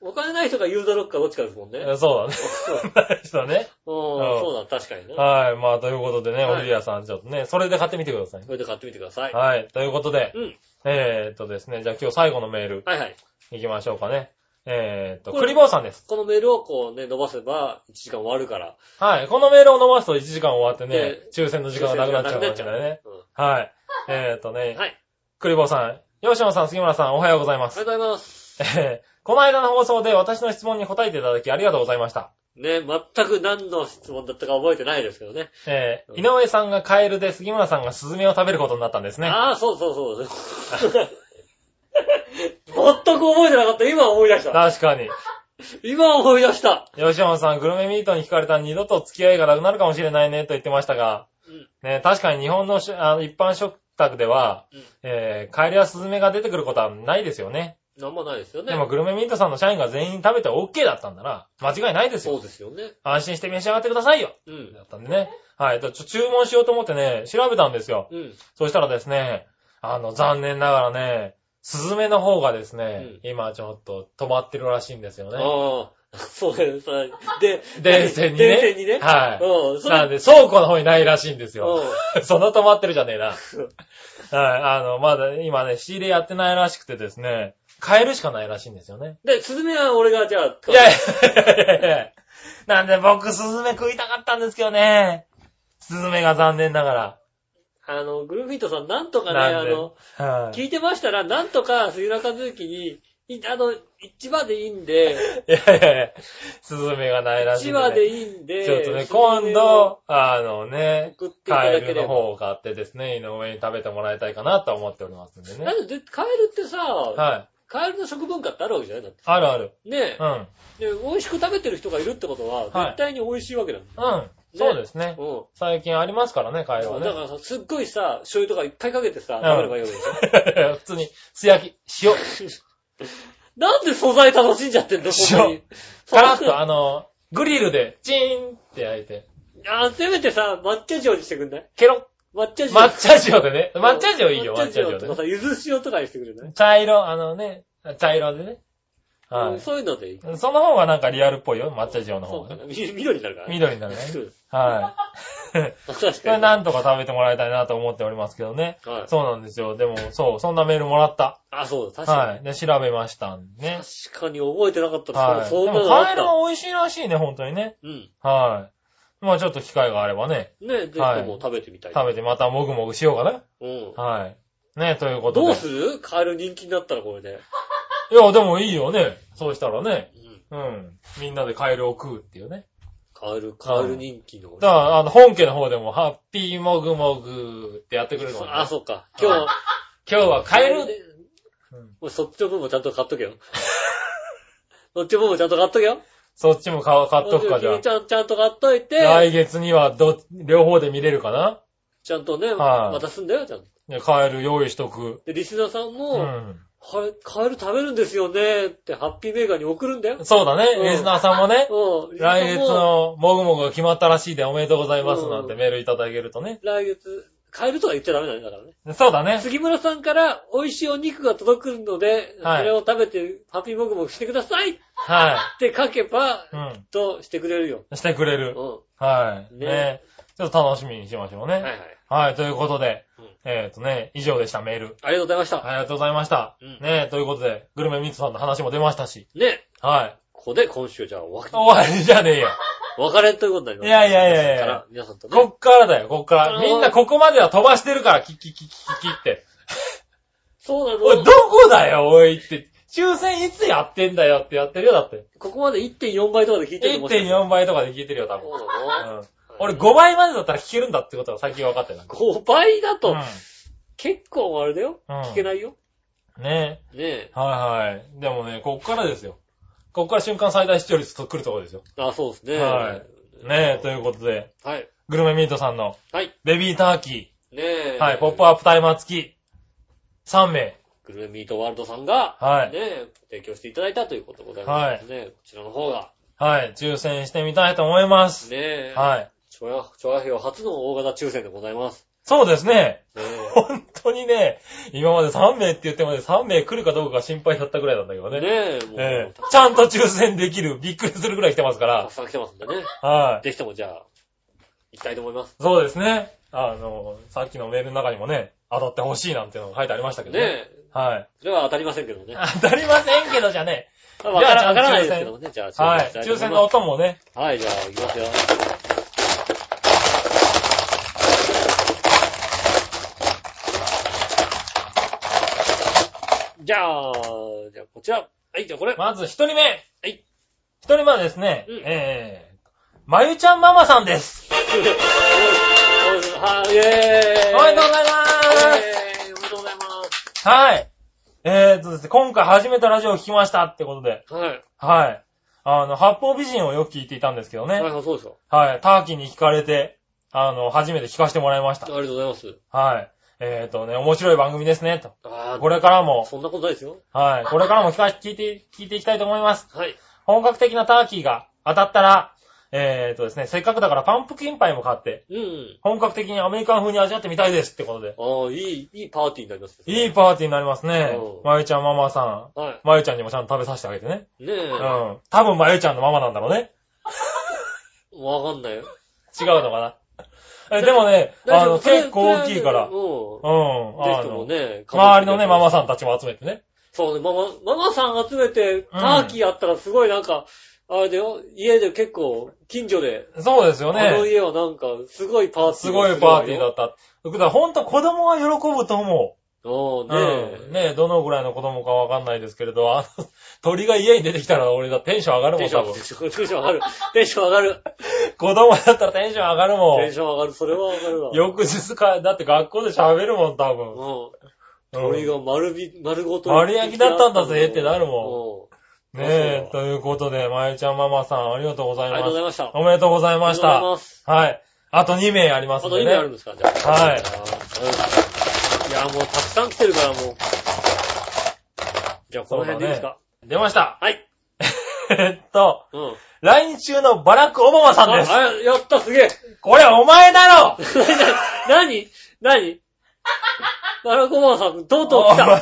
[SPEAKER 2] お金ない人がユーザーロックかどっちかですもんね。うん、
[SPEAKER 3] そうだね。 [LAUGHS] ない人だね。
[SPEAKER 2] そうだ、確かにね。
[SPEAKER 3] はい。まあ、ということでね、
[SPEAKER 2] はい
[SPEAKER 3] オリビアさん、ちょっとね、それで買ってみてください
[SPEAKER 2] そ。れで買ってみてください。
[SPEAKER 3] はい。ということで、
[SPEAKER 2] うん。
[SPEAKER 3] えーっとですね、じゃあ今日最後のメール
[SPEAKER 2] はいはい。
[SPEAKER 3] 行きましょうかね。えーっと、
[SPEAKER 2] これ
[SPEAKER 3] クリボーさんです。
[SPEAKER 2] このメールをこうね、伸ばせば1時間終わるから。
[SPEAKER 3] はい。このメールを伸ばすと1時間終わってね
[SPEAKER 2] で、
[SPEAKER 3] 抽選の時間がなくなっちゃうわけだよね。
[SPEAKER 2] うん。
[SPEAKER 3] はい。えーっとね、
[SPEAKER 2] はい。
[SPEAKER 3] クリボーさん、吉野さん、杉村さん、おはようございま
[SPEAKER 2] ありがと
[SPEAKER 3] す
[SPEAKER 2] う。ございます。
[SPEAKER 3] えー [LAUGHS] この間の放送で私の質問に答えていただきありがとうございました。
[SPEAKER 2] ね、全く何の質問だったか覚えてないですけどね。
[SPEAKER 3] えー井上さんがカエルで杉村さんがスズメを食べることになったんですね。
[SPEAKER 2] ああ、そうそうそう。
[SPEAKER 3] [LAUGHS]
[SPEAKER 2] 全く覚えてなかった。今思い出した。
[SPEAKER 3] 確かに。
[SPEAKER 2] 今思い出した。
[SPEAKER 3] 吉野さん、グルメミートに惹かれたら二度と付き合いがなくなるかもしれないねと言ってましたが、
[SPEAKER 2] うん
[SPEAKER 3] ね、確かに日本のしあの一般食卓では、
[SPEAKER 2] うん
[SPEAKER 3] えーカエルやスズメが出てくることはないですよね。
[SPEAKER 2] なんもないですよね。
[SPEAKER 3] でも、グルメミートさんの社員が全員食べて OK だったんだな。間違いないです
[SPEAKER 2] そう
[SPEAKER 3] よ。
[SPEAKER 2] ですよね。
[SPEAKER 3] 安心して召し上がってくださいよ。
[SPEAKER 2] うん
[SPEAKER 3] だ。ったんでね。はい。とちょ注文しようと思ってね、調べたんですよ。
[SPEAKER 2] うん。
[SPEAKER 3] そしたらですね、あの、残念ながらね、スズメの方がですね、今ちょっと止まってるらしいんですよね。
[SPEAKER 2] ああ、 [LAUGHS] そうです。で、
[SPEAKER 3] [LAUGHS] 電線にね。
[SPEAKER 2] 電線にね。
[SPEAKER 3] はい。
[SPEAKER 2] うん、それ、
[SPEAKER 3] なんで、倉庫の方にないらしいんですよ。
[SPEAKER 2] う
[SPEAKER 3] その止まってるじゃねえな。はい、あの、まだ今ね、仕入れやってないらしくてですね、買えるしかないらしいんですよね。
[SPEAKER 2] ん。で、スズメは俺がじゃあ、
[SPEAKER 3] いやいやいやいやいやなんで僕、スズメ食いたかったんですけどね。スズメが残念なが
[SPEAKER 2] あの、グルフィートさん、なんとかね、
[SPEAKER 3] な
[SPEAKER 2] あ
[SPEAKER 3] んで
[SPEAKER 2] の、
[SPEAKER 3] ら。はい。
[SPEAKER 2] 聞いてましたら、なんとか杉浦和之に、いあの、一話でいいんで、
[SPEAKER 3] いやいやいや、スズメがないらし
[SPEAKER 2] 一
[SPEAKER 3] いんでね、
[SPEAKER 2] 話でいいんで、
[SPEAKER 3] ちょっとね、
[SPEAKER 2] スズメを
[SPEAKER 3] 今度、あのね、
[SPEAKER 2] 送ってい
[SPEAKER 3] カ
[SPEAKER 2] ただ
[SPEAKER 3] エ
[SPEAKER 2] け
[SPEAKER 3] ル
[SPEAKER 2] れ
[SPEAKER 3] の
[SPEAKER 2] ば。
[SPEAKER 3] 方を買ってですね、井上に食べてもらいたいかなと思っておりますんで
[SPEAKER 2] だ
[SPEAKER 3] ね。
[SPEAKER 2] って、カエルってさ、
[SPEAKER 3] はい。
[SPEAKER 2] カエルの食文化ってあるわけじゃないだって。
[SPEAKER 3] あるある。
[SPEAKER 2] ね
[SPEAKER 3] う
[SPEAKER 2] え。
[SPEAKER 3] ん。
[SPEAKER 2] で、美味しく食べてる人がいるってことは、
[SPEAKER 3] はい
[SPEAKER 2] 絶対に美味しいわけだもん。
[SPEAKER 3] うん。そうですね。
[SPEAKER 2] うん。
[SPEAKER 3] 最近ありますからね、カエルはね
[SPEAKER 2] だ。からさ、すっごいさ、醤油とかいっぱいかけてさ、
[SPEAKER 3] うん
[SPEAKER 2] 食べればいいわけでしょ。 [LAUGHS]
[SPEAKER 3] [LAUGHS] 普通に、素焼き、塩、
[SPEAKER 2] なんで素材楽しんじゃってんのここに。
[SPEAKER 3] カラッと、あの、グリルで、チーンって焼いて、
[SPEAKER 2] あ、せめてさ、抹茶塩にしてくんない
[SPEAKER 3] ケロ
[SPEAKER 2] 抹茶
[SPEAKER 3] ッ、
[SPEAKER 2] 塩。
[SPEAKER 3] 抹茶塩でね、抹茶塩いいよ、抹
[SPEAKER 2] 抹
[SPEAKER 3] 茶
[SPEAKER 2] 茶
[SPEAKER 3] 塩
[SPEAKER 2] 塩
[SPEAKER 3] で
[SPEAKER 2] と
[SPEAKER 3] ね
[SPEAKER 2] か。さ、ゆず塩とかにしてくれない
[SPEAKER 3] 茶色、あのね、茶色でね。は
[SPEAKER 2] うんそういうのでいい。
[SPEAKER 3] い。その方がなんかリアルっぽいよ、抹茶塩の
[SPEAKER 2] そ
[SPEAKER 3] 方
[SPEAKER 2] う
[SPEAKER 3] が
[SPEAKER 2] かな。
[SPEAKER 3] ね。
[SPEAKER 2] み緑になるからね。
[SPEAKER 3] 緑になるね。
[SPEAKER 2] うん
[SPEAKER 3] はい。
[SPEAKER 2] [LAUGHS] 確 [LAUGHS]
[SPEAKER 3] これ
[SPEAKER 2] かに。
[SPEAKER 3] なんとか食べてもらいたいなと思っておりますけどね。
[SPEAKER 2] はい
[SPEAKER 3] そうなんですよ。でも、そう、そんなメールもらった。
[SPEAKER 2] あ、そうだ、確か
[SPEAKER 3] は
[SPEAKER 2] に。
[SPEAKER 3] い。で、調べましたんでね。
[SPEAKER 2] 確かに覚えてなかった
[SPEAKER 3] は
[SPEAKER 2] です
[SPEAKER 3] い。
[SPEAKER 2] そう
[SPEAKER 3] で
[SPEAKER 2] そういう
[SPEAKER 3] も、
[SPEAKER 2] のが
[SPEAKER 3] カ
[SPEAKER 2] あ
[SPEAKER 3] エ
[SPEAKER 2] っ
[SPEAKER 3] ル
[SPEAKER 2] た。
[SPEAKER 3] は美味しいらしいね、本当にね。
[SPEAKER 2] うん。
[SPEAKER 3] はい。まあちょっと機会があればね、
[SPEAKER 2] ね、ぜひと
[SPEAKER 3] はい
[SPEAKER 2] も食べてみたい。
[SPEAKER 3] 食べてまたもぐもぐしようかな。
[SPEAKER 2] うん。
[SPEAKER 3] はい。ね、ということで。
[SPEAKER 2] どうするカエル人気になったらこれで。
[SPEAKER 3] いや、でもいいよね。そうしたらね。
[SPEAKER 2] うん。
[SPEAKER 3] うん。みんなでカエルを食うっていうね。
[SPEAKER 2] カエル、カエル人気の。
[SPEAKER 3] だから、あの、本家の方でも、ハッピーもぐもぐってやってくれるのね
[SPEAKER 2] あ、そうか。今日、
[SPEAKER 3] 今日はカエル、う
[SPEAKER 2] も
[SPEAKER 3] ん
[SPEAKER 2] うそっちの分もちゃんと買っとけよ。 [LAUGHS] そっちの分もちゃんと買っとけよ。
[SPEAKER 3] そっちも買買っとくか、じゃあ
[SPEAKER 2] 君。ちゃんちゃんと買っといて、
[SPEAKER 3] 来月にはど、両方で見れるかな
[SPEAKER 2] ちゃんとね、
[SPEAKER 3] はい
[SPEAKER 2] 渡すんだよ、ちゃんと。
[SPEAKER 3] ねカエル用意しとく。
[SPEAKER 2] で、リスナーさん
[SPEAKER 3] う
[SPEAKER 2] も、
[SPEAKER 3] ん。
[SPEAKER 2] あれ、カエル食べるんですよねってハッピーメーカーに送るんだ
[SPEAKER 3] [LAUGHS]
[SPEAKER 2] よ。
[SPEAKER 3] そうだ
[SPEAKER 2] うん
[SPEAKER 3] ね。リスナーさんもね、
[SPEAKER 2] うん。
[SPEAKER 3] 来月
[SPEAKER 2] も
[SPEAKER 3] のもぐもぐが決まったらしいでおめでとうございますなんて
[SPEAKER 2] うん
[SPEAKER 3] メールいただけるとね。
[SPEAKER 2] う。来月、カエルとは言っちゃダメなんだからね。
[SPEAKER 3] そうだね。
[SPEAKER 2] 杉村さんから美味しいお肉が届くので、
[SPEAKER 3] はい
[SPEAKER 2] それを食べてハッピーモグモグしてくださいっ
[SPEAKER 3] は
[SPEAKER 2] て書けば、
[SPEAKER 3] い。うん。
[SPEAKER 2] としてくれるよ。
[SPEAKER 3] してくれる。
[SPEAKER 2] う
[SPEAKER 3] はい。
[SPEAKER 2] ね。
[SPEAKER 3] ねちょっと楽しみにしましょうん
[SPEAKER 2] はいはい。
[SPEAKER 3] ね。はい、ということで
[SPEAKER 2] うん、
[SPEAKER 3] えっとね、以上でした、メール。
[SPEAKER 2] ありがとうございました。
[SPEAKER 3] ありがとうございました。
[SPEAKER 2] うん
[SPEAKER 3] ねということで、グルメミツさんの話も出ましたし。
[SPEAKER 2] ね。
[SPEAKER 3] はい。
[SPEAKER 2] ここで今週じゃあお別れ、
[SPEAKER 3] 終わりじゃねえよ。
[SPEAKER 2] お別れということになります。
[SPEAKER 3] いやいやいやいや
[SPEAKER 2] から皆さんとね。
[SPEAKER 3] こっからだよ、こっか
[SPEAKER 2] あの
[SPEAKER 3] ら。
[SPEAKER 2] ー
[SPEAKER 3] みんなここまでは飛ばしてるから、キッキッキッキッキッって。
[SPEAKER 2] そうな
[SPEAKER 3] おい、
[SPEAKER 2] の。
[SPEAKER 3] どこだよ、おいって。抽選いつやってんだよってやってるよ、だって。
[SPEAKER 2] ここまで1.4倍とかで聞いてると思って。
[SPEAKER 3] 1.4倍とかで聞いてるよ、多
[SPEAKER 2] そう
[SPEAKER 3] 分。
[SPEAKER 2] なの
[SPEAKER 3] うん。俺5倍までだったら聞けるんだってことが最近分かってた。
[SPEAKER 2] 5倍だと、
[SPEAKER 3] う
[SPEAKER 2] 結構あれだよ。
[SPEAKER 3] ん。
[SPEAKER 2] 聞け
[SPEAKER 3] い。
[SPEAKER 2] ないよ。
[SPEAKER 3] ね
[SPEAKER 2] ねえ。
[SPEAKER 3] え。はいはい。でもね、こっからですよ。こっから瞬間最大視聴率と来るところですよ。
[SPEAKER 2] あ、そうですね。
[SPEAKER 3] はいねえ、ということで、
[SPEAKER 2] はい。
[SPEAKER 3] グルメミートさんの
[SPEAKER 2] はい。
[SPEAKER 3] ベビーターキ
[SPEAKER 2] ねえ。
[SPEAKER 3] ー、はい、ポップアップタイマー付き、3名。
[SPEAKER 2] グルメミートワールドさんが、
[SPEAKER 3] は
[SPEAKER 2] ね
[SPEAKER 3] い。
[SPEAKER 2] え、提供していただいたということでございますね。こちらの方が、
[SPEAKER 3] はい、抽選してみたいと思います。
[SPEAKER 2] ねえ、
[SPEAKER 3] はい。
[SPEAKER 2] チョヤ、チョヤヘヨ初の大型抽選でございます。
[SPEAKER 3] そうですね。
[SPEAKER 2] ね
[SPEAKER 3] 本当にね、今まで3名って言ってまで3名来るかどうかが心配だったぐらいなんだけど
[SPEAKER 2] え、
[SPEAKER 3] [LAUGHS] ね。
[SPEAKER 2] ねえ、もう、
[SPEAKER 3] ええ
[SPEAKER 2] たく
[SPEAKER 3] ちゃんと抽選できる。びっくりするぐらい来てますから。
[SPEAKER 2] さん来てますんでね。
[SPEAKER 3] はい。
[SPEAKER 2] ぜひともじゃあ、行きたいと思います。
[SPEAKER 3] そうですね。あの、さっきのメールの中にもね、当たってほしいなんてのが書いてありましたけ
[SPEAKER 2] ね
[SPEAKER 3] どね。
[SPEAKER 2] え、
[SPEAKER 3] はい。
[SPEAKER 2] では当たりませんけどね。わ
[SPEAKER 3] 当たりませんけどじゃね
[SPEAKER 2] からわ
[SPEAKER 3] じゃあ
[SPEAKER 2] からないですけどもね。じゃあ、
[SPEAKER 3] え。はい
[SPEAKER 2] し。たと
[SPEAKER 3] 抽
[SPEAKER 2] 思い
[SPEAKER 3] 選
[SPEAKER 2] ます
[SPEAKER 3] の音もね。
[SPEAKER 2] はい、じゃあ、行きますよ。じゃあ、じゃあ、こちら。はい、じゃあ、これ。。
[SPEAKER 3] まず一人目。はい一人目はですね、
[SPEAKER 2] うん
[SPEAKER 3] えー、まゆちゃんママさんです。
[SPEAKER 2] はい、イェーイ。
[SPEAKER 3] おめでとうござ
[SPEAKER 2] イェーイおめ
[SPEAKER 3] います。
[SPEAKER 2] でとうございます。
[SPEAKER 3] はい。えーとですね、今回初めてラジオを聞きましたってことで、
[SPEAKER 2] はい。
[SPEAKER 3] はい。あの、八方美人をよく聞いていたんですけどね。
[SPEAKER 2] はい、そうでしょ。
[SPEAKER 3] はい。ターキーに聞かれて、あの、初めて聞かせてもらいまし
[SPEAKER 2] あ
[SPEAKER 3] た
[SPEAKER 2] り。がとうございます。
[SPEAKER 3] はい。えーとね、面白い番組ですね、と。
[SPEAKER 2] あー
[SPEAKER 3] これからも、
[SPEAKER 2] そんなことないですよ。
[SPEAKER 3] はい。これからも聞か聞いて、聞いていきたいと思います。
[SPEAKER 2] はい。
[SPEAKER 3] 本格的なターキーが当たったら、えーとですね、せっかくだからパンプキンパイも買って、
[SPEAKER 2] うん。
[SPEAKER 3] 本格的にアメリカン風に味わってみたいですってことで。
[SPEAKER 2] ああ、いい、いいパーティーになりますね
[SPEAKER 3] いいパーティーになりますね
[SPEAKER 2] うん。
[SPEAKER 3] まゆちゃんママさん。
[SPEAKER 2] は
[SPEAKER 3] まゆちゃんにもちゃんと食べさせてあげてね。
[SPEAKER 2] い。ねえ。
[SPEAKER 3] う
[SPEAKER 2] わ
[SPEAKER 3] ん。多分まゆちゃんのママなんだろうね。
[SPEAKER 2] かんないよ。
[SPEAKER 3] 違うのかな。え、でもね、あの、結構大きいから。
[SPEAKER 2] う
[SPEAKER 3] うんん。。あ
[SPEAKER 2] ぜひとも
[SPEAKER 3] の、
[SPEAKER 2] ね、
[SPEAKER 3] 周りのね、ママ
[SPEAKER 2] ん。
[SPEAKER 3] さんたちも集めてね。
[SPEAKER 2] そうね、ママ、ママさん集めて、ターキーやったらすごいなんか、あれだよ、家で結構、近所で、
[SPEAKER 3] そうですよ
[SPEAKER 2] あの
[SPEAKER 3] ね。
[SPEAKER 2] 家はなんか、すごいパーティー。
[SPEAKER 3] すごいパーティーだ。った。だからほんと子供は喜ぶと思う。
[SPEAKER 2] おーねえ。
[SPEAKER 3] うん。ねえ、どのぐらいの子供かわかんないですけれど、あの、鳥が家に出てきたら俺だテンション上がる
[SPEAKER 2] テ
[SPEAKER 3] も
[SPEAKER 2] ン
[SPEAKER 3] ん、
[SPEAKER 2] ショ
[SPEAKER 3] 多
[SPEAKER 2] ン
[SPEAKER 3] 分。
[SPEAKER 2] テンション上がる。テンション上がる。
[SPEAKER 3] 子供だったらテンション上がるも
[SPEAKER 2] テン
[SPEAKER 3] ん。
[SPEAKER 2] ション上がる。それは上がるわ。
[SPEAKER 3] 翌日か、だって学校で喋るもん、多分。
[SPEAKER 2] うん。
[SPEAKER 3] うん
[SPEAKER 2] 鳥が丸び、丸ごと。
[SPEAKER 3] 丸焼きだったんだぜってなるも
[SPEAKER 2] ん。
[SPEAKER 3] ねえ、ということで、まゆちゃんママさん、ありがとうござ
[SPEAKER 2] あ
[SPEAKER 3] い
[SPEAKER 2] りがと
[SPEAKER 3] ま
[SPEAKER 2] うございま
[SPEAKER 3] す。
[SPEAKER 2] した。
[SPEAKER 3] おめでとうございまし
[SPEAKER 2] ありがとうござい
[SPEAKER 3] た。
[SPEAKER 2] ます。
[SPEAKER 3] はい。あと2名ありま
[SPEAKER 2] あ
[SPEAKER 3] すん
[SPEAKER 2] と
[SPEAKER 3] で
[SPEAKER 2] 2名あるん
[SPEAKER 3] ね。
[SPEAKER 2] ですか、じゃあ。
[SPEAKER 3] はい
[SPEAKER 2] いや、もうたくさん来てるから、もう。じゃあ、この辺でいいですか、
[SPEAKER 3] 出ました。
[SPEAKER 2] はい。
[SPEAKER 3] [LAUGHS] えっと、
[SPEAKER 2] うん。
[SPEAKER 3] 来日中のバラック・オバマさんです。
[SPEAKER 2] あ、あやった、すげえ。 [LAUGHS]
[SPEAKER 3] これお前だろ
[SPEAKER 2] 何何バラコマさん、とうとう
[SPEAKER 3] お
[SPEAKER 2] 来た。
[SPEAKER 3] 前だろ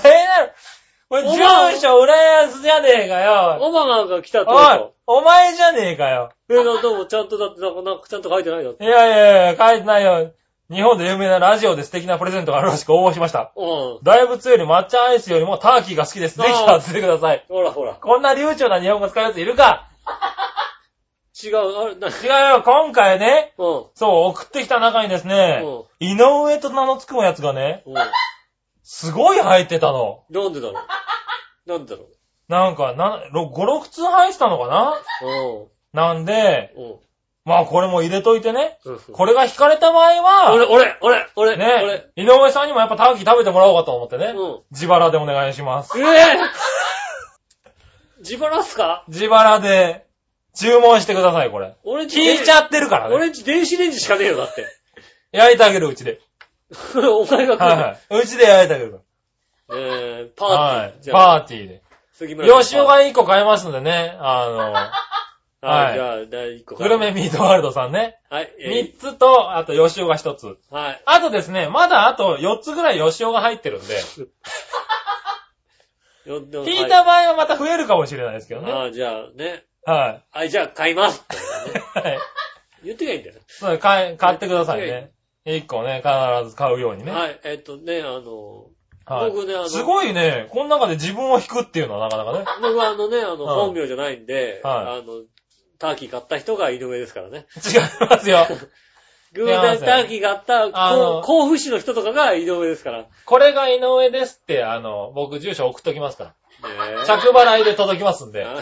[SPEAKER 3] これ
[SPEAKER 2] お
[SPEAKER 3] 住
[SPEAKER 2] 前
[SPEAKER 3] 所浦安じゃねえかよ。
[SPEAKER 2] オバマが来たってこ
[SPEAKER 3] おい
[SPEAKER 2] と。、
[SPEAKER 3] お前じゃねえかよ。
[SPEAKER 2] え、なんともちゃんとだって、なんか、なんかちゃんと書いてないよ。
[SPEAKER 3] いやいやいや、書いてないよ。日本で有名なラジオで素敵なプレゼントがあるらしく応募しました。
[SPEAKER 2] うん。
[SPEAKER 3] 大仏より抹茶アイスよりもターキーが好きです。
[SPEAKER 2] あ
[SPEAKER 3] ぜ
[SPEAKER 2] ー
[SPEAKER 3] ひ買ってください。
[SPEAKER 2] ほらほら。
[SPEAKER 3] こんな流暢な日本語使うやついるか
[SPEAKER 2] 違う、あれ、な、
[SPEAKER 3] 違うよ、今回ね、
[SPEAKER 2] うん。
[SPEAKER 3] そう、送ってきた中にですね、井上と名の付くやつがね、
[SPEAKER 2] うん。う
[SPEAKER 3] すごい入ってたの。
[SPEAKER 2] ん。なんでだろう。なんでだろ
[SPEAKER 3] なんか、な、ろ5、6通入ってたのか
[SPEAKER 2] う。
[SPEAKER 3] ななんで、
[SPEAKER 2] うん。うん。
[SPEAKER 3] まあこれも入れといてね。
[SPEAKER 2] うん
[SPEAKER 3] これが引かれた場合
[SPEAKER 2] 俺、
[SPEAKER 3] は、
[SPEAKER 2] 俺、俺、俺、
[SPEAKER 3] ね、井上さんにもやっぱターキー食べてもらおうかと思ってね
[SPEAKER 2] 俺。。うん。
[SPEAKER 3] 自腹でお願いします。
[SPEAKER 2] ええ自腹っすか
[SPEAKER 3] 自腹で注文してください、これ。
[SPEAKER 2] 俺んち
[SPEAKER 3] 聞いちゃってるからね。
[SPEAKER 2] 俺んち電子レンジしかねえよ、だって。 [LAUGHS]
[SPEAKER 3] 焼いてあげる、うちで。
[SPEAKER 2] お前が来る。
[SPEAKER 3] はいはい。うちで焼いてあげるか
[SPEAKER 2] えー、パ
[SPEAKER 3] は
[SPEAKER 2] ーティー。
[SPEAKER 3] い。
[SPEAKER 2] じゃあ、
[SPEAKER 3] パーティーで。
[SPEAKER 2] 杉村さん
[SPEAKER 3] 吉尾が1個買えますんでね、あ
[SPEAKER 2] はい。
[SPEAKER 3] はい
[SPEAKER 2] じゃあ、第1個
[SPEAKER 3] [LAUGHS] の、グルメミートワールドさんね。
[SPEAKER 2] はい。え
[SPEAKER 3] 3つと、あと吉尾が1つ。
[SPEAKER 2] ーはい。
[SPEAKER 3] あとですね、まだあと4つぐらい吉尾が入ってるんで、
[SPEAKER 2] よでも
[SPEAKER 3] 聞いた場合はまた増えるかもしれないですけどね。
[SPEAKER 2] あ
[SPEAKER 3] はい。
[SPEAKER 2] あ、じゃあね。
[SPEAKER 3] は
[SPEAKER 2] はい、じゃあ買います [LAUGHS] って
[SPEAKER 3] い。
[SPEAKER 2] 言ってきゃいいんだよ。
[SPEAKER 3] そうです買い買ってくださいね。1個ね、必ず買うようにね。
[SPEAKER 2] はい。えっとね、あの、
[SPEAKER 3] はい
[SPEAKER 2] 僕ねあの
[SPEAKER 3] すごいね、この中で自分を引くっていうのはなかなかね。
[SPEAKER 2] 僕はあのね、あの、
[SPEAKER 3] はい
[SPEAKER 2] 本名じゃないんで、
[SPEAKER 3] は
[SPEAKER 2] あの、ターキー買った人が井上ですからね。
[SPEAKER 3] 違いますよ。
[SPEAKER 2] 偶然ターキー買った
[SPEAKER 3] あ
[SPEAKER 2] こ
[SPEAKER 3] の
[SPEAKER 2] う甲府市の人とかが井上ですから。ね
[SPEAKER 3] これが井上ですって、あの、僕住所送っときますか
[SPEAKER 2] え
[SPEAKER 3] ら。着払いで届きますんで。
[SPEAKER 2] あ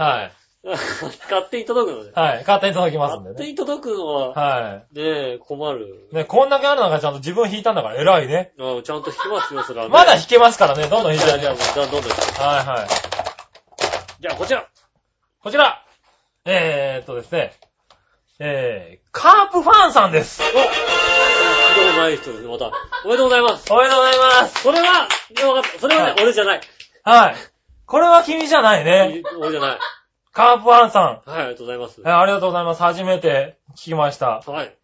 [SPEAKER 3] はい。
[SPEAKER 2] 勝手に届くのね。
[SPEAKER 3] はい。勝手に届きますん
[SPEAKER 2] 勝
[SPEAKER 3] で
[SPEAKER 2] 手
[SPEAKER 3] ね。
[SPEAKER 2] に届くのは、
[SPEAKER 3] は
[SPEAKER 2] ねえ、困る。
[SPEAKER 3] い。ね、こんだけある中ちゃんと自分引いたんだから偉いね。
[SPEAKER 2] あちゃんと引きますよ、それはね、
[SPEAKER 3] まだ引けますからね、どんどん引い
[SPEAKER 2] じ
[SPEAKER 3] て
[SPEAKER 2] ゃ
[SPEAKER 3] あ
[SPEAKER 2] あ、
[SPEAKER 3] げ
[SPEAKER 2] じゃ
[SPEAKER 3] よう
[SPEAKER 2] あ、じゃあ、どんどん。
[SPEAKER 3] はいはい。
[SPEAKER 2] じゃあ、こちら。
[SPEAKER 3] こちらえーっとですね。えー、カープファンさんです。
[SPEAKER 2] お聞いたことない人ですね、また。おめでとうございます。
[SPEAKER 3] おめでとうございます。
[SPEAKER 2] それは、いや、わかった。それはね、
[SPEAKER 3] はい
[SPEAKER 2] 俺じゃない。
[SPEAKER 3] はい。これは君じゃないね。
[SPEAKER 2] 俺じゃない。
[SPEAKER 3] カープファンさん。
[SPEAKER 2] はい、ありがとうございます。
[SPEAKER 3] えーありがとうございます。初めて聞きました。
[SPEAKER 2] はい。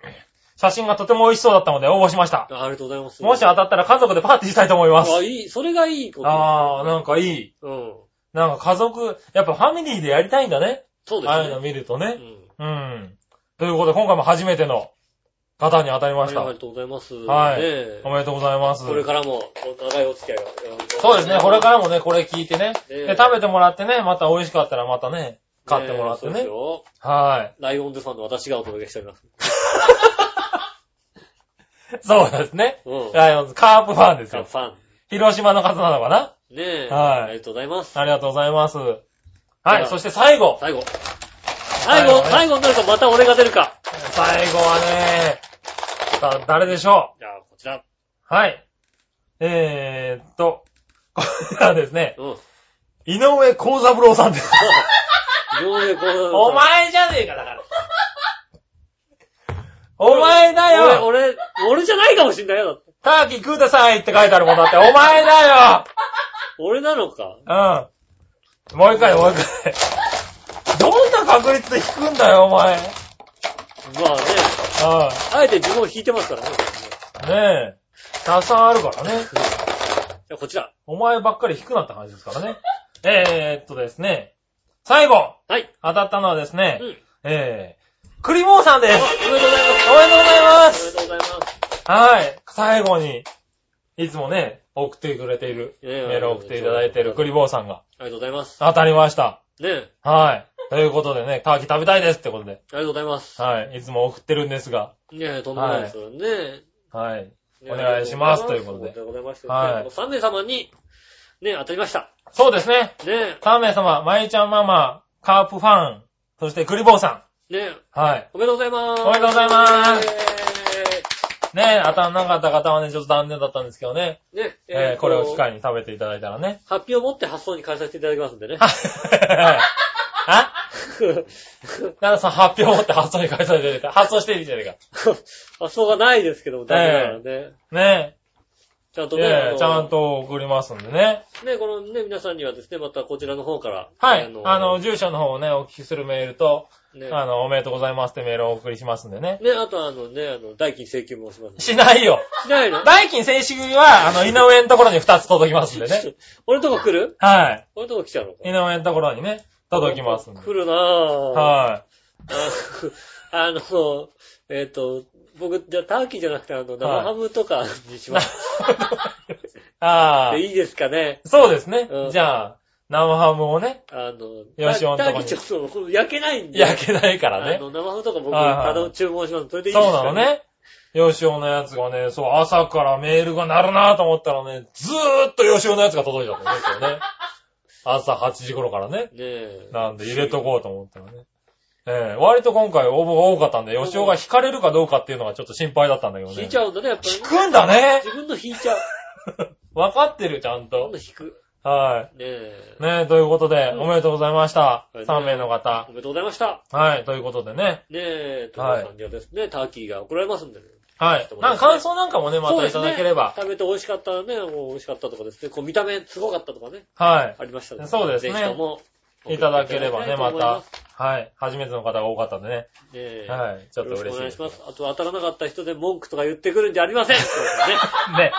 [SPEAKER 3] 写真がとても美味しそうだったので応募しました。
[SPEAKER 2] あありがとうございます。
[SPEAKER 3] もし当たったら家族でパーティーしたいと思います。
[SPEAKER 2] あ、いい、それがいいこと。
[SPEAKER 3] あー、なんかいい。
[SPEAKER 2] うん。
[SPEAKER 3] なんか家族、やっぱファミリーでやりたいんだね。
[SPEAKER 2] そうで
[SPEAKER 3] ああい
[SPEAKER 2] す
[SPEAKER 3] うの
[SPEAKER 2] ね。
[SPEAKER 3] 見ると
[SPEAKER 2] う
[SPEAKER 3] ね。
[SPEAKER 2] ん。
[SPEAKER 3] うん。ということで、今回も初めての方に当たりま
[SPEAKER 2] あ
[SPEAKER 3] し
[SPEAKER 2] り
[SPEAKER 3] た。
[SPEAKER 2] がとうございます。
[SPEAKER 3] はい
[SPEAKER 2] ねえ
[SPEAKER 3] おめでとうございます。
[SPEAKER 2] これからも、長いお付き合いが。
[SPEAKER 3] そうですね、これかららもね、これ聞いてね。
[SPEAKER 2] ええ
[SPEAKER 3] で、食べてもらってね、また美味しかったらまたね、買ってもらって
[SPEAKER 2] そうで
[SPEAKER 3] ね。
[SPEAKER 2] すよ。
[SPEAKER 3] は
[SPEAKER 2] ライオンズファンの私がお届けしております。
[SPEAKER 3] い。そうですね。
[SPEAKER 2] うん。
[SPEAKER 3] ライオンズカープファンです
[SPEAKER 2] カッ
[SPEAKER 3] よ
[SPEAKER 2] プ。ファン。
[SPEAKER 3] 広島の方なのかな
[SPEAKER 2] ねえ。
[SPEAKER 3] はい
[SPEAKER 2] ありがとうございます。
[SPEAKER 3] ありがとうございます。
[SPEAKER 2] は
[SPEAKER 3] はいい、そして最後。
[SPEAKER 2] 最後。最後、最後になるとまた俺が出るか。
[SPEAKER 3] 最後はね、さあ、誰でしょ
[SPEAKER 2] じゃあ、こちら。
[SPEAKER 3] うはい。えーっと、これはですね、
[SPEAKER 2] うん。 [LAUGHS]
[SPEAKER 3] 井上幸三郎さんです。
[SPEAKER 2] 上でこう。
[SPEAKER 3] お前じゃねえか、だから。 [LAUGHS] お前だよ
[SPEAKER 2] 俺、俺、俺じゃないかもしんないよ。だって
[SPEAKER 3] ターキー食うださいって書いてあるもんだって、お前だ
[SPEAKER 2] 俺なのか。
[SPEAKER 3] ようん。もう一回、もう一回。どんな確率で引くんだよ、お
[SPEAKER 2] ま
[SPEAKER 3] 前。
[SPEAKER 2] あね、
[SPEAKER 3] うん。
[SPEAKER 2] あえて自分を引いてますからね。
[SPEAKER 3] ねえ。たくさんあるからね。
[SPEAKER 2] じゃあ、こちら。
[SPEAKER 3] お前ばっかり低くなった感じですからね。 [LAUGHS] えーっとですね。最後
[SPEAKER 2] はい。
[SPEAKER 3] 当たったのはですね、
[SPEAKER 2] うん。
[SPEAKER 3] えー、クリボーさんです
[SPEAKER 2] あおめでとうございます。
[SPEAKER 3] おめでとうございま
[SPEAKER 2] おめ
[SPEAKER 3] す
[SPEAKER 2] でとうございます。
[SPEAKER 3] はい。最後に、いつもね、送ってくれている、
[SPEAKER 2] い
[SPEAKER 3] メ
[SPEAKER 2] やいや
[SPEAKER 3] ールを送っていただいているクリボーさんが
[SPEAKER 2] ありがとうございます。
[SPEAKER 3] 当たりました。
[SPEAKER 2] ねえ、あり
[SPEAKER 3] はい。ということでね、カーキ食べたいですってことで、
[SPEAKER 2] がとうございます。
[SPEAKER 3] はい。いつも送ってるんですが、
[SPEAKER 2] ねえ、とんでもないですよね。
[SPEAKER 3] はい。
[SPEAKER 2] ねえ
[SPEAKER 3] お願いします
[SPEAKER 2] ありが
[SPEAKER 3] ということ
[SPEAKER 2] あ
[SPEAKER 3] で
[SPEAKER 2] りがとうございます。
[SPEAKER 3] はい
[SPEAKER 2] 3名様に、ねえ、当たりました。
[SPEAKER 3] そうですね。
[SPEAKER 2] ね
[SPEAKER 3] 3名様、まゆちゃんママ、カープファン、そしてクリボーさ
[SPEAKER 2] え、ねえ、
[SPEAKER 3] ん。はい。
[SPEAKER 2] おめでとうございます。
[SPEAKER 3] おめでとうございます
[SPEAKER 2] す。
[SPEAKER 3] ねえ、当たんなかった方はね、ちょっと残念だったんですけどね。
[SPEAKER 2] ねえ、
[SPEAKER 3] えー、これを機
[SPEAKER 2] 換え
[SPEAKER 3] 会に食べていただいたら [LAUGHS] ね。
[SPEAKER 2] 発表を持って発送に変えさせていただきますん
[SPEAKER 3] [LAUGHS]
[SPEAKER 2] でね。
[SPEAKER 3] あなんだその発表を持って発送に返されてるか。発送していいじゃねえか。
[SPEAKER 2] 発送がないですけども、大丈夫ならね。
[SPEAKER 3] ね
[SPEAKER 2] ちゃん
[SPEAKER 3] え
[SPEAKER 2] とね、あ
[SPEAKER 3] ええ
[SPEAKER 2] の
[SPEAKER 3] ちゃん。と送りますんでね。
[SPEAKER 2] ね、このね、皆さんにはですね、またこちらの方から。
[SPEAKER 3] はい。あの、住所の方をね、お聞きするメールと、
[SPEAKER 2] ね、
[SPEAKER 3] あの、おめでとうございますってメールをお送りしますんでね。
[SPEAKER 2] ね、あとあのね、あの、代金請求もします。し
[SPEAKER 3] しないよ。
[SPEAKER 2] ないの
[SPEAKER 3] 代金正式は、あの、井上のところに2つ届きますんで [LAUGHS] ね。
[SPEAKER 2] [LAUGHS] 俺のとこ来る
[SPEAKER 3] は
[SPEAKER 2] 俺のとこ来ちゃうのか
[SPEAKER 3] い。井上のところにね、届きますんで。
[SPEAKER 2] 来るなぁ。
[SPEAKER 3] は
[SPEAKER 2] [LAUGHS] あの、えっ、と、僕、じゃあターキーじゃなくて、あの、生ハムとかにし
[SPEAKER 3] い。
[SPEAKER 2] ます。
[SPEAKER 3] ああ
[SPEAKER 2] で。いいですかね。
[SPEAKER 3] そうですね
[SPEAKER 2] うん。
[SPEAKER 3] じゃあ、生ハムをね、
[SPEAKER 2] あの、
[SPEAKER 3] よし
[SPEAKER 2] タ
[SPEAKER 3] お
[SPEAKER 2] ー
[SPEAKER 3] んとこに
[SPEAKER 2] キーちょっと焼けないんで。
[SPEAKER 3] 焼けないから
[SPEAKER 2] あ
[SPEAKER 3] ね。
[SPEAKER 2] の、生ハムとか僕、
[SPEAKER 3] はいはい
[SPEAKER 2] あの、注文します。それでいい
[SPEAKER 3] そ
[SPEAKER 2] で
[SPEAKER 3] う
[SPEAKER 2] すか
[SPEAKER 3] なの。ね。ヨシオのやつがね、そう、朝からメールが鳴るなと思ったらね、ずーっとヨシオのやつが届いたんですよね。 [LAUGHS] 朝8時頃からね。
[SPEAKER 2] ねえ。
[SPEAKER 3] なんで入れとこうと思ったらね。ええ割と今回応募が多かったんで、ヨシオが引かれるかどうかっていうのがちょっと心配だったんだけどね。
[SPEAKER 2] 引いちゃうんだね、やっぱりね、
[SPEAKER 3] 引くんだね
[SPEAKER 2] 自分の引いちゃう。
[SPEAKER 3] わかってる、ちゃん
[SPEAKER 2] どんど。
[SPEAKER 3] と
[SPEAKER 2] ん引く。
[SPEAKER 3] は
[SPEAKER 2] ねえ
[SPEAKER 3] い。。ねえ、ということで、おめでとうございました。
[SPEAKER 2] うん
[SPEAKER 3] 3名の
[SPEAKER 2] お
[SPEAKER 3] 方。
[SPEAKER 2] めでとうございました。
[SPEAKER 3] はい、ということでね。
[SPEAKER 2] ねえ、トモさんにはですね、ターキーが送られますんでね。
[SPEAKER 3] はい。なんか感想なんかもね、ま
[SPEAKER 2] そう
[SPEAKER 3] た
[SPEAKER 2] で
[SPEAKER 3] い
[SPEAKER 2] す
[SPEAKER 3] た
[SPEAKER 2] ね
[SPEAKER 3] だければ。
[SPEAKER 2] 食べて美味しかったね、もう美味しかったとかですね。こう見た目すごかったとかね、
[SPEAKER 3] は
[SPEAKER 2] ありました
[SPEAKER 3] そうですね
[SPEAKER 2] ぜひとも。
[SPEAKER 3] い。いただければね、ま
[SPEAKER 2] 送っていだ
[SPEAKER 3] た。はい。初めての方が多かったんでね。
[SPEAKER 2] きたいと思います。ええ
[SPEAKER 3] はい。ちょっと
[SPEAKER 2] よろしくお
[SPEAKER 3] 嬉しい
[SPEAKER 2] 願
[SPEAKER 3] で
[SPEAKER 2] い
[SPEAKER 3] す
[SPEAKER 2] し。ます。あと当たらなかった人で文句とか言ってくるんじゃありま
[SPEAKER 3] [LAUGHS]
[SPEAKER 2] せん。そうですね。
[SPEAKER 3] ね。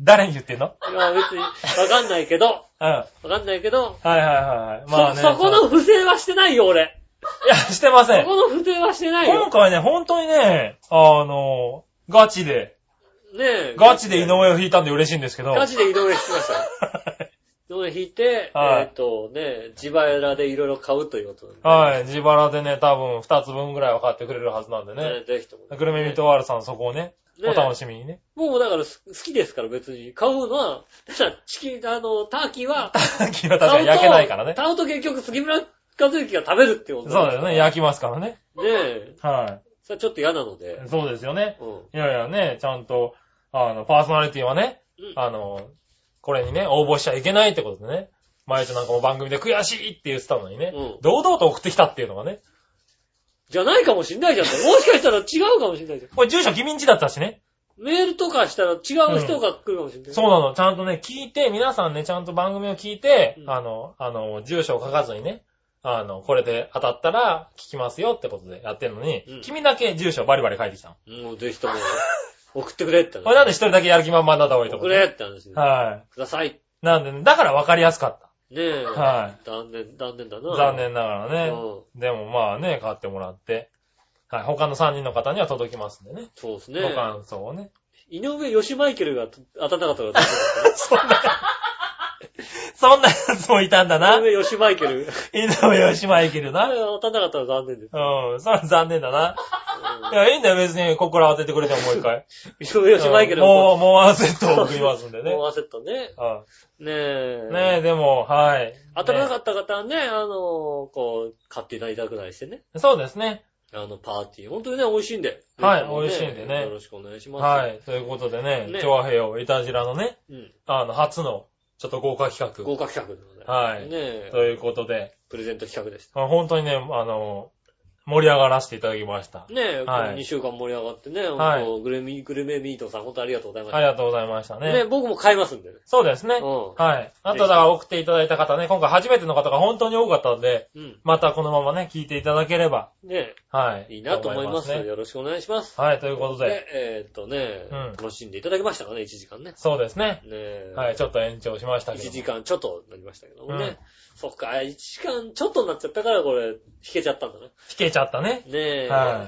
[SPEAKER 3] 誰に言ってんの
[SPEAKER 2] いや、別に、わかんないけど、わ
[SPEAKER 3] うん。はい
[SPEAKER 2] かんないけど、
[SPEAKER 3] はいはいはい。まあね。
[SPEAKER 2] そ、そこの不正はしてないよ、俺。
[SPEAKER 3] いや、してませ
[SPEAKER 2] そ
[SPEAKER 3] ん。
[SPEAKER 2] この不正はしてないよ
[SPEAKER 3] 今。回ね、本当にね、あの、ガチで、
[SPEAKER 2] ねえ。
[SPEAKER 3] ガチで井上を引いたんで嬉しいんですけど。
[SPEAKER 2] ガチで井上引きました。
[SPEAKER 3] [LAUGHS]
[SPEAKER 2] 井上引いて、
[SPEAKER 3] はい
[SPEAKER 2] えっ、とね、自腹でいろいろ買うということなんで
[SPEAKER 3] はい。自腹でね、多分2つ分ぐらいは買ってくれるはずなんで
[SPEAKER 2] ね。
[SPEAKER 3] ね。
[SPEAKER 2] ぜひとも。
[SPEAKER 3] グルメミートワールさんそこをね、
[SPEAKER 2] ね
[SPEAKER 3] お楽しみにね。
[SPEAKER 2] もうだからす好きですから別に。買うのは、ただチキン、あの、ターキー
[SPEAKER 3] [LAUGHS]
[SPEAKER 2] は、
[SPEAKER 3] 君は確かに焼けないからね。
[SPEAKER 2] 買うと結局杉村和之が食べるってこと
[SPEAKER 3] そうだよね、
[SPEAKER 2] ね
[SPEAKER 3] 焼きますからね。
[SPEAKER 2] え。
[SPEAKER 3] は
[SPEAKER 2] それはちょっと嫌なので
[SPEAKER 3] い。。そうですよね。
[SPEAKER 2] うん。
[SPEAKER 3] いやいやね、ちゃんと、あの、パーソナリティはね
[SPEAKER 2] うん、
[SPEAKER 3] あの、これにね、応募しちゃいけないってことでね。毎日なんかもう番組で悔しいって言ってたのにね
[SPEAKER 2] うん、
[SPEAKER 3] 堂々と送ってきたっていうのがね。
[SPEAKER 2] じゃないかもしんないじゃん。もしかしたら違うかもしんないじゃ
[SPEAKER 3] これ住所君んちだったしね。
[SPEAKER 2] ん。メールとかしたら違う人が来るかもしんない。
[SPEAKER 3] そうなの。ちゃんとね、聞いて、皆さんね、ちゃんと番組を聞いて、
[SPEAKER 2] うん
[SPEAKER 3] あの、あの、住所を書かずにね、あの、これで当たったら聞きますよってことでやってるのに、
[SPEAKER 2] うん
[SPEAKER 3] 君だけ住所バリバリ書いてきたの。
[SPEAKER 2] もうぜひとも、送ってくれって話
[SPEAKER 3] これなんで一人だけやる気満々だった方がいいと
[SPEAKER 2] 送
[SPEAKER 3] 思う。
[SPEAKER 2] れって話で。
[SPEAKER 3] は
[SPEAKER 2] ください。
[SPEAKER 3] い。なんでね、だから分かりやすかっ
[SPEAKER 2] ねえ。。
[SPEAKER 3] はい
[SPEAKER 2] 残念、残念だ
[SPEAKER 3] た。
[SPEAKER 2] な。
[SPEAKER 3] 残念ながらね。
[SPEAKER 2] うん。
[SPEAKER 3] でもまあね、買ってもらって。はい。他の3人の方には届きますんでね。
[SPEAKER 2] そうですね。
[SPEAKER 3] ご感想をね。
[SPEAKER 2] 井上義マイケルが当たんなかったから。
[SPEAKER 3] [LAUGHS] そんな、そんなやつ [LAUGHS] もいたんだな
[SPEAKER 2] 井。上義マイケル。
[SPEAKER 3] 井上義まいける
[SPEAKER 2] あ
[SPEAKER 3] な。
[SPEAKER 2] れ当たんなかったら残念です。
[SPEAKER 3] うん、それは残念だな。いや、いいんだよ、別に、ここから当ててくれてももう一回。
[SPEAKER 2] 井上義マイケル
[SPEAKER 3] うん
[SPEAKER 2] も。
[SPEAKER 3] もう、もうワンセット送りますんでね。
[SPEAKER 2] もう焦ったね。
[SPEAKER 3] う
[SPEAKER 2] ねえ。
[SPEAKER 3] んねえ、でも、はい。
[SPEAKER 2] 当たらなか
[SPEAKER 3] っ
[SPEAKER 2] った方はね、あの、こう、買っていただいたくらいしてね。
[SPEAKER 3] た。そうですね。
[SPEAKER 2] あの、パーティー。本当にね、美味しいんで。
[SPEAKER 3] はい
[SPEAKER 2] ぜひとも
[SPEAKER 3] 美味しいんでね
[SPEAKER 2] よろしくお願いします。
[SPEAKER 3] は。い。ということでね
[SPEAKER 2] ね、
[SPEAKER 3] 調和平をいたじらのね、
[SPEAKER 2] うん。
[SPEAKER 3] あの、初の、ちょっと豪華企
[SPEAKER 2] 豪華企画なので。
[SPEAKER 3] 画。は
[SPEAKER 2] ね
[SPEAKER 3] い。
[SPEAKER 2] え。
[SPEAKER 3] ということで、
[SPEAKER 2] プレゼント企画でし
[SPEAKER 3] あ本当にね、あの、盛り上がらせていただきました
[SPEAKER 2] た。。ねえ、
[SPEAKER 3] はい
[SPEAKER 2] この2週間盛り上がってね、
[SPEAKER 3] はい
[SPEAKER 2] 本当グルメミグルメミートさん、本当ありがとうございまし
[SPEAKER 3] ありがとうございました
[SPEAKER 2] た。ね
[SPEAKER 3] ね。
[SPEAKER 2] 僕も買いますんでね。
[SPEAKER 3] そうですね。
[SPEAKER 2] う
[SPEAKER 3] はい。あとだから送っていただいた方ね、今回初めての方が本当に多かったんで、
[SPEAKER 2] ん。うん。
[SPEAKER 3] またこのままね、聞いていただければ、
[SPEAKER 2] ね
[SPEAKER 3] はい。
[SPEAKER 2] いいなと思います。
[SPEAKER 3] ね
[SPEAKER 2] よろしくお願いします。
[SPEAKER 3] はい、ということで、
[SPEAKER 2] ねえーっとね、
[SPEAKER 3] うん
[SPEAKER 2] 楽しんでいただけましたかね、1時間ね。
[SPEAKER 3] そうですね。
[SPEAKER 2] ねえ。
[SPEAKER 3] はい、ちょっと延長しましたけど。
[SPEAKER 2] 1時間ちょっとになりましたけどもね。
[SPEAKER 3] うん
[SPEAKER 2] そっか、1時間ちょっとになっちゃったからこれ、弾けちゃったんだね。
[SPEAKER 3] 引けちゃったね。
[SPEAKER 2] ねえ。
[SPEAKER 3] は
[SPEAKER 2] は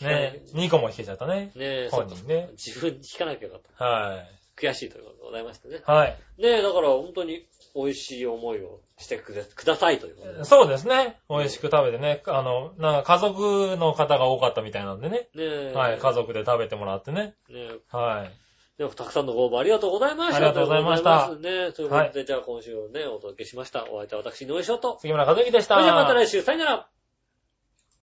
[SPEAKER 2] い
[SPEAKER 3] ね、2個も引けちゃったね。
[SPEAKER 2] ねえ、そ
[SPEAKER 3] 本
[SPEAKER 2] っか
[SPEAKER 3] 人ね。
[SPEAKER 2] 自分に弾かなきゃよかった。
[SPEAKER 3] は
[SPEAKER 2] 悔しいということでございましたね
[SPEAKER 3] い。。はい。
[SPEAKER 2] ねえ、だから本当に美味しい思いをしてくれくださいということで。ね
[SPEAKER 3] そうですね。美味しく食べてね。あの、なんか家族の方が多かったみたいなんでね。
[SPEAKER 2] え。
[SPEAKER 3] はい、家族で食べてもらってね。
[SPEAKER 2] ねえ。
[SPEAKER 3] はい。
[SPEAKER 2] でもたくさんのご応募ありがとうございました。
[SPEAKER 3] ありがとうございました
[SPEAKER 2] ありがとうございますね、ということで、じゃあ今週をね、お届けしました。お相手は私、井上翔と。
[SPEAKER 3] 杉村和之でした。
[SPEAKER 2] それではまた来週、さよなら